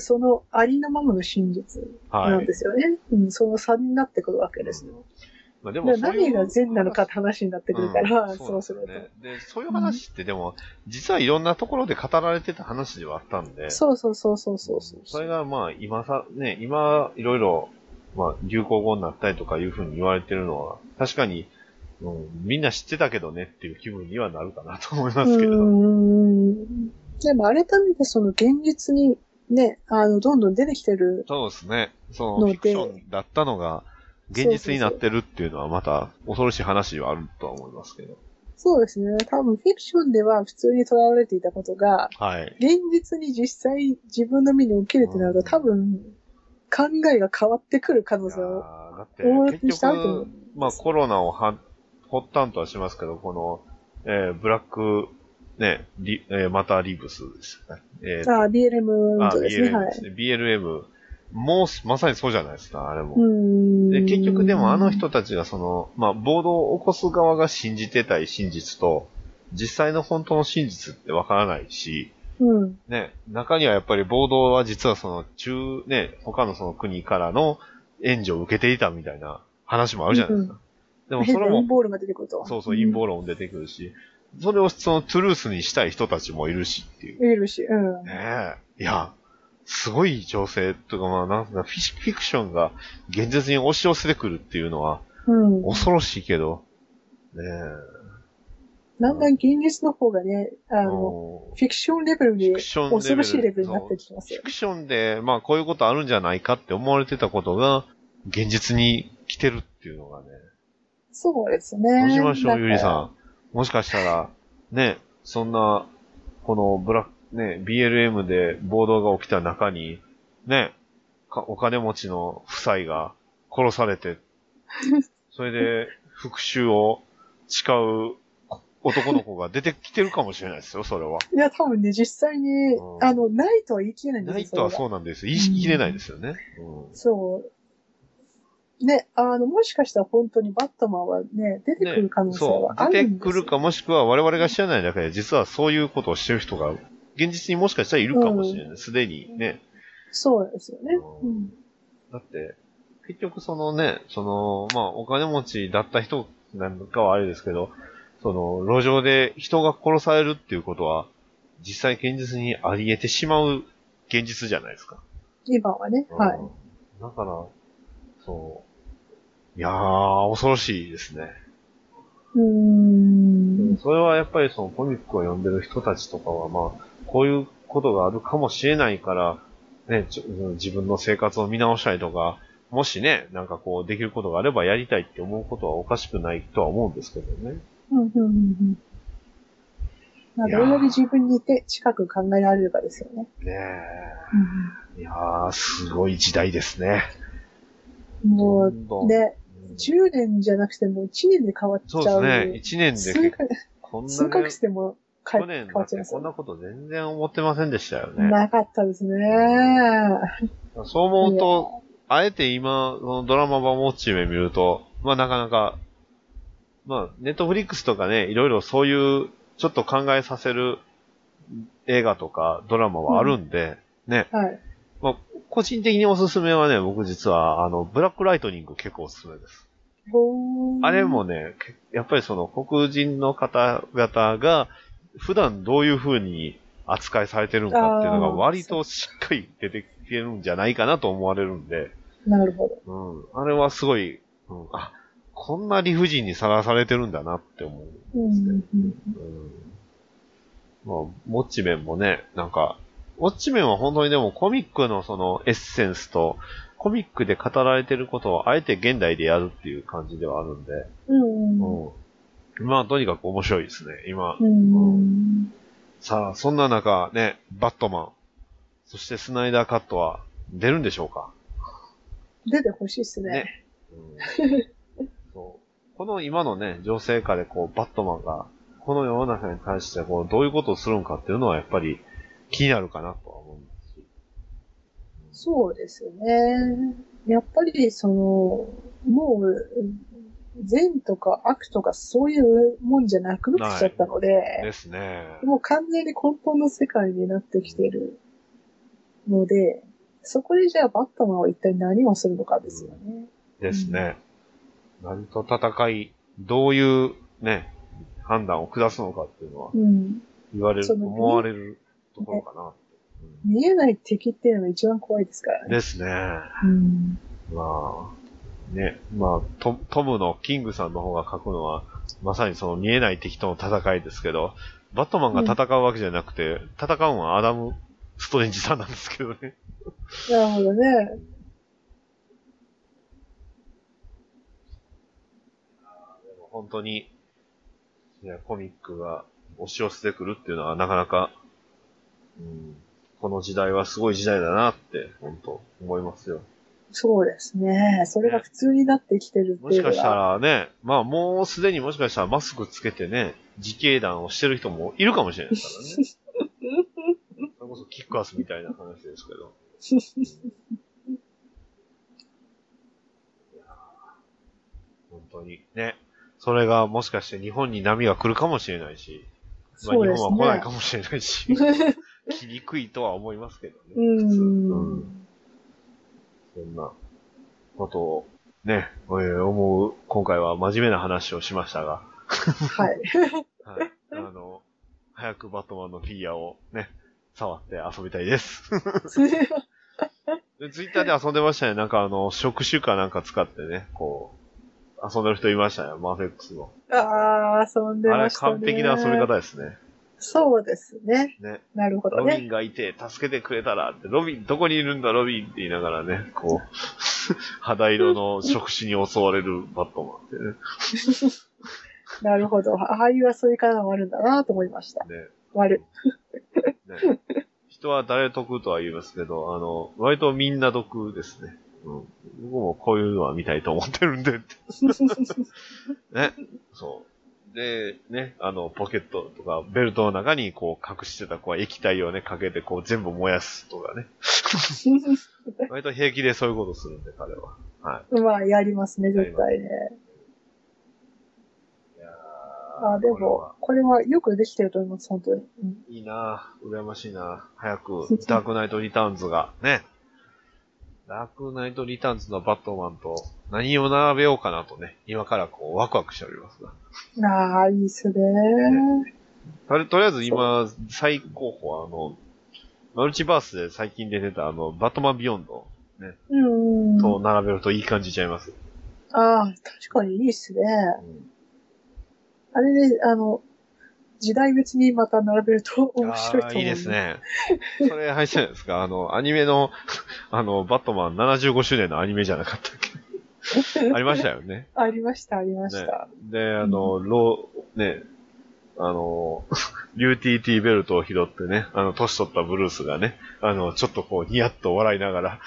Speaker 4: そのありのままの真実な
Speaker 1: は
Speaker 4: ん
Speaker 1: い
Speaker 4: で。すよね。うん、その差になってくるわけですよ。
Speaker 1: まあ、でそう
Speaker 4: で
Speaker 1: いう
Speaker 4: 何が善なのかって話になってくるから、
Speaker 1: うん
Speaker 4: そうする
Speaker 1: なんですよね。で、そういう話ってでも、実はいろんなところで語られてた話ではあったんで、
Speaker 4: と。そうそうそうそうそうそう。
Speaker 1: それがまあ今さ、ね、今いろいろ、まあ流行語になったりとかいうふうに言われてるのは、確かに、うん、みんな知ってたけどねっていう気分にはなるかなと思いますけど。
Speaker 4: うーん。でも改めてその現実にね、あの、どんどん出てきてる。
Speaker 1: そうですね。そのフ
Speaker 4: の
Speaker 1: ィ
Speaker 4: で
Speaker 1: クションだったのが、現実になってるっていうのはまた恐ろしい話はあるとは思いますけど。
Speaker 4: そうですね。多分フィクションでは普通に捉われていたことが、
Speaker 1: はい。
Speaker 4: 現実に実際自分の身に起きるってなる
Speaker 1: う
Speaker 4: と
Speaker 1: ん
Speaker 4: 多分考えが変わってくる可
Speaker 1: い
Speaker 4: 能
Speaker 1: や
Speaker 4: 性
Speaker 1: ー
Speaker 4: を。
Speaker 1: だって
Speaker 4: 大泣きし
Speaker 1: 結
Speaker 4: た後
Speaker 1: 局、まあコロナをは発端とはしますけど、この、えーブラック、ね、リえーまたリブスですね。えー
Speaker 4: ああ、BLM 運動ですね。
Speaker 1: BLM
Speaker 4: は
Speaker 1: で
Speaker 4: い
Speaker 1: す。ね。BLM。もう、まさにそうじゃないですか、あれも。
Speaker 4: うーん
Speaker 1: で、結局でもあの人たちがその、まあ、暴動を起こす側が信じてたい真実と、実際の本当の真実ってわからないし、
Speaker 4: うん。
Speaker 1: ね、中にはやっぱり暴動は実はその中、ね、他のその国からの援助を受けていたみたいな話もあるじゃないですか。でも
Speaker 4: 変
Speaker 1: そ
Speaker 4: な
Speaker 1: れ も
Speaker 4: 陰、謀論が出てくると。
Speaker 1: そうそう陰謀論出てくるし、それをそのトゥルースにしたい人たちもいるしっていう。
Speaker 4: うん。いるし、うん。
Speaker 1: ねえ。いや、すごい情勢とか、まあ、なんすか、フィシフィクションが現実に押し寄せてくるっていうのは、
Speaker 4: うん。
Speaker 1: 恐ろしいけど、ねえ。
Speaker 4: だんだん現実の方がね、あの、
Speaker 1: の
Speaker 4: フィクションレベル
Speaker 1: フィ
Speaker 4: に
Speaker 1: クションレベル
Speaker 4: 恐ろしいレベルになってきます
Speaker 1: フ
Speaker 4: よ
Speaker 1: ィ。クションで、まあ、こういうことあるんじゃないかって思われてたことが、現実に来てるっていうのがね。
Speaker 4: そうですね。
Speaker 1: どうしましょ
Speaker 4: だ
Speaker 1: う、
Speaker 4: から
Speaker 1: ゆりさん。もしかしたら、ね、そんな、このブラック、ね、BLM で暴動が起きた中に、ね、かお金持ちの夫妻が 殺されて、それで復讐を誓う男の子が出てきてるかもしれないですよ、それは。
Speaker 4: いや、多分ね、実際に、
Speaker 1: うん
Speaker 4: あの、ないとは言い切れないんです
Speaker 1: な
Speaker 4: よ。
Speaker 1: いとは
Speaker 4: それが
Speaker 1: そうなんです。言い切れないですよね。うん
Speaker 4: そう。ね、あの、もしかしたら本当にバットマンはね、出てくる可能性
Speaker 1: そ
Speaker 4: はあ
Speaker 1: う。
Speaker 4: る
Speaker 1: 出
Speaker 4: ん
Speaker 1: て
Speaker 4: ですよ
Speaker 1: くるかもしくは我々が知らないだけで、実はそういうことをしてる人が、現実にもしかしたらいるかもしれない。すでにね。
Speaker 4: そうなんですよね。うん。
Speaker 1: だって、結局そのね、その、まあ、お金持ちだった人なんかはあれですけど、その、路上で人が殺されるっていうことは、実際現実にあり得てしまう現実じゃないですか。
Speaker 4: 今はね、はい。
Speaker 1: い。だから、そう。いやー、恐ろしいですね。
Speaker 4: うーん。
Speaker 1: それはやっぱりそのコミックを読んでる人たちとかはまあ、こういうことがあるかもしれないから、ね、ちょうん自分の生活を見直したりとか、もしね、なんかこうできることがあればやりたいって思うことはおかしくないとは思うんですけどね。
Speaker 4: うん、うん、うんうん。まあ、
Speaker 1: いや
Speaker 4: ど
Speaker 1: ー
Speaker 4: れだけ自分にいて近く考えられるかですよね。
Speaker 1: ね
Speaker 4: うん
Speaker 1: え。いやー、すごい時代ですね。
Speaker 4: うんも
Speaker 1: ど
Speaker 4: う、
Speaker 1: んどん
Speaker 4: ね、
Speaker 1: うん
Speaker 4: 10年じゃなくてもう1年で変わっち
Speaker 1: そう
Speaker 4: ゃう。
Speaker 1: ですね。1年で
Speaker 4: 数
Speaker 1: 結
Speaker 4: ヶ
Speaker 1: 構こんな
Speaker 4: 数ヶ月でも変
Speaker 1: 去
Speaker 4: わ変
Speaker 1: 年だ
Speaker 4: わっ
Speaker 1: っ
Speaker 4: ちゃい
Speaker 1: て
Speaker 4: ます
Speaker 1: こ
Speaker 4: よ
Speaker 1: んなこと全然思ってませんでしたよね。
Speaker 4: なかったですね。
Speaker 1: そう思うと、あえて今、そのドラマ版ウォッチ夢見ると、まあなかなか、まあ、ネットフリックスとかね、いろいろそういう、ちょっと考えさせる映画とかドラマはあるんで、ね、
Speaker 4: はい。
Speaker 1: まあ、個人的におすすめはね、僕実は、あの、ブラックライトニング結構おすすめです。
Speaker 4: ほー
Speaker 1: あれもね、けやっぱりその黒人の方々が、普段どういう風に扱いされてるのかっていうのが
Speaker 4: あー
Speaker 1: 割としっかり出てきてるんじゃないかなと思われるんで、
Speaker 4: なるほど。
Speaker 1: うん。あれはすごい、うん、あ、こんな理不尽にさらされてるんだなって思う。
Speaker 4: うんうんうん
Speaker 1: うん。まあ、モッチメンもね、なんか、モッチメンは本当にでもコミックのそのエッセンスと、コミックで語られてることをあえて現代でやるっていう感じではあるんで、
Speaker 4: うん
Speaker 1: うん。まあ、とにかく面白いですね、今。
Speaker 4: うん。
Speaker 1: さあ、そんな中、ね、バットマン、そしてスナイダーカットは出るんでしょうか
Speaker 4: 出てほしいですね。
Speaker 1: ね。そうこの今のね、情勢下でこう、バットマンが、この世の中に対してこう、どういうことをするのかっていうのはやっぱり気になるかなとは思うんですし。
Speaker 4: そうですね。やっぱり、その、もう、善とか悪とかそういうもんじゃなくなっちゃったので、
Speaker 1: ですね。
Speaker 4: もう完全に根本の世界になってきてるので、そこでじゃあバットマンは一体何をするのかですよね。
Speaker 1: ですね。何と戦い、どういうね、判断を下すのかっていうのは
Speaker 4: うん。
Speaker 1: 言われる、
Speaker 4: その
Speaker 1: 思われるところかな。うん
Speaker 4: 見えない敵っていうのが一番怖いですからね。
Speaker 1: ですね。
Speaker 4: うん。
Speaker 1: まあ、ね、まあト、トムのキングさんの方が書くのは、まさにその見えない敵との戦いですけど、バットマンが戦うわけじゃなくて、戦うのはアダム・ストレンジさんなんですけどね。
Speaker 4: なるほどね。
Speaker 1: 本当に、いや、コミックが押し寄せてくるっていうのはなかなか、うん、この時代はすごい時代だなって、本当思いますよ。
Speaker 4: そうですね。それが普通になってきてるっ
Speaker 1: も
Speaker 4: てい
Speaker 1: し
Speaker 4: うの
Speaker 1: かした
Speaker 4: が。
Speaker 1: らね、まあもうすでにもしかしたらマスクつけてね、自警団をしてる人もいるかもしれないですからね。それこそキックアスみたいな話ですけど。本当に。ね。それがもしかして日本に波が来るかもしれないし、まあ、
Speaker 4: そう
Speaker 1: 日
Speaker 4: で
Speaker 1: 本は来ないか
Speaker 4: す
Speaker 1: もしれないし、
Speaker 4: ね。
Speaker 1: 来にくいとは思いますけどね。
Speaker 4: う
Speaker 1: 普通
Speaker 4: ん。
Speaker 1: そんなことをね、えー思う、今回は真面目な話をしましたが、
Speaker 4: はい。
Speaker 1: はい。あの、早くバットマンのフィギュアをね、触って遊びたい です。ツイッターで遊んでましたね。なんかあの、触手かなんか使ってね、こう、遊んでる人いましたね。マーフェックスの。
Speaker 4: ああ、遊んで
Speaker 1: あれ
Speaker 4: ましたね。
Speaker 1: 完璧な遊び方ですね。
Speaker 4: そうですね。
Speaker 1: ね。
Speaker 4: なるほど
Speaker 1: ロビン
Speaker 4: ね。
Speaker 1: がいて、助けてくれたらって、ロビン、どこにいるんだ、ロビンって言いながらね、こう、 肌色の触手に襲われるバットマンってね。
Speaker 4: なるほど。ああいう遊び方もあるんだなと思いました。
Speaker 1: ね
Speaker 4: 悪
Speaker 1: ね人は誰得とは言いますけど、あの、割とみんな得ですね。うん。僕もこういうのは見たいと思ってるんでって。
Speaker 4: い。
Speaker 1: ね。そう。で、ね、あの、ポケットとか、ベルトの中に、こう、隠してた、こう、液体をね、かけて、こう、全部燃やすとかね。割と平気でそういうことするんで、彼は。は
Speaker 4: まあ、やりますね、絶対ね。
Speaker 1: い。いやー
Speaker 4: あで
Speaker 1: これは
Speaker 4: も、これはよくできてると思います、本当に。うん
Speaker 1: いいなぁ、羨ましいなぁ。早く、ダークナイトリターンズが、ね。ダークナイトリターンズのバットマンと何を並べようかなとね、今からこうワクワクしておりますが。
Speaker 4: ああ、いいっすね。
Speaker 1: とりとりあえず今、最高峰はあの、マルチバースで最近出てたあの、バットマンビヨンド
Speaker 4: うん。
Speaker 1: と並べるといい感じちゃいます。
Speaker 4: ああ、確かにいいっすね。
Speaker 1: うん
Speaker 4: あれで、あの、時代別にまた並べると面白い
Speaker 1: あ
Speaker 4: と思う。
Speaker 1: ーいいです。ね。それ配信じゃないですか。あの、アニメの、あの、バットマン75周年のアニメじゃなかったっけ ありましたよね。
Speaker 4: ありました、ありました。
Speaker 1: で、あの、ロー、ね、あの、UTT ベルトを拾ってね、あの、年取ったブルースがね、あの、ちょっとこう、ニヤッと笑いながら、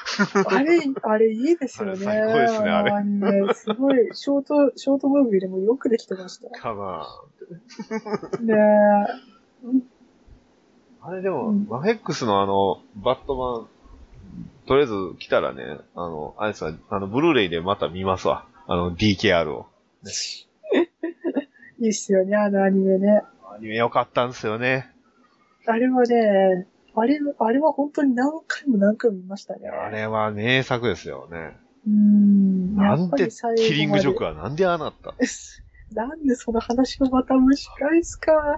Speaker 4: あれ、あれいいですよね。
Speaker 1: あれ最高ですねあれ
Speaker 4: れねすごい、ショート、ショートムービーでもよくできてました。
Speaker 1: かな
Speaker 4: ね
Speaker 1: あれでも、
Speaker 4: うん
Speaker 1: マフェックスのあの、バットマン、とりあえず来たらね、あの、あれさ、あの、ブルーレイでまた見ますわ。あの、DKR を。
Speaker 4: いいっすよね、あのアニメね。
Speaker 1: アニメ良かったんですよね。
Speaker 4: あれはね、あれ、あれは本当に何回も何回も見ましたね。
Speaker 1: あれは名作ですよね。
Speaker 4: うん。や
Speaker 1: なん
Speaker 4: っぱ
Speaker 1: て
Speaker 4: り最、後まで
Speaker 1: キリングジョークはなんでああなった
Speaker 4: なんでその話をまた蒸し返すか。
Speaker 1: ハ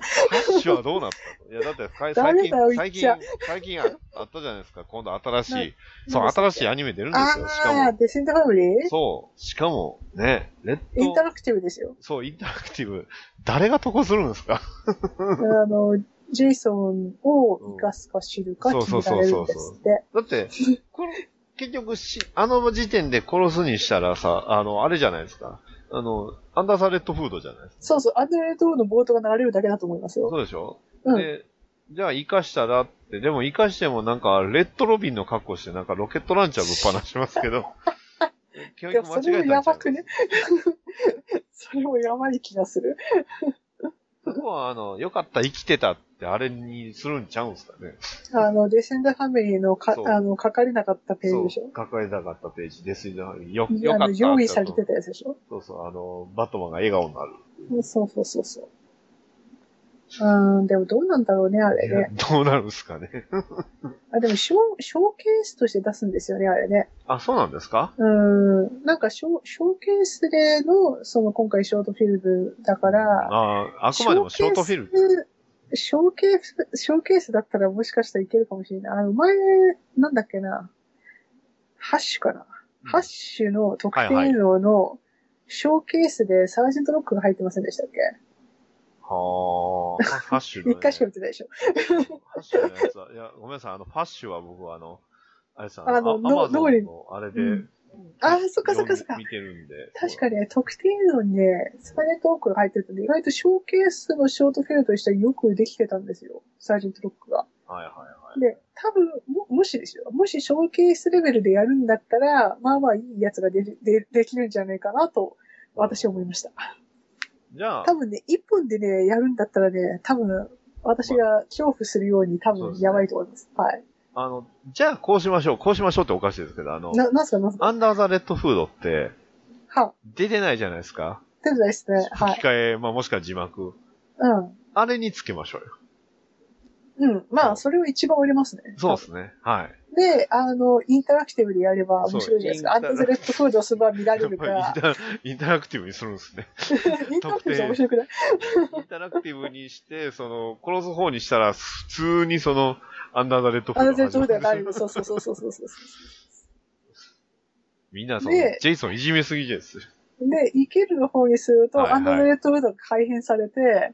Speaker 1: ッシュはどうなったのいや、だってさい最
Speaker 4: 誰だよ
Speaker 1: 近、最
Speaker 4: 言
Speaker 1: 近
Speaker 4: っ、
Speaker 1: 最近ああったじゃないですか。今度新しい、そう、
Speaker 4: なんでした
Speaker 1: 新
Speaker 4: っけ
Speaker 1: しいアニメ出るんですよ。しか
Speaker 4: ああ、
Speaker 1: も、
Speaker 4: デセントファブリー
Speaker 1: そう、しかも、ね、レッ
Speaker 4: インタ
Speaker 1: ド、
Speaker 4: ラクティブですよ。
Speaker 1: そう、インタラクティブ、誰が得するんですか
Speaker 4: あの、ジェイソンを生かすか知るか
Speaker 1: うん
Speaker 4: 決められるんで
Speaker 1: そうそうそう
Speaker 4: すって。
Speaker 1: だって、この結局し、あの時点で殺すにしたらさ、あの、あれじゃないですか。あの、アンダーサーレッドフードじゃないですか。
Speaker 4: そうそう、アンドレトーのボートが流れるだけだと思いますよ。
Speaker 1: そうでしょ、
Speaker 4: うん。
Speaker 1: で、じゃあ生かしたらって、でも生かしてもなんか、レッドロビンの格好してなんかロケットランチャーぶっ放しますけ ど、教
Speaker 4: で
Speaker 1: 育
Speaker 4: も
Speaker 1: 間
Speaker 4: そ
Speaker 1: 違
Speaker 4: れ
Speaker 1: えたんち
Speaker 4: も
Speaker 1: ゃ
Speaker 4: や
Speaker 1: う
Speaker 4: ばくね。それもやばい気がする。
Speaker 1: そこはあの、よかった、生きてたってあれにするんちゃうんすかね。
Speaker 4: あの、デセンダーファミリーのか
Speaker 1: そう、
Speaker 4: あの、書かれなかったページでし
Speaker 1: そう、書かれたかったページですよ。よ、
Speaker 4: ょ。
Speaker 1: よ
Speaker 4: あ
Speaker 1: か
Speaker 4: の、
Speaker 1: った。
Speaker 4: 用意されてたやつでしょ。
Speaker 1: そうそう、あの、バットマンが笑顔になる。
Speaker 4: そうそうそうそう。うん、でもどうなんだろうね、あれ
Speaker 1: いや
Speaker 4: ね。
Speaker 1: どうなるんすか ね。
Speaker 4: あ、でもショー、ショーケースとして出すんですよね、あれね。
Speaker 1: あ、そうなんですか
Speaker 4: うん、なんかショー、ショーケースでの、その今回ショートフィルムだから、
Speaker 1: ああ、あくまでもショートフィルム。
Speaker 4: ム。ショーケース、ショーケースだったらもしかしたらいけるかもしれない。あの、前、なんだっけな、ハッシュかな。ハッシュの特定能の、ショーケースでサージェントロックが入ってませんでしたっけ
Speaker 1: はあ、ハッシュの、
Speaker 4: 一回しか見てないでしょ。
Speaker 1: ハッシュのやつは、いや、ごめんなさい、あの、ファッシュは僕はあの、あれさ、
Speaker 4: あの
Speaker 1: ア
Speaker 4: の
Speaker 1: マゾ
Speaker 4: 脳
Speaker 1: ン
Speaker 4: 裏
Speaker 1: のあれで、
Speaker 4: うんあーそっかそっかそっか
Speaker 1: 読ん見てるんで。
Speaker 4: 確かにね、特定のにね、サージェントロックが入ってるので、意外とショーケースのショートフィルムとしてはよくできてたんですよ。サージェントロックが。
Speaker 1: はいはいはい。
Speaker 4: で、多分、も、もしですよ。もしショーケースレベルでやるんだったら、まあまあいいやつが出る、で、できるんじゃないかなと、私は思いました。
Speaker 1: じゃあ、
Speaker 4: 多分ね、一本でね、やるんだったらね、多分、私が恐怖するように多
Speaker 1: そうで
Speaker 4: 分
Speaker 1: すね
Speaker 4: やばいと思います。はい。
Speaker 1: あの、じゃあこうしましょう、こうしましょうっておかしいですけど、あの、
Speaker 4: な、なんすか、なんすか。
Speaker 1: アンダーザレッドフードって
Speaker 4: は、
Speaker 1: 出てないじゃないですか。
Speaker 4: 手伝いですね。は
Speaker 1: 吹
Speaker 4: い
Speaker 1: き。替え、まあもしくは字幕。
Speaker 4: うん。
Speaker 1: あれにつけましょうよ。
Speaker 4: うん。まあ、それを一番売れますね。
Speaker 1: そうですね。はい。
Speaker 4: で、あの、インタラクティブでやれば面白いじゃないですか。
Speaker 1: そう
Speaker 4: アンダーザレッドフードをすれば見られるか
Speaker 1: やっ
Speaker 4: ら
Speaker 1: ぱ。りインタインタラクティブにするんですね。
Speaker 4: インタラクティブじゃ面白くない
Speaker 1: インタラクティブにして、その、殺す方にしたら、普通にその、アンダーザレッドフ
Speaker 4: アンダーザレ
Speaker 1: ー
Speaker 4: ッド
Speaker 1: ド
Speaker 4: フ
Speaker 1: の
Speaker 4: ードはな
Speaker 1: 話
Speaker 4: る。そうそうそうそうそうそう
Speaker 1: みんな、その、
Speaker 4: で
Speaker 1: ジェイソンいじめすぎです。
Speaker 4: で、イケるの方にすると、
Speaker 1: はいはい
Speaker 4: アンダーザレッドフードが改変されて、
Speaker 1: はい。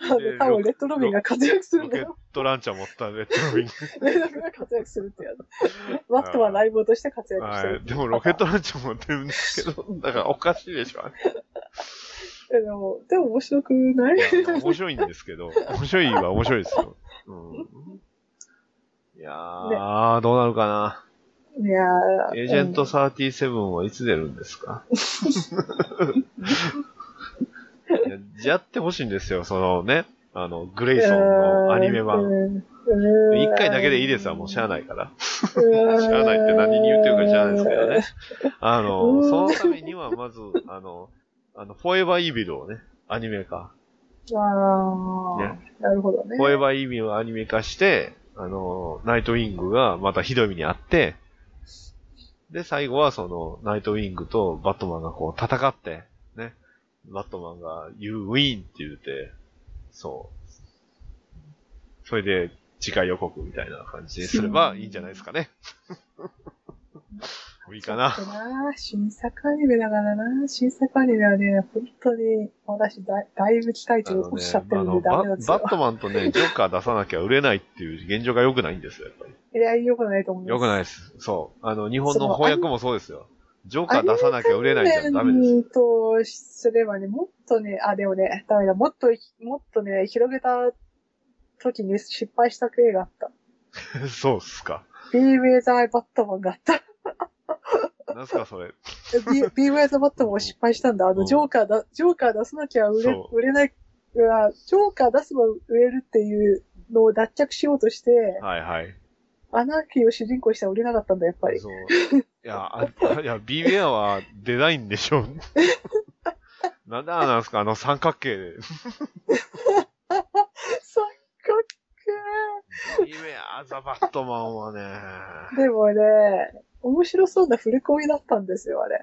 Speaker 4: あの
Speaker 1: で
Speaker 4: 多分レッドロビンが活躍する
Speaker 1: ロ
Speaker 4: んだ
Speaker 1: ケッ
Speaker 4: よ。
Speaker 1: トランチャー持ったレッドロビン。
Speaker 4: レッドロビンが活躍するってやつ。ワットはライブとして活躍して
Speaker 1: は
Speaker 4: る。
Speaker 1: い。でも、ロケットランチャー持ってるんですけど、だからおかしいでしょ。
Speaker 4: でも、でも面白くない
Speaker 1: いや面白いんですけど、面白いは面白いですよ。うん、いやー、どうなるかな。
Speaker 4: いやー
Speaker 1: エージェント37はいつ出るんですかいややってほしいんですよ、そのね、あの、グレイソンのアニメ版。一回だけでいいですわ、もうしゃあないから。
Speaker 4: 知
Speaker 1: しゃあないって何に言ってるか知らないですけどね。。あ
Speaker 4: う
Speaker 1: の、
Speaker 4: ん
Speaker 1: そのためには、まず、あの、あの、フォーエバーイービルをね、アニメ化。
Speaker 4: ああ、なるほどね。
Speaker 1: フォーエバーイービルをアニメ化して、あの、ナイトウィングがまたひどい目にあって、で、最後はその、ナイトウィングとバットマンがこう戦って、ね、バットマンが You win って言うて、そう。それで、次回予告みたいな感じにすればいいんじゃないですかね。もう いいかな
Speaker 4: ちょ。っとな新作アニメだからな新作アニメはね、本当に私だだいぶ期待値を落ちちゃってるんで
Speaker 1: あ
Speaker 4: ダ
Speaker 1: の
Speaker 4: メ
Speaker 1: ねバ
Speaker 4: なんですよ
Speaker 1: バッ。トマンと ね、ジョーカー出さなきゃ売れないっていう現状が良くないんですよ、やっぱり。
Speaker 4: いや、良くないと思います。
Speaker 1: 良くない
Speaker 4: い。
Speaker 1: です。そう。あの、日本
Speaker 4: そ
Speaker 1: の
Speaker 4: の
Speaker 1: 翻訳もそうですよ。ジョーカー出さなきゃ売れないじゃん、ダメです。
Speaker 4: とすればね、もっとね、あ、でもね、ダメだ、もっと、もっとね、広げた時に失敗した例があった。
Speaker 1: そうっすか。
Speaker 4: ビーウェザーバットマンがあった。
Speaker 1: なんすか、それ。
Speaker 4: ビビーウェイザバットマンを失敗したんだ。あ
Speaker 1: うん
Speaker 4: の、ジョーカーだ、ジョーカー出さなきゃ売れ
Speaker 1: そ、う
Speaker 4: 売れない、うわジョーカー出せば売れるっていうのを脱着しようとして、
Speaker 1: はいはい。
Speaker 4: アナーキーを主人公にしたら売れなかったんだ、やっぱり。
Speaker 1: そう。いや、あいや、ビーウェアは出ないんでしょう。なんであれなんですか、あの三角形で。
Speaker 4: 三角
Speaker 1: ビーウェア、ザ・バットマンはね。
Speaker 4: 形でもね、面白そうな振り込みだったんですよ、あれ。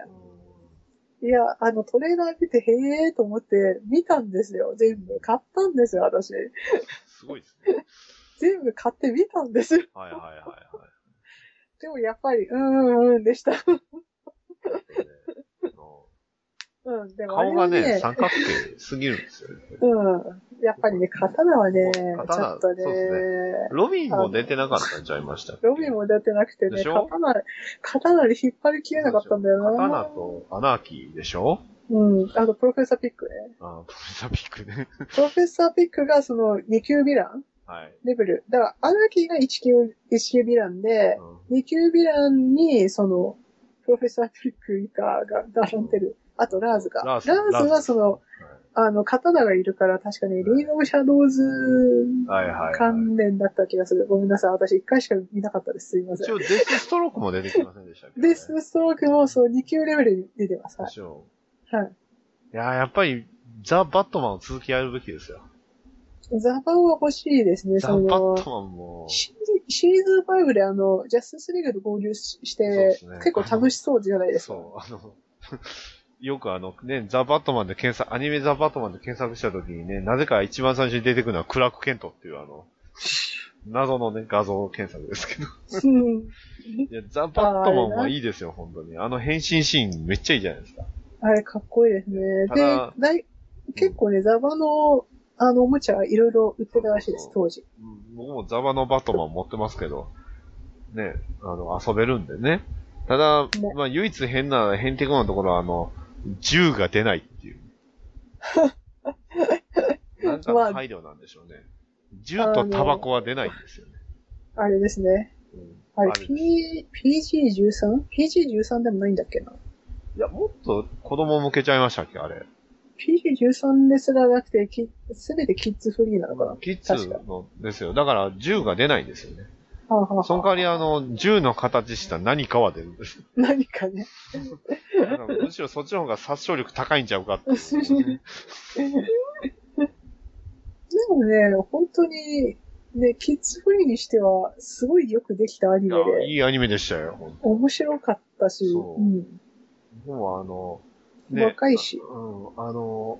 Speaker 4: いや、あの、トレーナー見て、へえーと思って、見たんですよ、全部。買ったんですよ、私。
Speaker 1: すごいですね。
Speaker 4: 全部買って見たんですよ。
Speaker 1: はいはいはいはい。
Speaker 4: でも、やっぱり、うーん、うーんでした。
Speaker 1: あの
Speaker 4: うん、でもあれ
Speaker 1: 顔
Speaker 4: は
Speaker 1: がね、三角形すぎるんですよね。
Speaker 4: うん。やっぱりね、刀はね、ち
Speaker 1: 刀
Speaker 4: ょっとね
Speaker 1: そうですロビンも出てなかったんちゃいましたっけ
Speaker 4: ロビンも出てなくてね、
Speaker 1: でしょ
Speaker 4: 刀、刀に引っ張りきれなかったんだよな。
Speaker 1: 刀とアナーキーでしょ
Speaker 4: うん。あと、プロフェッサーピックね。
Speaker 1: あプロフェッサーピックね。
Speaker 4: プロフェッサーピックがその2級ヴィラン
Speaker 1: はい。
Speaker 4: レベル。だから、アナキーが1級、1級ヴィランで
Speaker 1: う、ん
Speaker 4: 2級ヴィランに、その、プロフェッサーピック以下が並んでる。あと、ラーズが。ラーズはその、、あの、刀がいるから、確かに、リーグオブシャドウズ
Speaker 1: はいはいはい
Speaker 4: 関連だった気がする。ごめんなさい。私一回しか見なかったです。すいませ
Speaker 1: 一
Speaker 4: ん。
Speaker 1: 応デスストロークも出てきませんでしたっけどね
Speaker 4: で、スストロークもそう2級レベルに出てます。は
Speaker 1: で
Speaker 4: い。
Speaker 1: しょ
Speaker 4: は
Speaker 1: ういやーやっぱり、ザ・バットマンを続きやるべきですよ。
Speaker 4: い、ザバオは欲しいですね。
Speaker 1: ザ・
Speaker 4: そ
Speaker 1: バ
Speaker 4: の
Speaker 1: ッ、トマンも、
Speaker 4: シシーズン5であの、ジャスティスリーグと合流しし
Speaker 1: そうで
Speaker 4: て
Speaker 1: すね、
Speaker 4: 結構楽しそうじゃない ですか。
Speaker 1: そう、あの、よくあの、ね、ザ・バットマンで検索、アニメザ・バットマンで検索した時にね、なぜか一番最初に出てくるのはクラーク・ケントっていうあ の、謎のね、画像検索ですけど。
Speaker 4: うん
Speaker 1: いや、ザ・バットマンはいいですよ、本当に。あの変身シーンめっちゃいいじゃないですか。
Speaker 4: あれ、かっこいいですね。
Speaker 1: た
Speaker 4: で
Speaker 1: だ
Speaker 4: だい、結構ね、ザバの、あの、おもちゃいろいろ売ってたらしいです、当時。
Speaker 1: うん僕もザバのバットマン持ってますけど、ね、あの、遊べるんでね。ただ、まあ、唯一変な、変てこなところは、あの、銃が出ないって いう。なんかの配慮なんでしょうね。銃とタバコは出ないんですよね。
Speaker 4: あれですね。
Speaker 1: うん
Speaker 4: あれ、
Speaker 1: ある
Speaker 4: P、PG13?PG13 でもないんだっけない
Speaker 1: や、もっと子供向けちゃいましたっけ、あれ。
Speaker 4: PG13 ですらなくて、きすべてキッズフリーなのかな
Speaker 1: キッズ
Speaker 4: 確か
Speaker 1: のですよ。だから、銃が出ないんですよね。
Speaker 4: はあはあはあ
Speaker 1: その代わり、あの、銃の形した何かは出るんです。
Speaker 4: 何かね。
Speaker 1: だからむしろそっちの方が殺傷力高いんちゃうかっていう、ね。
Speaker 4: でもね、本当に、ね、キッズフリーにしては、すごいよくできたアニ
Speaker 1: い
Speaker 4: メ
Speaker 1: や、い
Speaker 4: で、
Speaker 1: いアニメでしたよ、ほんと
Speaker 4: 面白かったし、
Speaker 1: そう
Speaker 4: うん、
Speaker 1: もうあの、
Speaker 4: 若いし
Speaker 1: うん、あの、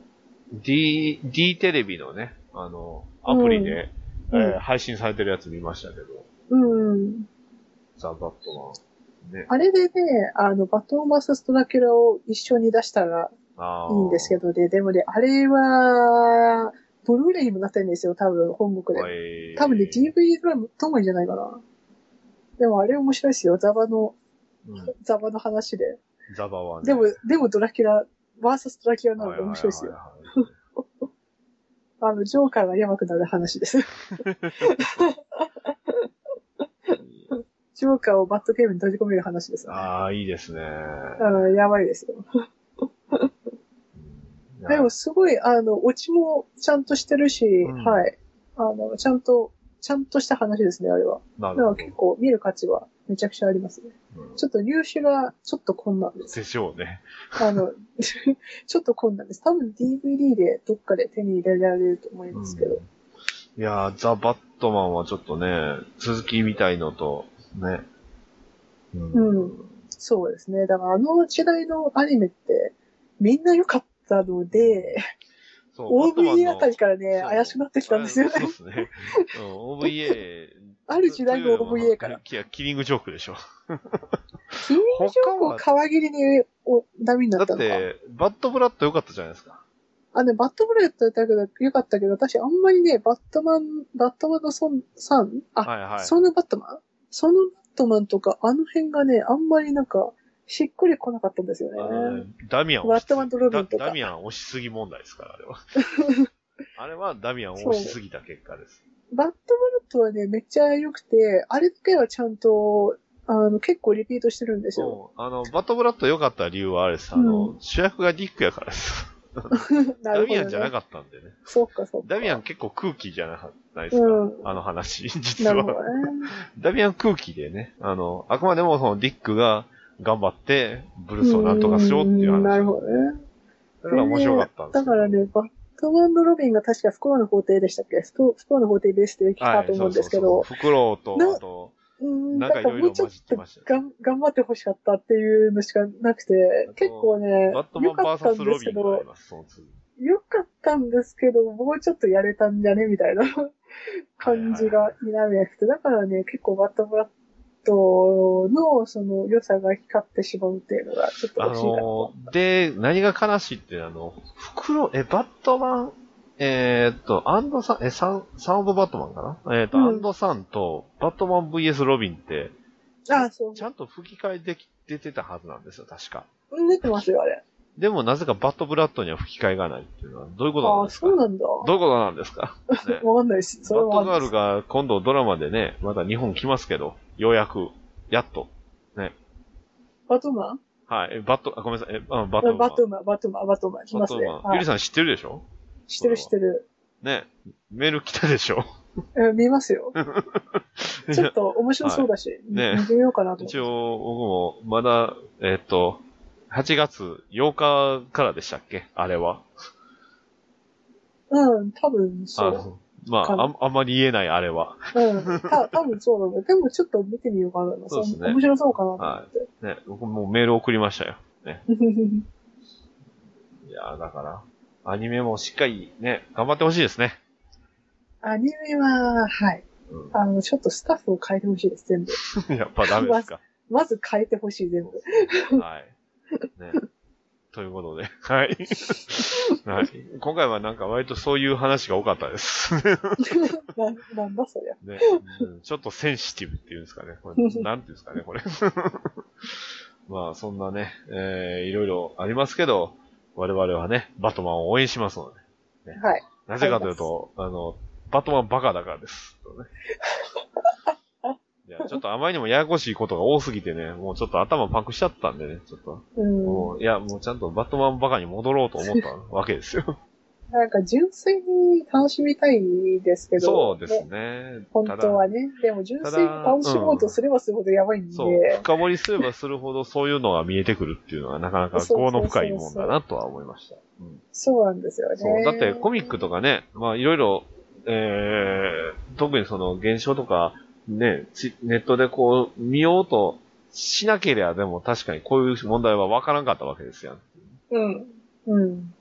Speaker 1: D、D テレビのね、あの、アプリで、
Speaker 4: うん
Speaker 1: えー
Speaker 4: うん
Speaker 1: 配信されてるやつ見ましたけど、
Speaker 4: うん。
Speaker 1: ザ・バットマン。ね。
Speaker 4: あれでね、あの、バトンバーサストラキュラを一緒に出したら
Speaker 1: あ
Speaker 4: いいんですけ
Speaker 1: ど。
Speaker 4: どね、でもね、あれは、ブルーレイにもなってるんですよ、多分、本国で。
Speaker 1: えー
Speaker 4: 多分ね、DVD ドラムともいいんじゃないかな。でもあれ面白いですよ、ザバの、
Speaker 1: うん
Speaker 4: ザバの話で。
Speaker 1: ザバはね。
Speaker 4: でも、でもドラキュラ、バーサスドラキュラな
Speaker 1: は
Speaker 4: の
Speaker 1: は
Speaker 4: で
Speaker 1: はは
Speaker 4: 面白いですよ。
Speaker 1: はい
Speaker 4: あの、ジョーカーがやばくなる話 です。ジョーカーをバットゲームに閉じ込める話です。あ
Speaker 1: ああ、いいですね。
Speaker 4: の、やばいですよ。
Speaker 1: うん
Speaker 4: でもすごい、あの、オチもちゃんとしてるし、
Speaker 1: ん
Speaker 4: はい。あの、ちゃんと、ちゃんとした話ですね、あれは。
Speaker 1: な
Speaker 4: だ
Speaker 1: る
Speaker 4: か
Speaker 1: ほど
Speaker 4: ら結。構見る価値はめちゃくちゃありますね。
Speaker 1: うん
Speaker 4: ちょっと入手がちょっと困難です。
Speaker 1: でしょうね。
Speaker 4: あの、 ちょっと困難です。多分 DVD でどっかで手に入れられると思いますけど。
Speaker 1: うんいやー、ザ・バットマンはちょっとね、続きみたいのと、ね。うん
Speaker 4: うんそうですね。だからあの時代のアニメってみんな良かったので、
Speaker 1: そうバットマン
Speaker 4: OVA
Speaker 1: の
Speaker 4: あたりからね、
Speaker 1: そう
Speaker 4: 怪しくなってきたんですよね
Speaker 1: あ。そうですね。うん OVA。
Speaker 4: ある時代の
Speaker 1: というよりも
Speaker 4: OVA から。。
Speaker 1: いや、キリングジョークでしょ。
Speaker 4: 金曜を皮切りにおダメになっ
Speaker 1: だ
Speaker 4: た
Speaker 1: っ
Speaker 4: のか。
Speaker 1: て、バットブラッド良かったじゃないですか。
Speaker 4: あ、ね、バットブレットだったけど、よかったけど、私あんまりね、バットマン、バットマンのソン、さんあ、
Speaker 1: はいはい。
Speaker 4: そのバットマンそのバットマンとか、あの辺がね、あんまりなんか、しっくり来なかったんですよ
Speaker 1: あの
Speaker 4: ね。
Speaker 1: ねダミアン
Speaker 4: バ
Speaker 1: 押し
Speaker 4: ットマンとロビンと
Speaker 1: ダ
Speaker 4: か
Speaker 1: ダ。ミアン押しすぎ問題ですから、あ れは。あれはダミアンを押しすぎた結果です。
Speaker 4: バットマンとはね、めっちゃ良くて、あれだけはちゃんと、あの、結構リピートしてるんですよ。
Speaker 1: そう。あの、バットブラッド良かった理由はあれです。あの、主役がディックやからです。
Speaker 4: な
Speaker 1: ダ
Speaker 4: るほ
Speaker 1: ミア
Speaker 4: ど、
Speaker 1: ンじゃな
Speaker 4: ね。
Speaker 1: かったんでね。
Speaker 4: そっかそっ か。
Speaker 1: ダミアン結構空気じゃなかったですか、
Speaker 4: うん
Speaker 1: あの話、実
Speaker 4: なるほ
Speaker 1: は。
Speaker 4: どね。
Speaker 1: ダミアン空気でね、あの、あくまでもそのディックが頑張って、ブルースをなんとかしようっていう
Speaker 4: ー
Speaker 1: 話。
Speaker 4: んなるほどね。
Speaker 1: だから面白かったんです
Speaker 4: だからね、バットマンとロビンが確か不幸の法廷でしたっけ不幸不幸の法廷ベースで来たと思うんですけど、
Speaker 1: フクロウと、
Speaker 4: な
Speaker 1: あと、
Speaker 4: うーん
Speaker 1: な
Speaker 4: な
Speaker 1: か
Speaker 4: んんか
Speaker 1: い
Speaker 4: も
Speaker 1: ろいう
Speaker 4: ち
Speaker 1: ろ
Speaker 4: ょ
Speaker 1: 混
Speaker 4: っ
Speaker 1: じって
Speaker 4: と
Speaker 1: ましたね
Speaker 4: がん頑張ってほしかったっていうのしかなくて
Speaker 1: あと、
Speaker 4: 結構ね
Speaker 1: バット、マ
Speaker 4: 良
Speaker 1: ン
Speaker 4: か
Speaker 1: バ
Speaker 4: っ
Speaker 1: ーサ
Speaker 4: た
Speaker 1: ス
Speaker 4: ん
Speaker 1: ロビ
Speaker 4: です
Speaker 1: ン
Speaker 4: け
Speaker 1: があ
Speaker 4: ど
Speaker 1: り、ます、その次。
Speaker 4: 良かったんですけど、もうちょっとやれたんじゃねみたいな感じが否めなくて、だからね、結構バットブラッドのその良さが光ってしまうっていうのがちょっと
Speaker 1: あ
Speaker 4: 惜しいな
Speaker 1: の
Speaker 4: と。
Speaker 1: ー、で、何が悲しいって、あの、袋、え、バットマン、えーっと、アンドさん、え、サン、サンオブバットマンかなえーっと、
Speaker 4: うん
Speaker 1: アンドさんと、バットマン VS ロビンって、
Speaker 4: あ、そう
Speaker 1: ち。ゃんと吹き替えでき、出てたはずなんですよ、確か。
Speaker 4: 出てますよ、あれ。
Speaker 1: でも、なぜかバットブラッドには吹き替えがないっていうのは、どういうことなん
Speaker 4: あ、
Speaker 1: ですか
Speaker 4: そうなんだ。
Speaker 1: どういうことなんですか、 ね
Speaker 4: わかんないです。そ
Speaker 1: バ
Speaker 4: れ
Speaker 1: ッ
Speaker 4: は
Speaker 1: トガールが今度ドラマでね、また日本来ますけど、ようやく、やっと。
Speaker 4: バトマン
Speaker 1: はい、えバット、あ、ごめんなさい、え、あバッ
Speaker 4: バ
Speaker 1: トマン。
Speaker 4: トマン、バトマン、バトマン、来
Speaker 1: バッ
Speaker 4: ます
Speaker 1: ト
Speaker 4: ね。
Speaker 1: マン。ゆり
Speaker 4: はい、
Speaker 1: さん知ってるでしょ
Speaker 4: 知ってる知ってる。
Speaker 1: ね、メール来たでしょ
Speaker 4: え見ますよ。ちょっと面白そう だし、
Speaker 1: ね
Speaker 4: 見てみようかな と
Speaker 1: 一
Speaker 4: 思って。
Speaker 1: 応、僕も、まだ、えっと、8月8日からでしたっけあれは。
Speaker 4: うん、多分そ
Speaker 1: あ
Speaker 4: う。
Speaker 1: のまあ、あんあんまり言えないあれは。
Speaker 4: うん、た 多分そうなんだ。でもちょっと見てみようかな。
Speaker 1: そうですね
Speaker 4: 面白そうかなと
Speaker 1: ね、僕もうメール送りましたよ。
Speaker 4: 思って。
Speaker 1: いやーだから、アニメもしっかりね、頑張ってほしいですね。
Speaker 4: アニメは、はい。
Speaker 1: うん
Speaker 4: あの、ちょっとスタッフを変えてほしいです、全部。
Speaker 1: やっぱダメですか。
Speaker 4: まず変えてほしい、全部。
Speaker 1: はい。ね。ということで、はい。はい。今回はなんか割とそういう話が多かったです。
Speaker 4: ななんだそりゃ。
Speaker 1: ね、うんちょっとセンシティブっていうんですかね。これなんていうんですかね、これ。 まあ、そんなね、えーいろいろありますけど、我々はね、バットマンを応援しますので。
Speaker 4: はい。
Speaker 1: なぜかというと、あの、バットマンバカだから です。とねいや、ちょっとあまりにもややこしいことが多すぎてね、もうちょっと頭パンクしちゃったんでね、ちょっと。
Speaker 4: うん。
Speaker 1: もういや、もうちゃんとバットマンバカに戻ろうと思ったわけですよ。
Speaker 4: なんか純粋に楽しみたいです け
Speaker 1: そ
Speaker 4: ど。
Speaker 1: うで
Speaker 4: ね
Speaker 1: すね。
Speaker 4: 本
Speaker 1: ただ
Speaker 4: 当はね。でも純粋に楽しもうとすればするほどやばいんで。
Speaker 1: そう。深掘りすればするほどそういうのが見えてくるっていうのはなかなか
Speaker 4: そうそう
Speaker 1: 業
Speaker 4: そう
Speaker 1: の深いもんだなとは思いました。うん
Speaker 4: そうなんですよね。
Speaker 1: そう。だってコミックとかね、まあいろいろ、えー、特にその現象とか、ね、ちネットでこう見ようとしなければでも確かにこういう問題はわからんかったわけですよ。
Speaker 4: うん。うん。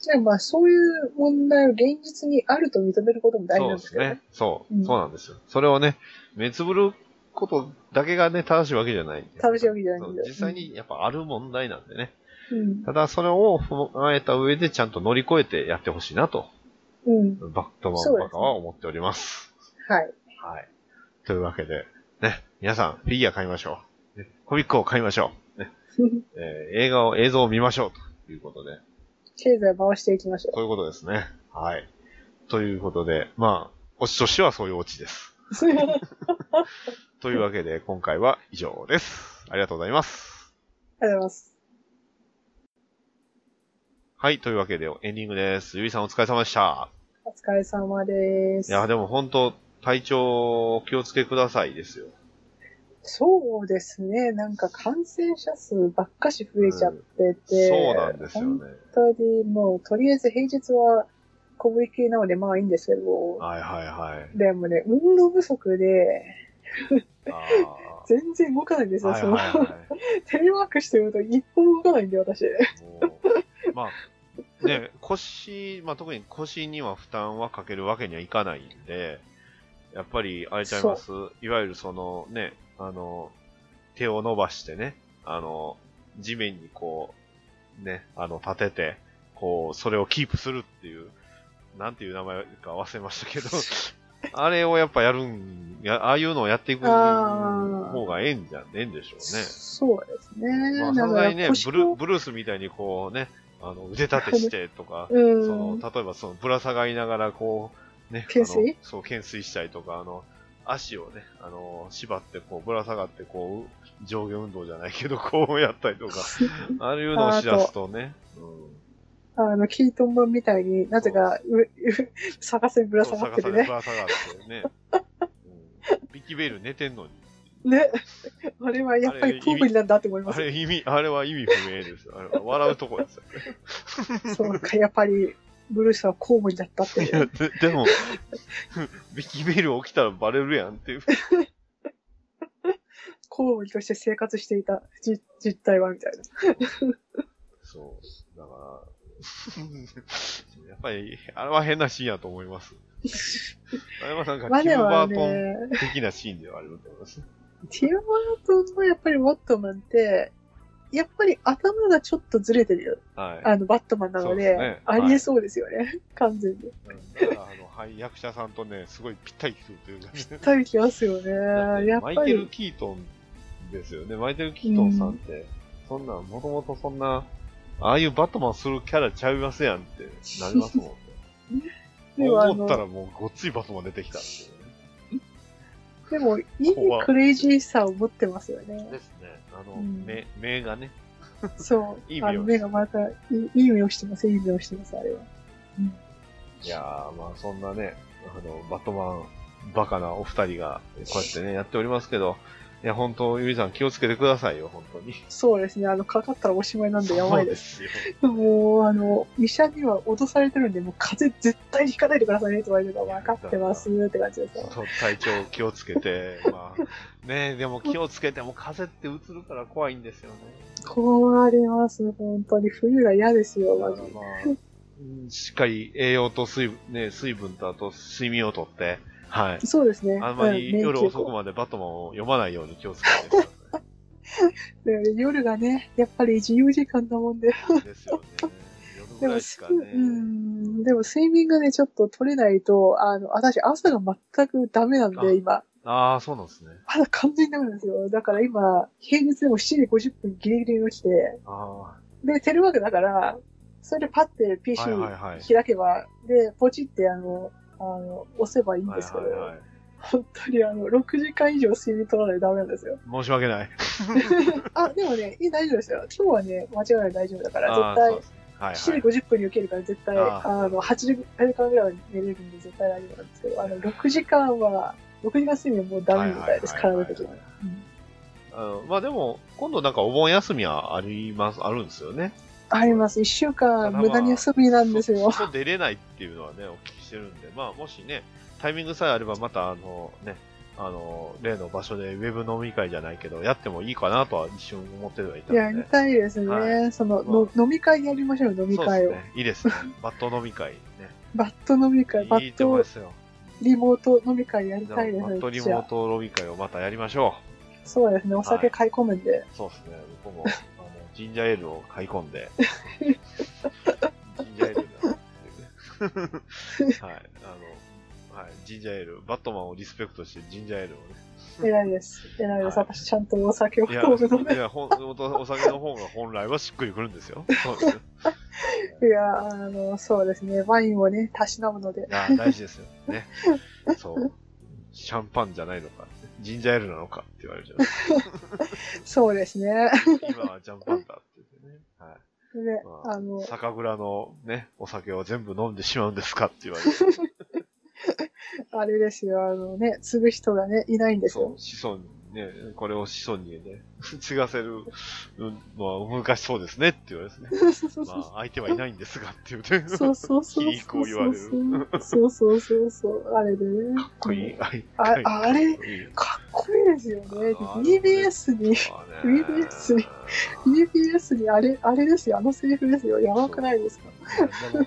Speaker 4: じゃあまあそういう問題を現実にあると認めることも大事
Speaker 1: そう
Speaker 4: なん
Speaker 1: で
Speaker 4: です
Speaker 1: す
Speaker 4: けどね
Speaker 1: ね。。そう、
Speaker 4: うん
Speaker 1: そうなんですよ。それをね、目つぶることだけがね、正しいわけじゃない。
Speaker 4: 正しいわけじゃないん
Speaker 1: そ
Speaker 4: だ
Speaker 1: う
Speaker 4: よ
Speaker 1: 実際にやっぱある問題なんでね。
Speaker 4: うん
Speaker 1: ただ、それを踏まえた上でちゃんと乗り越えてやってほしいなと、
Speaker 4: うん。
Speaker 1: バットマンバカは思っております。
Speaker 4: はい。
Speaker 1: はい。というわけで、ね、皆さん、フィギュア買いましょう。ねコミックを買いましょう。ねえー映画を、映像を見ましょう。ということで、
Speaker 4: 経済回していきましょ
Speaker 1: こういうことですね。はい。ということで、まあ、オチとしてはそういうオチです。
Speaker 4: う。 あ
Speaker 1: というわけで、今回は以上です。ありがとうございます。
Speaker 4: りがとうございます。
Speaker 1: はい、というわけでエンディングです。ゆいさんお疲れ様でした。
Speaker 4: お疲れ様です。
Speaker 1: いや、でも本当体調お気をつけくださいですよ。
Speaker 4: そうですね。なんか感染者数ばっかし増えちゃってて。
Speaker 1: そうなんですよね。
Speaker 4: 本当にもう、とりあえず平日は小ぶり系なのでまあいいんですけど、
Speaker 1: はいはいはい。
Speaker 4: でもね、運動不足で、
Speaker 1: あ ー
Speaker 4: 全然動かないんですよ。
Speaker 1: はい
Speaker 4: そ
Speaker 1: はい
Speaker 4: の
Speaker 1: は
Speaker 4: テレワークしてると一歩も動かないんで、私。
Speaker 1: い。もうまあ、ね、腰、まあ特に腰には負担はかけるわけにはいかないんで、やっぱりあれちゃいます。いわゆるそのね、あの、手を伸ばしてね、あの、地面にこう、ね、あの、立てて、こう、それをキープするっていう、なんていう名前か忘れました けど、あれをやっぱやるん、やああいうのをやっていく
Speaker 4: あー
Speaker 1: 方がええんじゃねえんでしょうね。
Speaker 4: そうですね。
Speaker 1: まあ、さ
Speaker 4: だ
Speaker 1: す
Speaker 4: か
Speaker 1: が
Speaker 4: ら
Speaker 1: にね
Speaker 4: 腰
Speaker 1: ブル、
Speaker 4: も
Speaker 1: ブルースみたいにこうね、あの腕立て してとか、そ
Speaker 4: うん
Speaker 1: の。例えばそのぶら下がりながらこう、ね、
Speaker 4: 懸垂
Speaker 1: あのそう、懸垂したりとか、あの、足をね、あの、縛ってこう、ぶら下がってこう、上下運動じゃないけど、 こうやったりとか、ああいうのをしだすとね、うん。
Speaker 4: あの、キートン版みたいになぜか、う、探せぶら下がってる
Speaker 1: そう逆さで
Speaker 4: ね
Speaker 1: ぶ。ら下がってね。うんビキベール寝てんのに。
Speaker 4: ね。あれはやっぱりプーブリなんだって思いま
Speaker 1: あ
Speaker 4: す。
Speaker 1: れ意味、あれは意味不明ですよ。あれは笑うとこですよ。
Speaker 4: そうか、やっぱり、ブルースは公務になったって
Speaker 1: い
Speaker 4: い
Speaker 1: や、
Speaker 4: う。
Speaker 1: ででも、 ビキベール起きたらバレるやんっていう。
Speaker 4: 公務として生活していた実実態は、みたいな。
Speaker 1: そう。だから、やっぱり、あれは変なシーンやと思い ます。あれはなんか、
Speaker 4: まあ
Speaker 1: キム
Speaker 4: で
Speaker 1: バ
Speaker 4: は
Speaker 1: ートン
Speaker 4: ね、
Speaker 1: 的なシーンではあると思います。
Speaker 4: ティム・バートンのやっぱりバットマンって、やっぱり頭がちょっとずれてるよ。
Speaker 1: はい。
Speaker 4: あの、バットマンなの
Speaker 1: そうで
Speaker 4: で、
Speaker 1: すね
Speaker 4: ありえそうですよね。完全に。
Speaker 1: だから、あの、はい、役者さんとね、すごいぴったりくるというか、ね、
Speaker 4: たりきますよ
Speaker 1: だっ
Speaker 4: ね。
Speaker 1: て
Speaker 4: やっ
Speaker 1: マイ
Speaker 4: ぱ
Speaker 1: ケル・
Speaker 4: り。
Speaker 1: キートンですよね。マイケル・キートンさんって、そんな、もともとそんな、ああいうバットマンするキャラちゃいますやんってなりますもんね。
Speaker 4: でもあ
Speaker 1: 思った
Speaker 4: の、
Speaker 1: らもうごっついバットマン出てきたんですよね。
Speaker 4: でも、いいクレイジーさを持ってますよね
Speaker 1: で。すね。あの、
Speaker 4: うん
Speaker 1: 目、目がね。
Speaker 4: そう。
Speaker 1: いい目を
Speaker 4: あの、目がまた、いいいい目をしてます。いい目をしてます、あれは。
Speaker 1: いやー、まあそんなね、あの、バットマン、バカなお二人が、こうやってね、やっておりますけど、いや、本当ゆりさん気をつけてくださいよ、本当に。
Speaker 4: そうですね。あの、かかったらおしまいなんでやばいです。
Speaker 1: そうですよ。
Speaker 4: もう、あの、医者には脅されてるんで、もう風邪絶対ひかないでくださいねと言われて分かってますって感じですよ。
Speaker 1: そう体調気をつけて、 まあ、ねでも気をつけても風邪ってうつるから怖いんですよね。
Speaker 4: 困ります、本当に。冬が嫌ですよ、
Speaker 1: だか
Speaker 4: マ
Speaker 1: ら
Speaker 4: ジ
Speaker 1: まあ、うんしっかり栄養と水分、ね、水分とあと睡眠をとって、はい。
Speaker 4: で。そうですね。
Speaker 1: あんまり
Speaker 4: うん
Speaker 1: 夜
Speaker 4: 免疫
Speaker 1: 遅くまでバットマンを読まないように気をつけてください。
Speaker 4: で夜がね、やっぱり自由時間だもんで。
Speaker 1: ですよね。夜ぐ
Speaker 4: で
Speaker 1: ら
Speaker 4: も
Speaker 1: いし
Speaker 4: す
Speaker 1: か
Speaker 4: ぐ、
Speaker 1: ね。
Speaker 4: うん、でも睡眠がね、ちょっと取れないと、あの、私朝が全くダメなん
Speaker 1: あ
Speaker 4: で、今。
Speaker 1: ああ、そうなんですね。
Speaker 4: まだ完全にダメなんですよ。だから今、平日でも7時50分ギリギリに起きて、
Speaker 1: あ
Speaker 4: で、テレワークだから、それでパッて
Speaker 1: あ、はい
Speaker 4: PC
Speaker 1: はいはい。
Speaker 4: 開けば、で、ポチってあの、あの、押せばいいん
Speaker 1: はい
Speaker 4: ですけど、
Speaker 1: はいはい。
Speaker 4: 本当にあの、6時間以上睡眠取らないとダメなんですよ。
Speaker 1: 申し訳ない。
Speaker 4: あ、でもね、いい大丈夫ですよ。今日はね、間違いない大丈夫だから、
Speaker 1: あ
Speaker 4: 絶
Speaker 1: あ
Speaker 4: 対
Speaker 1: そう、ですねはい
Speaker 4: 7
Speaker 1: はい。
Speaker 4: 時50分に受けるから絶対、
Speaker 1: あ
Speaker 4: あの、8時間ぐらいは寝れるんで絶対大丈夫なんですけど、あの、6時間は、6時間睡眠はもうダメみたいです、
Speaker 1: はいはいはいは
Speaker 4: 体
Speaker 1: い
Speaker 4: 的に。うん
Speaker 1: あのまあでも、今度なんかお盆休みはあります、あるんですよね。
Speaker 4: あります。1週間無駄に休みなんですよ。
Speaker 1: 外出れないっていうのはね、お聞きしてるんで、まあもしね、タイミングさえあればまたあのね、あの、例の場所でウェブ飲み会じゃないけど、やってもいいかなとは一瞬思ってはいた
Speaker 4: や
Speaker 1: ん
Speaker 4: り
Speaker 1: で。
Speaker 4: たいですね。
Speaker 1: は
Speaker 4: その
Speaker 1: まあ
Speaker 4: の、飲み会やりましょう、飲み
Speaker 1: そうで
Speaker 4: 会
Speaker 1: す
Speaker 4: を。
Speaker 1: ね。いいですね。バット飲み会ね。
Speaker 4: バット飲み会、バ
Speaker 1: いい
Speaker 4: ッ
Speaker 1: と思い
Speaker 4: ト
Speaker 1: ますよ。
Speaker 4: リモート飲み会やり
Speaker 1: じゃあ
Speaker 4: た
Speaker 1: バ
Speaker 4: いです
Speaker 1: ット
Speaker 4: ね。
Speaker 1: リ
Speaker 4: じゃ
Speaker 1: モー
Speaker 4: あ
Speaker 1: ト飲み会をまたやりましょう。
Speaker 4: そうですね、お
Speaker 1: はい
Speaker 4: 酒買い込むんで。
Speaker 1: そうですね、僕も、あの、ジンジャーエールを買い込んで、ジンジャーエールだなっていうねはい、あの、はい、ジンジャーエール、バットマンをリスペクトしてジンジャーエールをね。
Speaker 4: 偉いです。偉いです。
Speaker 1: はい
Speaker 4: 私ちゃんとお酒を
Speaker 1: い
Speaker 4: 飲
Speaker 1: や、
Speaker 4: むので。
Speaker 1: いやほん本当お酒の方が本来はしっくりくるんですよ。そうですね
Speaker 4: いや、あの、そうですね、ワインをね、たしなむので
Speaker 1: い。や、大事ですよ。ね。そう。シャンパンじゃないのか、ジンジャーエールなのかって言われるじゃない
Speaker 4: そうですね。
Speaker 1: 今はジャンパンだって言ってね。はい。
Speaker 4: で
Speaker 1: ま、あ
Speaker 4: ああの、
Speaker 1: 酒蔵のね、お酒を全部飲んでしまうんですかって言われて。
Speaker 4: あれですよ、あのね、継ぐ人がね、いないんで す
Speaker 1: そ
Speaker 4: よ。
Speaker 1: う、子孫にね、これを子孫にね、継がせるのは難しそうですねって言われ てね。まあ、相手はいないんですがっていうね。
Speaker 4: そうそうそう。
Speaker 1: 皮肉を言われる。
Speaker 4: そうそうそうそう。あれでね。
Speaker 1: かっ こいい。あい
Speaker 4: あ
Speaker 1: かっこいい
Speaker 4: あかっこいいですよね。
Speaker 1: あー
Speaker 4: BBS に、
Speaker 1: まあね
Speaker 4: BBS に BBS にあれ、あれですよ。あのセリフですよ。やばくないですか
Speaker 1: でも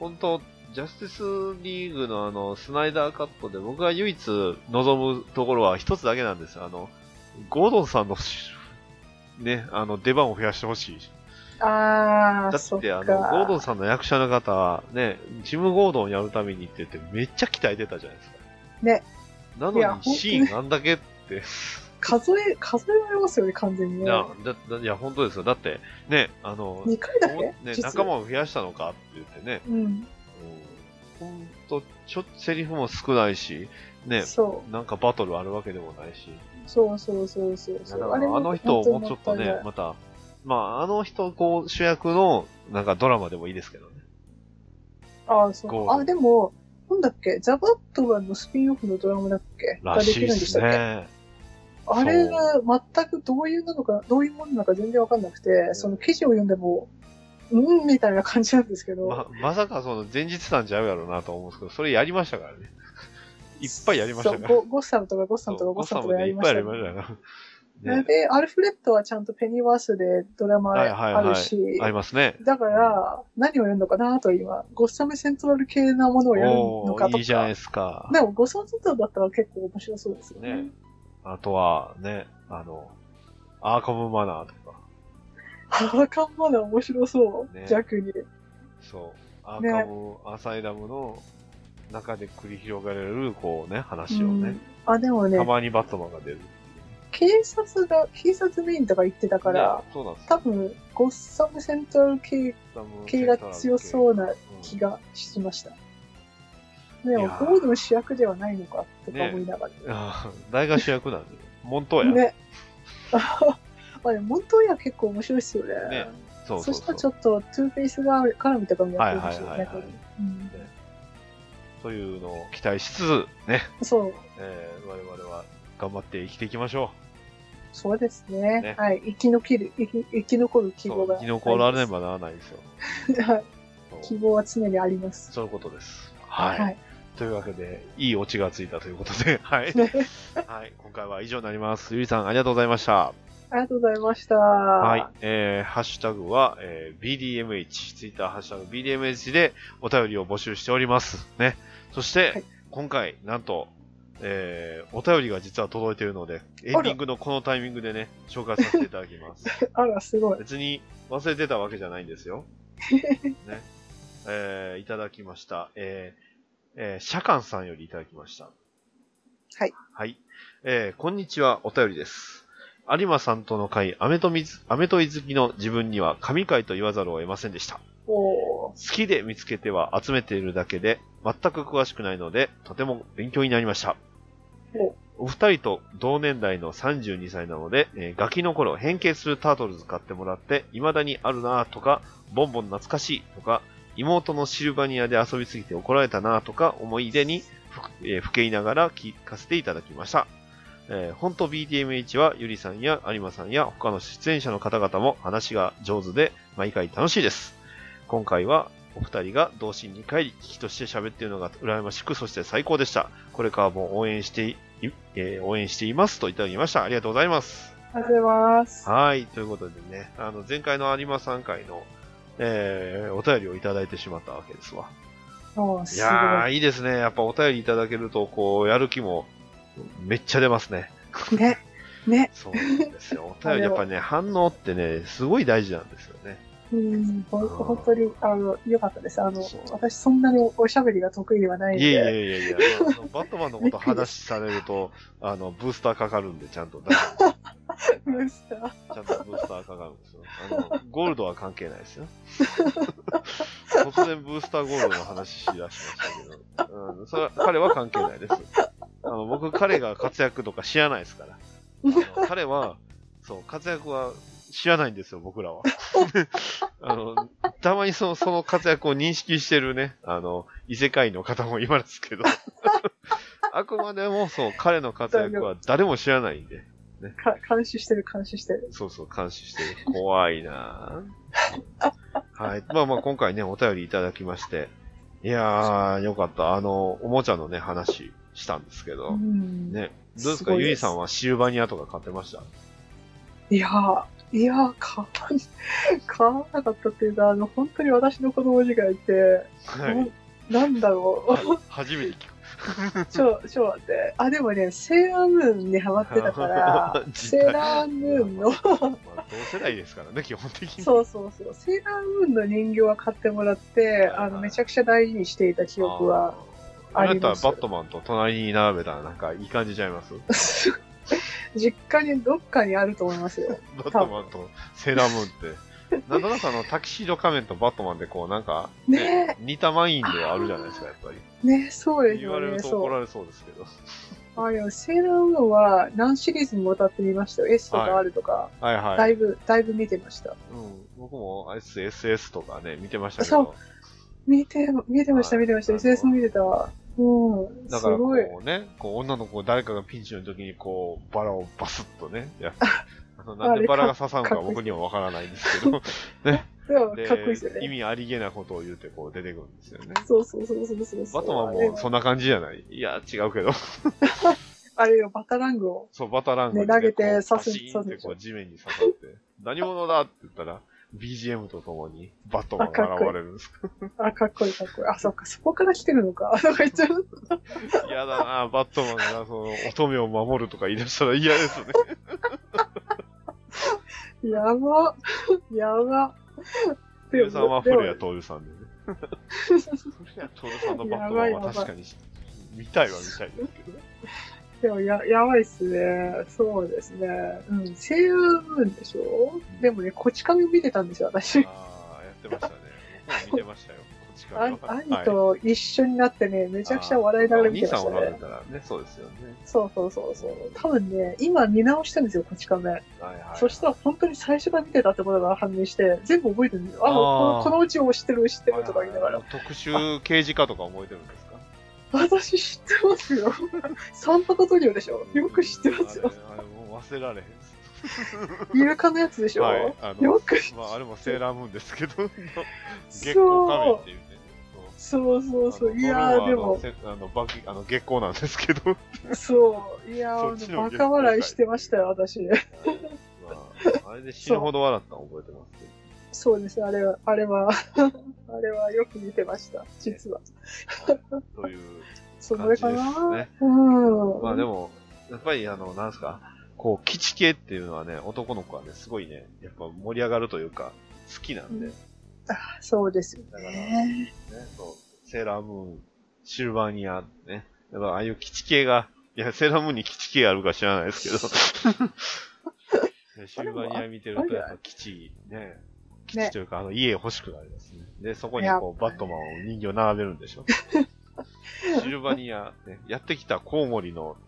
Speaker 1: 本当、ジャスティスリーグのあの、スナイダーカットで僕が唯一望むところは一つだけなんですよ。あの、ゴードンさんの、ね、あの、出番を増やしてほしい。
Speaker 4: ああ、
Speaker 1: だ
Speaker 4: そ
Speaker 1: っ、
Speaker 4: って
Speaker 1: あの、
Speaker 4: か。
Speaker 1: ゴードンさんの役者の方は、ね、ジム・ゴードンやるためにって言って、めっちゃ鍛えてたじゃないですか。
Speaker 4: ね。
Speaker 1: ない
Speaker 4: や
Speaker 1: の
Speaker 4: 本当
Speaker 1: に、
Speaker 4: に
Speaker 1: シーンあんだけって。
Speaker 4: 数え、数えられますよね、完全に
Speaker 1: い
Speaker 4: ね。
Speaker 1: や、だだいや、本当ですよ。だって、ね、あの、
Speaker 4: 2回だけ
Speaker 1: ね、
Speaker 4: 実は
Speaker 1: 仲間を増やしたのかって言ってね、
Speaker 4: うん。
Speaker 1: ほんと、ちょ、セリフも少ないし、ね、
Speaker 4: そ
Speaker 1: なんかバトルあるわけでもないし、
Speaker 4: う。そうそうそうそう
Speaker 1: いや
Speaker 4: そ
Speaker 1: だ
Speaker 4: う。
Speaker 1: からあの人をもうちょっとね、
Speaker 4: 本
Speaker 1: また、まあ、あの人、こう、主役の、なんかドラマでもいいですけどね。
Speaker 4: 当にもったいないああ、そ
Speaker 1: ゴー
Speaker 4: う。
Speaker 1: ドン
Speaker 4: あ、でも、なんだっけ、ザ・バットマンのスピンオフのドラマだっけ
Speaker 1: ら
Speaker 4: が
Speaker 1: し
Speaker 4: で
Speaker 1: い
Speaker 4: き
Speaker 1: で
Speaker 4: るんでし
Speaker 1: す
Speaker 4: たっけ
Speaker 1: ね。
Speaker 4: あれが全くどういうなのか、どういうものなのか全然わかんなくて、その記事を読んでも、うんみたいな感じなんですけど、
Speaker 1: ま、まさかその前日なんちゃうやろうなと思うんですけど、それやりましたから ね。いっぱいやりました
Speaker 4: そう
Speaker 1: から。
Speaker 4: ゴゴッサムとかゴッサムとかゴッサムとかや
Speaker 1: でい
Speaker 4: り
Speaker 1: っ
Speaker 4: ま
Speaker 1: ぱい
Speaker 4: し
Speaker 1: や
Speaker 4: た
Speaker 1: り
Speaker 4: ね。
Speaker 1: ましたから。ね、
Speaker 4: で、アルフレッドはちゃんとペニーワースでドラマ
Speaker 1: はいはいはい
Speaker 4: あるし、
Speaker 1: ありますね。
Speaker 4: だから、何をやるのかなと今、ゴッサムセントラル系なものをやるの
Speaker 1: お
Speaker 4: か
Speaker 1: ー、
Speaker 4: とか。
Speaker 1: いいじゃないですか。
Speaker 4: でも、ゴッサムセントラルだったら結構面白そうですよね。
Speaker 1: ね。あとは、ね、あの、アーカムマナーとか、
Speaker 4: ハーカンマナー面白そう、
Speaker 1: ね
Speaker 4: 逆に。
Speaker 1: そう、アーカム、アサイラムの中で繰り広げられる、こうね、話を
Speaker 4: う
Speaker 1: ね
Speaker 4: ん、あ、でもね
Speaker 1: た、まにバットマンが出る。
Speaker 4: 警察が、警察メインとか言ってたから、
Speaker 1: ね、そうなんです
Speaker 4: 多分、ゴッサムセントラル系系が強そう
Speaker 1: な
Speaker 4: な気がしました。で
Speaker 1: い
Speaker 4: も
Speaker 1: や、ー
Speaker 4: ゴードン主役ではないのかとか思いなが
Speaker 1: 誰が主役なん で、モントー
Speaker 4: ら。
Speaker 1: ヤ。
Speaker 4: ね。 あれ、モントーヤ結構面白いですよね。
Speaker 1: ねそうそ
Speaker 4: そうしたらち
Speaker 1: そう。
Speaker 4: ょっと、トゥーフェイスが絡みとかもや
Speaker 1: はい
Speaker 4: ってほ
Speaker 1: は
Speaker 4: し
Speaker 1: い
Speaker 4: いよ
Speaker 1: はい
Speaker 4: ね
Speaker 1: は
Speaker 4: これ
Speaker 1: い。
Speaker 4: うん
Speaker 1: というのを期待しつつ、ね、
Speaker 4: そう、
Speaker 1: えー我々は頑張って生きていきましょ
Speaker 4: そうですね。
Speaker 1: ね
Speaker 4: はい。生き残る、生き生き残る
Speaker 1: う。
Speaker 4: 希
Speaker 1: そ
Speaker 4: 望
Speaker 1: う
Speaker 4: が。
Speaker 1: 生き残らね。ばならないですよ。
Speaker 4: はい。
Speaker 1: そ
Speaker 4: 希
Speaker 1: う
Speaker 4: 望は常にあります。
Speaker 1: そういうことです。はい。
Speaker 4: はい。
Speaker 1: というわけで、いいオチがついたということで、 はい。
Speaker 4: ね
Speaker 1: はい、今回は以上になります。ゆりさん、ありがとうございました。
Speaker 4: ありがとうございました。
Speaker 1: はい。えー、ハッシュタグは、えー、BDMH、ツイッターハッシュタグ BDMH でお便りを募集しております。ね。そして、
Speaker 4: はい
Speaker 1: 今回、なんと、えー、お便りが実は届いているので、エンディングのこのタイミングでね、紹介させていただきます。
Speaker 4: あら、すごい。
Speaker 1: 別に忘れてたわけじゃないんです よ。ね。えーいただきました。えーえー、シャカンさんよりいただきました。
Speaker 4: はい。
Speaker 1: はい。えーこんにちは、お便りです。有馬さんとの会、アメとみず、アメとイ好きの自分には神回と言わざるを得ませんでした。
Speaker 4: おー。
Speaker 1: 好きで見つけては集めているだけで、全く詳しくないので、とても勉強になりました
Speaker 4: お。
Speaker 1: お二人と同年代の32歳なので、えーガキの頃変形するタートルズ買ってもらって、未だにあるなぁとか、ボンボン懐かしいとか、妹のシルバニアで遊びすぎて怒られたなぁとか思い出にふ、えー、ふけいながら聞かせていただきました。えー、ほんと BTMH はゆりさんや有馬さんや他の出演者の方々も話が上手で毎回楽しいです。今回はお二人が童心に帰り、聞きとして喋っているのが羨ましく、そして最高でした。これからも応援してい、えー応援していますといただきました。ありがとうございます。
Speaker 4: ありがとうございます。
Speaker 1: はい、ということでね、あの、前回の有馬さん会の、えーお便りをいただいてしまったわけですわ。
Speaker 4: おー、
Speaker 1: い
Speaker 4: すごい。
Speaker 1: やー、いいですね。やっぱお便りいただけると、こう、やる気もめっちゃ出ますね。
Speaker 4: ね、ね、
Speaker 1: そうなんです よ。お便りやっぱりね、反応ってね、すごい大事なんですよね。
Speaker 4: うん、ほん本当に、あの、良かったです。あの
Speaker 1: そう、
Speaker 4: 私そんなにおしゃべりが得意ではないん
Speaker 1: いえいえ
Speaker 4: で、
Speaker 1: いえいえ、あのバットマンのこと話しされると、あの、ブースターかかるんで、ちゃん と。ち
Speaker 4: ブースター。
Speaker 1: ゃんとブースターかかるんですよ。あの、ゴールドは関係ないですよ。 突然ブースターゴールドの話しだしましたけど、うん、それは彼は関係ないです。あの、僕、彼が活躍とか知らないですから。あの彼は、そう、活躍は知らないんですよ、僕らは。 あの、たまにその、その活躍を認識してるね、あの、異世界の方もいますけど、あくまでもそう、彼の活躍は誰も知らないんで、
Speaker 4: か監視してる、監視してる。
Speaker 1: そうそう、監視してる。怖いなぁはい。まあまあ、今回ね、お便りいただきまして、いやー、よかった。あの、おもちゃのね、話したんですけ
Speaker 4: う
Speaker 1: ど、
Speaker 4: ん
Speaker 1: ね、どうです
Speaker 4: す
Speaker 1: か
Speaker 4: ごい
Speaker 1: ゆ
Speaker 4: で
Speaker 1: い
Speaker 4: す
Speaker 1: さんはシルバニアとか買ってました
Speaker 4: いやー、いやー、買わん、買わな かったっていうか、あの、本当に私の子供時代って、
Speaker 1: はい。
Speaker 4: ななんだろ
Speaker 1: 初めて聞く。、
Speaker 4: う、ちょ、ちょ、待って、あ、でもね、セーラームーンにハマってたから
Speaker 1: 時代
Speaker 4: セーラームーンの、
Speaker 1: まあ、同世代ですからね、基本的に。
Speaker 4: そうそうそう、セーラームーンの人形は買ってもらって、あの、めちゃくちゃ大事にしていた記憶 は、
Speaker 1: あー。
Speaker 4: あ
Speaker 1: あな
Speaker 4: り
Speaker 1: たは
Speaker 4: ます
Speaker 1: バットマンと隣に並べたらなんかいい感じちゃいます
Speaker 4: 実家にどっかにあると思いますよ。
Speaker 1: バットマンとセーラームーンっ て。なんとなくあのタキシード仮面とバットマンでこうなんか、
Speaker 4: ね
Speaker 1: 似たマインドはあるじゃないですか、やっぱり。
Speaker 4: え、ねえ、そうです
Speaker 1: 言わ
Speaker 4: よ
Speaker 1: れ
Speaker 4: ね、
Speaker 1: ると
Speaker 4: そ
Speaker 1: 怒
Speaker 4: う。
Speaker 1: られそうですけど。
Speaker 4: あでもセーラームーンは何シリーズにもたってみましたよ。S と
Speaker 1: はい
Speaker 4: か R とか、
Speaker 1: はいは
Speaker 4: だ
Speaker 1: い。
Speaker 4: いぶ、だいぶ見てました。
Speaker 1: うん、僕も SSS とかね、見てましたけ
Speaker 4: そ
Speaker 1: ど。
Speaker 4: 見て、見てました、
Speaker 1: はい
Speaker 4: 見てました。
Speaker 1: あの
Speaker 4: SS も見てたわ。うん、
Speaker 1: だ
Speaker 4: す
Speaker 1: からこ
Speaker 4: ごい。
Speaker 1: うね、こう女の子誰かがピンチの時にこうバラをバスッとね、 やっあのなんでバラが刺さんか僕にはわからないんですけど、
Speaker 4: でも
Speaker 1: で
Speaker 4: かっこいいですよ
Speaker 1: 意
Speaker 4: ね。
Speaker 1: 味ありげなことを言うてこう出てくるんですよね。
Speaker 4: そうそうそうそうそうそう。
Speaker 1: バトマン
Speaker 4: あれ
Speaker 1: もそんな感じじゃないいや、違うけ ど。
Speaker 4: あれよ、バタラングを。
Speaker 1: そう、バタラングに
Speaker 4: ね投げて
Speaker 1: こう
Speaker 4: 刺す
Speaker 1: パシーンってこう
Speaker 4: 刺
Speaker 1: 地面に刺さって、何者だって言ったら、BGM とともにバットマンが現れるんです。
Speaker 4: あ、かっこいい、かっこいい。あ、そっか、そこから来てるのか。 なんか言っちゃう。
Speaker 1: 嫌だなぁバットマンがその乙女を守るとか言い出したら嫌ですね。
Speaker 4: やば。やば。
Speaker 1: ゆうさんは
Speaker 4: でも
Speaker 1: 古谷徹さんでね。古谷徹さんのバットマンは確かに見たいは見たいですけど。
Speaker 4: でもや、やばいっすね。そうですね。うん。声優ムーンでしょでもね、こち亀見てたんですよ、 私。
Speaker 1: ああ、やってましたね。僕も見てましたよ。こっちか
Speaker 4: あ
Speaker 1: ら。
Speaker 4: 兄と一緒になってね、めちゃくちゃ笑いながら見てました
Speaker 1: お兄さんを
Speaker 4: ね
Speaker 1: 見。たらね、そうですよね。
Speaker 4: そうそうそうそう。多分ね、今見直したんですよ、こち亀。
Speaker 1: はいはい。
Speaker 4: そしたら本当に最初から見てたってことが判明して、全部覚えてるんですよ。あ、
Speaker 1: あー
Speaker 4: このこのうちを知ってる、知ってるとか言いながら。
Speaker 1: 特殊刑事課とか覚えてるんですか
Speaker 4: 私知ってますよ。 三角トリオでしょ。よく知ってますよ。
Speaker 1: あれ、あれもう忘れられへんです。
Speaker 4: イルカのやつでしょ。
Speaker 1: はい、あの
Speaker 4: よく
Speaker 1: まあ、あれもセーラームーンですけど、月光仮面っ
Speaker 4: そ
Speaker 1: て
Speaker 4: う。
Speaker 1: いうね。
Speaker 4: そうそうそう。い
Speaker 1: あ
Speaker 4: や
Speaker 1: の
Speaker 4: ー、でも、
Speaker 1: せあの、バキ、あの、月光なんですけど。
Speaker 4: そう。いや
Speaker 1: そっち
Speaker 4: ー、
Speaker 1: の
Speaker 4: バカ笑いしてましたよ、私。
Speaker 1: まあ、あれで死ぬほど笑ったの覚えてますけど。
Speaker 4: そうです、あれは、あれは、 あれはよく見てました、実は。
Speaker 1: という。
Speaker 4: それか
Speaker 1: 感
Speaker 4: な、
Speaker 1: じですね
Speaker 4: うん。
Speaker 1: まあでも、やっぱりあの、なんですか、こう、基地系っていうのはね、男の子はね、すごいね、やっぱ盛り上がるというか、好きなんで、
Speaker 4: うんそうですよ
Speaker 1: だからね、
Speaker 4: ね。
Speaker 1: そう、セーラームーン、シルバニア、ね。やっぱああいう基地系が、いや、セーラームーンに基地系あるか知らないですけ ど。ねシルバニア見てると、やっぱ基地、ね、基地というか、あの、家欲しくなりますね。で、そこにこう、バットマンを人形並べるんでし ょ。シルバニア、ね、やってきたコウモリの、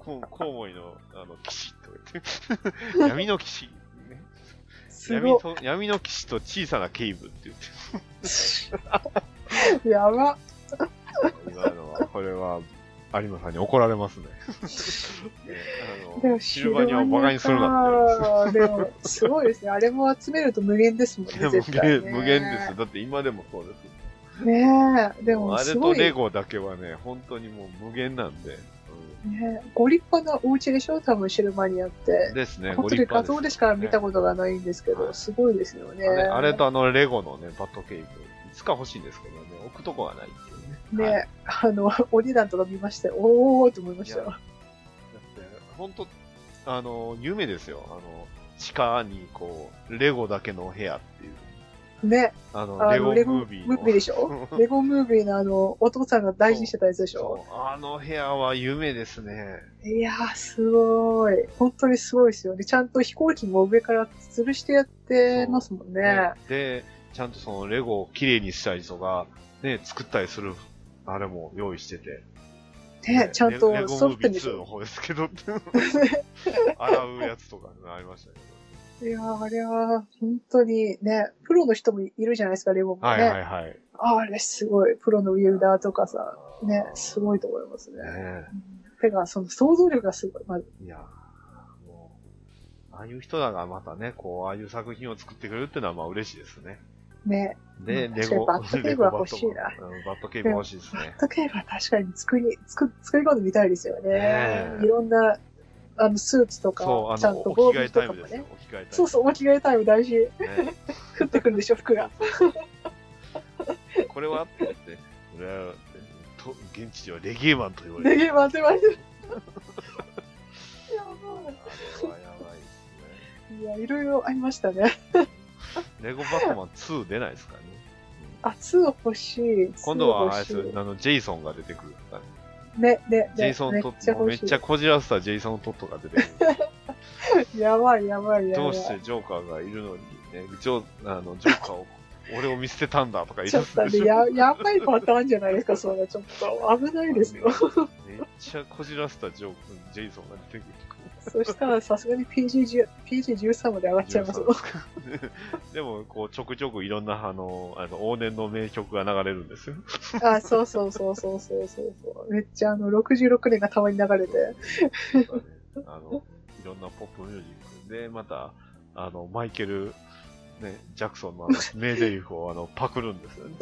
Speaker 1: コウコウモリの、あの、騎士とか 言って、闇の騎士、ね、
Speaker 4: す
Speaker 1: 闇
Speaker 4: ご
Speaker 1: と闇の騎士と小さな警部って言って、
Speaker 4: い。やば。
Speaker 1: 今のは、これは、有馬さんに怒られますね。ねあ
Speaker 4: でも
Speaker 1: のシルバニアを馬鹿にするなっ
Speaker 4: シルバニアかでも、すごいですね。あれも集めると無限ですもん
Speaker 1: て言
Speaker 4: ね
Speaker 1: わ。れます
Speaker 4: 絶
Speaker 1: 無
Speaker 4: 対
Speaker 1: 限
Speaker 4: ね
Speaker 1: 無限です。。だって今でもそうです。
Speaker 4: ねえ。でも、
Speaker 1: あれ
Speaker 4: す
Speaker 1: と
Speaker 4: ごい。
Speaker 1: レ
Speaker 4: ね
Speaker 1: ゴだけはね、本当にもう無限なんで。
Speaker 4: ご立派なお家でしょ多分、シルバニアっ
Speaker 1: うん
Speaker 4: て。
Speaker 1: ですね、
Speaker 4: 本
Speaker 1: ご
Speaker 4: 当
Speaker 1: 立
Speaker 4: に
Speaker 1: 派
Speaker 4: 画
Speaker 1: です
Speaker 4: 像でしか見たことがないんですけ
Speaker 1: は
Speaker 4: ど、
Speaker 1: い
Speaker 4: すごいですよね。
Speaker 1: あれあれとあのレゴのね、バットケーキ、いつか欲しいんですけどね、置くとこがないっていうね。
Speaker 4: ね、
Speaker 1: はい
Speaker 4: あの、 お値段とか見まして、おーって思いました
Speaker 1: いや
Speaker 4: よ。
Speaker 1: だって本当、あの、夢ですよ。あの、地下にこう、レゴだけの部屋っていう。
Speaker 4: ね、
Speaker 1: あの、
Speaker 4: あ
Speaker 1: レ
Speaker 4: の、
Speaker 1: ゴ
Speaker 4: レゴ
Speaker 1: ム
Speaker 4: ム
Speaker 1: ービー
Speaker 4: ービーでしょ レゴムービーのあの、お父さんが大事にしてたやつでしょ
Speaker 1: そうあの部屋は夢ですね。
Speaker 4: いやー、すごい。本当にすごいですよね。ちゃんと飛行機も上から吊るしてやってますもんね。
Speaker 1: で、ちゃんとそのレゴをきれいにしたりとか、ね、作ったりする、あれも用意してて。
Speaker 4: ね、ちゃんと
Speaker 1: レレゴ
Speaker 4: ソ
Speaker 1: ム
Speaker 4: フ
Speaker 1: ービー
Speaker 4: トにし
Speaker 1: 2の
Speaker 4: ょ。
Speaker 1: 方ですけど、洗うやつとかねありましたけ
Speaker 4: いやーあれは、本当にね、プロの人もいるじゃないですか、レゴもね。
Speaker 1: はいはいはい。ね
Speaker 4: あーあれすごい、プロのウィルダーとかさ、ね、すごいと思いますね。てか、その想像力がすごい、まず。
Speaker 1: えいやーもう、ああいう人らがまたね、こう、ああいう作品を作ってくれるっていうのはまあ嬉しいですね。
Speaker 4: ね。
Speaker 1: で、
Speaker 4: うん
Speaker 1: レゴ、
Speaker 4: 確かにバットケーブは欲しいな
Speaker 1: レゴバットうんバットケーブ欲しいです
Speaker 4: バ
Speaker 1: ね
Speaker 4: ッ。トケーブは確かに作り、作作り込んでみたいですよね。
Speaker 1: ねえ
Speaker 4: いろんな、あの、スーツとか
Speaker 1: そう、、あ
Speaker 4: ちゃん
Speaker 1: の、
Speaker 4: と
Speaker 1: お
Speaker 4: ボ
Speaker 1: 着
Speaker 4: ー
Speaker 1: 替え
Speaker 4: ルと
Speaker 1: タ
Speaker 4: か
Speaker 1: イ
Speaker 4: も
Speaker 1: ムです
Speaker 4: ね
Speaker 1: よ。。お着替えタイム。
Speaker 4: そうそう、お着替えタイム大事。
Speaker 1: ね
Speaker 4: 降ってくるんでしょ、服が。
Speaker 1: これはって言って、これは、と現地ではレゲエマンと言われ
Speaker 4: で、
Speaker 1: てる。
Speaker 4: ゲーム当てましてる。
Speaker 1: あれはやばいです
Speaker 4: やば
Speaker 1: ね。
Speaker 4: い。いや、いろいろありましたね。
Speaker 1: レゴバットマン2出ないですからね。
Speaker 4: あ、2欲しい。
Speaker 1: 今度は、あれです
Speaker 4: 2欲しい
Speaker 1: よあの、ジェイソンが出てくるからね。
Speaker 4: ね、ね、
Speaker 1: ジェイソントット、もうめっちゃこじらせたジェイソントットが出てくる。
Speaker 4: ゃ。やばい、やばい、やばい。
Speaker 1: どうしてジョーカーがいるのに、ね、ジョーあのジョーカーを、俺を見捨てたんだとか言い
Speaker 4: ちょ
Speaker 1: 出
Speaker 4: っ
Speaker 1: す
Speaker 4: と
Speaker 1: でし
Speaker 4: ね、
Speaker 1: ょ。
Speaker 4: や、やばいパターンじゃないですか、それ。ちょっと、危ないで すよ。
Speaker 1: めっちゃこじらせたジョーカー、ジェイソンが出てくる。
Speaker 4: そしたら、さすがに PG10 PG13 まで上がっちゃいますもん。
Speaker 1: でも、こう、ちょくちょくいろんな、あの、あの往年の名曲が流れるん ですよ。
Speaker 4: あ、そうそうそうそうそうそうそう。めっちゃ、あの、66年がたまに流れて。
Speaker 1: あの、いろんなポップミュージックで、また、あの、マイケル、ね、ジャクソンの あの名台詞をあのパクるんですよね。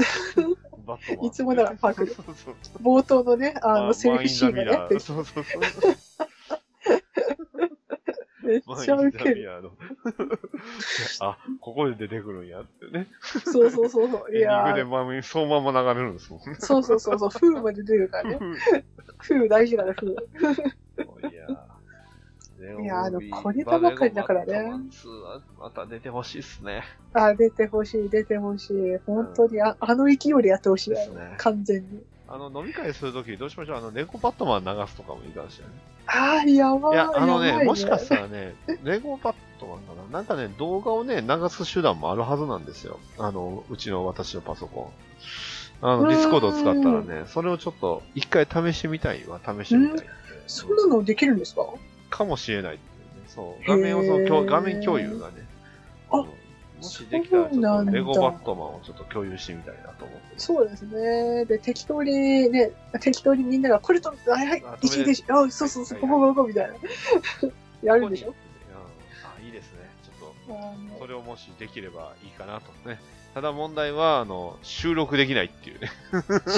Speaker 1: バットマン
Speaker 4: いつもならパクる
Speaker 1: そうそうそう
Speaker 4: 冒頭のね、あ
Speaker 1: ま
Speaker 4: の、セリフシーンがね
Speaker 1: マインザミラーそうそうそう。
Speaker 4: めっ
Speaker 1: マイン
Speaker 4: ちゃ
Speaker 1: ザ
Speaker 4: ウケ
Speaker 1: ミ
Speaker 4: る。
Speaker 1: ラーの。 あ、ここで出てくるんやってね。
Speaker 4: そうそうそうそう。い
Speaker 1: エンディン
Speaker 4: や
Speaker 1: グで
Speaker 4: ー
Speaker 1: まみ、そのまま流れるんですもん。
Speaker 4: そうそうそうそう。風まで出るからね。風大事だね、風。
Speaker 1: いやー
Speaker 4: いやーあのこればばかりだからね。
Speaker 1: レオンビーバレゴマットマンツーはまた出てほしいっすね。
Speaker 4: あ、出てほしい、出てほしい。本当に、ああの勢いでやってほしい
Speaker 1: で。すね。
Speaker 4: 完全に。
Speaker 1: あの、飲み会するとき、どうしましょう。あの、レゴバットマン流すとかもいいかもしれない。
Speaker 4: ああ、やば
Speaker 1: いや、あの
Speaker 4: やば
Speaker 1: ね、
Speaker 4: い
Speaker 1: もしかしたらね、レゴバットマンかな。なんかね、動画をね、流す手段もあるはずなんですよ。あの、うちの私のパソコン。あ
Speaker 4: う
Speaker 1: の、
Speaker 4: ーん
Speaker 1: ディスコードを使ったらね、それをちょっと、一回試してみたいは試してみたいって。
Speaker 4: そんなのできるんですか
Speaker 1: かもしれないっていうね。そう。画面をその
Speaker 4: へー
Speaker 1: 共、画面共有がね。
Speaker 4: あ
Speaker 1: うんもしできたら、ち
Speaker 4: そう
Speaker 1: ょ
Speaker 4: な
Speaker 1: っ
Speaker 4: ん
Speaker 1: と、
Speaker 4: だ
Speaker 1: レゴバットマンをちょっと共有してみたいなと思って。
Speaker 4: そうですね。で、適当にね、適当にみんなが、これと、はいはい
Speaker 1: あ、
Speaker 4: 一時停止、あ、そうそうそう、
Speaker 1: は
Speaker 4: こ
Speaker 1: いはい
Speaker 4: こここみたいな。 やるんでしょ
Speaker 1: ここにうんあ、いいですね。ちょっと。
Speaker 4: あの
Speaker 1: それをもしできればいいかなとね。ただ問題は、あの、収録できないっていうね。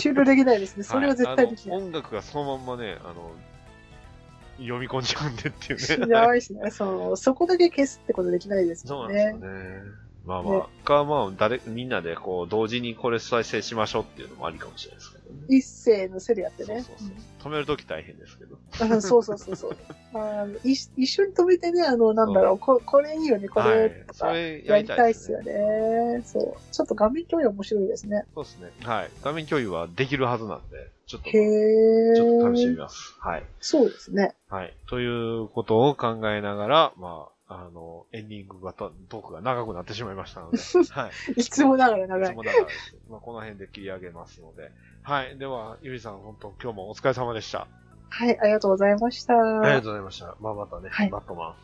Speaker 4: 終了できないですね。 それは絶対で き
Speaker 1: は
Speaker 4: ない
Speaker 1: あの音楽がそのまんまね、あの、読み込んじゃうんでっていう
Speaker 4: い。
Speaker 1: ね。
Speaker 4: やばいですね。その、そこだけ消すってことできないです
Speaker 1: そう
Speaker 4: も
Speaker 1: なんんです
Speaker 4: ね
Speaker 1: よ。ね。まあまあ、か、まあ、誰、みんなでこう、同時にこれ再生しましょうっていうのもありかもしれないですけどね。
Speaker 4: 一斉のせるやって
Speaker 1: そ
Speaker 4: ね。
Speaker 1: うそうそう止めるとき大変ですけど。
Speaker 4: うんあそうそうそうそう。あのい一緒に止めてね、あの、なんだろう、ここれいいよね、こ
Speaker 1: は
Speaker 4: れ
Speaker 1: い。
Speaker 4: と
Speaker 1: そ
Speaker 4: か。
Speaker 1: れ
Speaker 4: や
Speaker 1: や
Speaker 4: り
Speaker 1: り
Speaker 4: た
Speaker 1: た
Speaker 4: い
Speaker 1: い
Speaker 4: っ
Speaker 1: ですす
Speaker 4: よ
Speaker 1: ね。
Speaker 4: ね。そう。ちょっと画面共有面白いですね。
Speaker 1: そうですね。はい。画面共有はできるはずなんで、ちょっと、
Speaker 4: へ
Speaker 1: ちょっと試してみ
Speaker 4: え。
Speaker 1: ます。はい。
Speaker 4: そうですね。
Speaker 1: はい。ということを考えながら、まあ、あの、エンディングがと、トークが長くなってしまいました ので、はい。
Speaker 4: いつもながら
Speaker 1: い
Speaker 4: 長
Speaker 1: つ
Speaker 4: い。
Speaker 1: も長いです。まあ、この辺で切り上げますので。はい。では、ゆりさん、本当今日もお疲れ様でした。
Speaker 4: はい、ありがとうございました。
Speaker 1: ありがとうございました。まあ、またね、
Speaker 4: はい
Speaker 1: バットマン。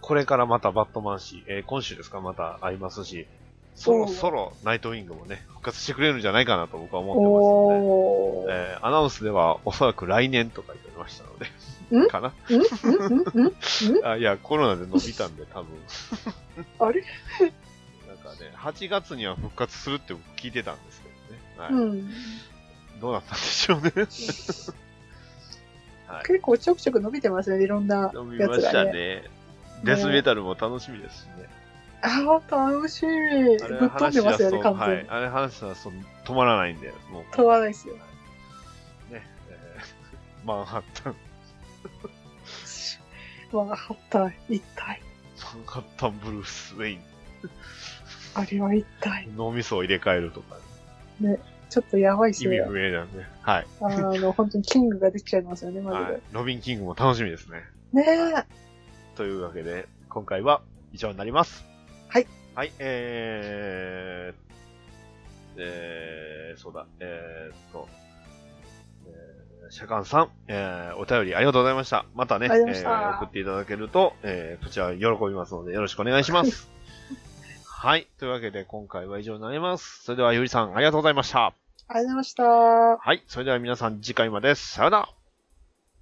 Speaker 1: これからまたバットマンし、えー今週ですか、また会いますし、そろそろナイトウィングもね、復活してくれるんじゃないかなと僕は思ってますので、
Speaker 4: おー。
Speaker 1: えーアナウンスではおそらく来年とか言っておりましたので、
Speaker 4: ん
Speaker 1: かな
Speaker 4: うん うんうん
Speaker 1: あいや、コロナで伸びたんで、多分。
Speaker 4: あれ
Speaker 1: なんかね、8月には復活するって僕聞いてたんですけどね。はい。
Speaker 4: うん。
Speaker 1: どうなったんでし ょうね。はい。
Speaker 4: 結構ちょくちょく伸びてますね、いろんな
Speaker 1: 伸び
Speaker 4: や
Speaker 1: ま
Speaker 4: つ
Speaker 1: したね。
Speaker 4: がね。
Speaker 1: デスメタルも楽しみですしね。
Speaker 4: ああ、楽しみ。
Speaker 1: あれ
Speaker 4: ぶっ飛んでます
Speaker 1: 話し出す
Speaker 4: よね、
Speaker 1: と
Speaker 4: 完
Speaker 1: は
Speaker 4: 全
Speaker 1: い
Speaker 4: に。。
Speaker 1: あれ話したらその止まらないんで、もう。
Speaker 4: 飛ばないですよ。
Speaker 1: ね。えー マンハッタン、
Speaker 4: わあ、はった、一体。
Speaker 1: マンハッタンブルース・ウェイ
Speaker 4: あれは一体。
Speaker 1: ン、脳みそを入れ替えるとか、
Speaker 4: ちょっとやばいっす
Speaker 1: 意味
Speaker 4: よ。
Speaker 1: 不明なんで、はい。
Speaker 4: あの、本当にキングができちゃいますよね、マジ
Speaker 1: はい。ロビン・キングも楽しみですね。
Speaker 4: で。ねえ。
Speaker 1: というわけで、今回は以上になります。
Speaker 4: はい。
Speaker 1: はい、えー、えー、そうだ、えーっと、えーシャカンさん、えーお便りありがとうございました。またね、
Speaker 4: ありがとうございました
Speaker 1: えー送っていただけると、えーこちら喜びますので、よろしくお願いし ます。はい。というわけで、今回は以上になります。それでは、ゆりさん、ありがとうございました。
Speaker 4: ありがとうございました。
Speaker 1: はい。それでは皆さん、次回まで。さよなら。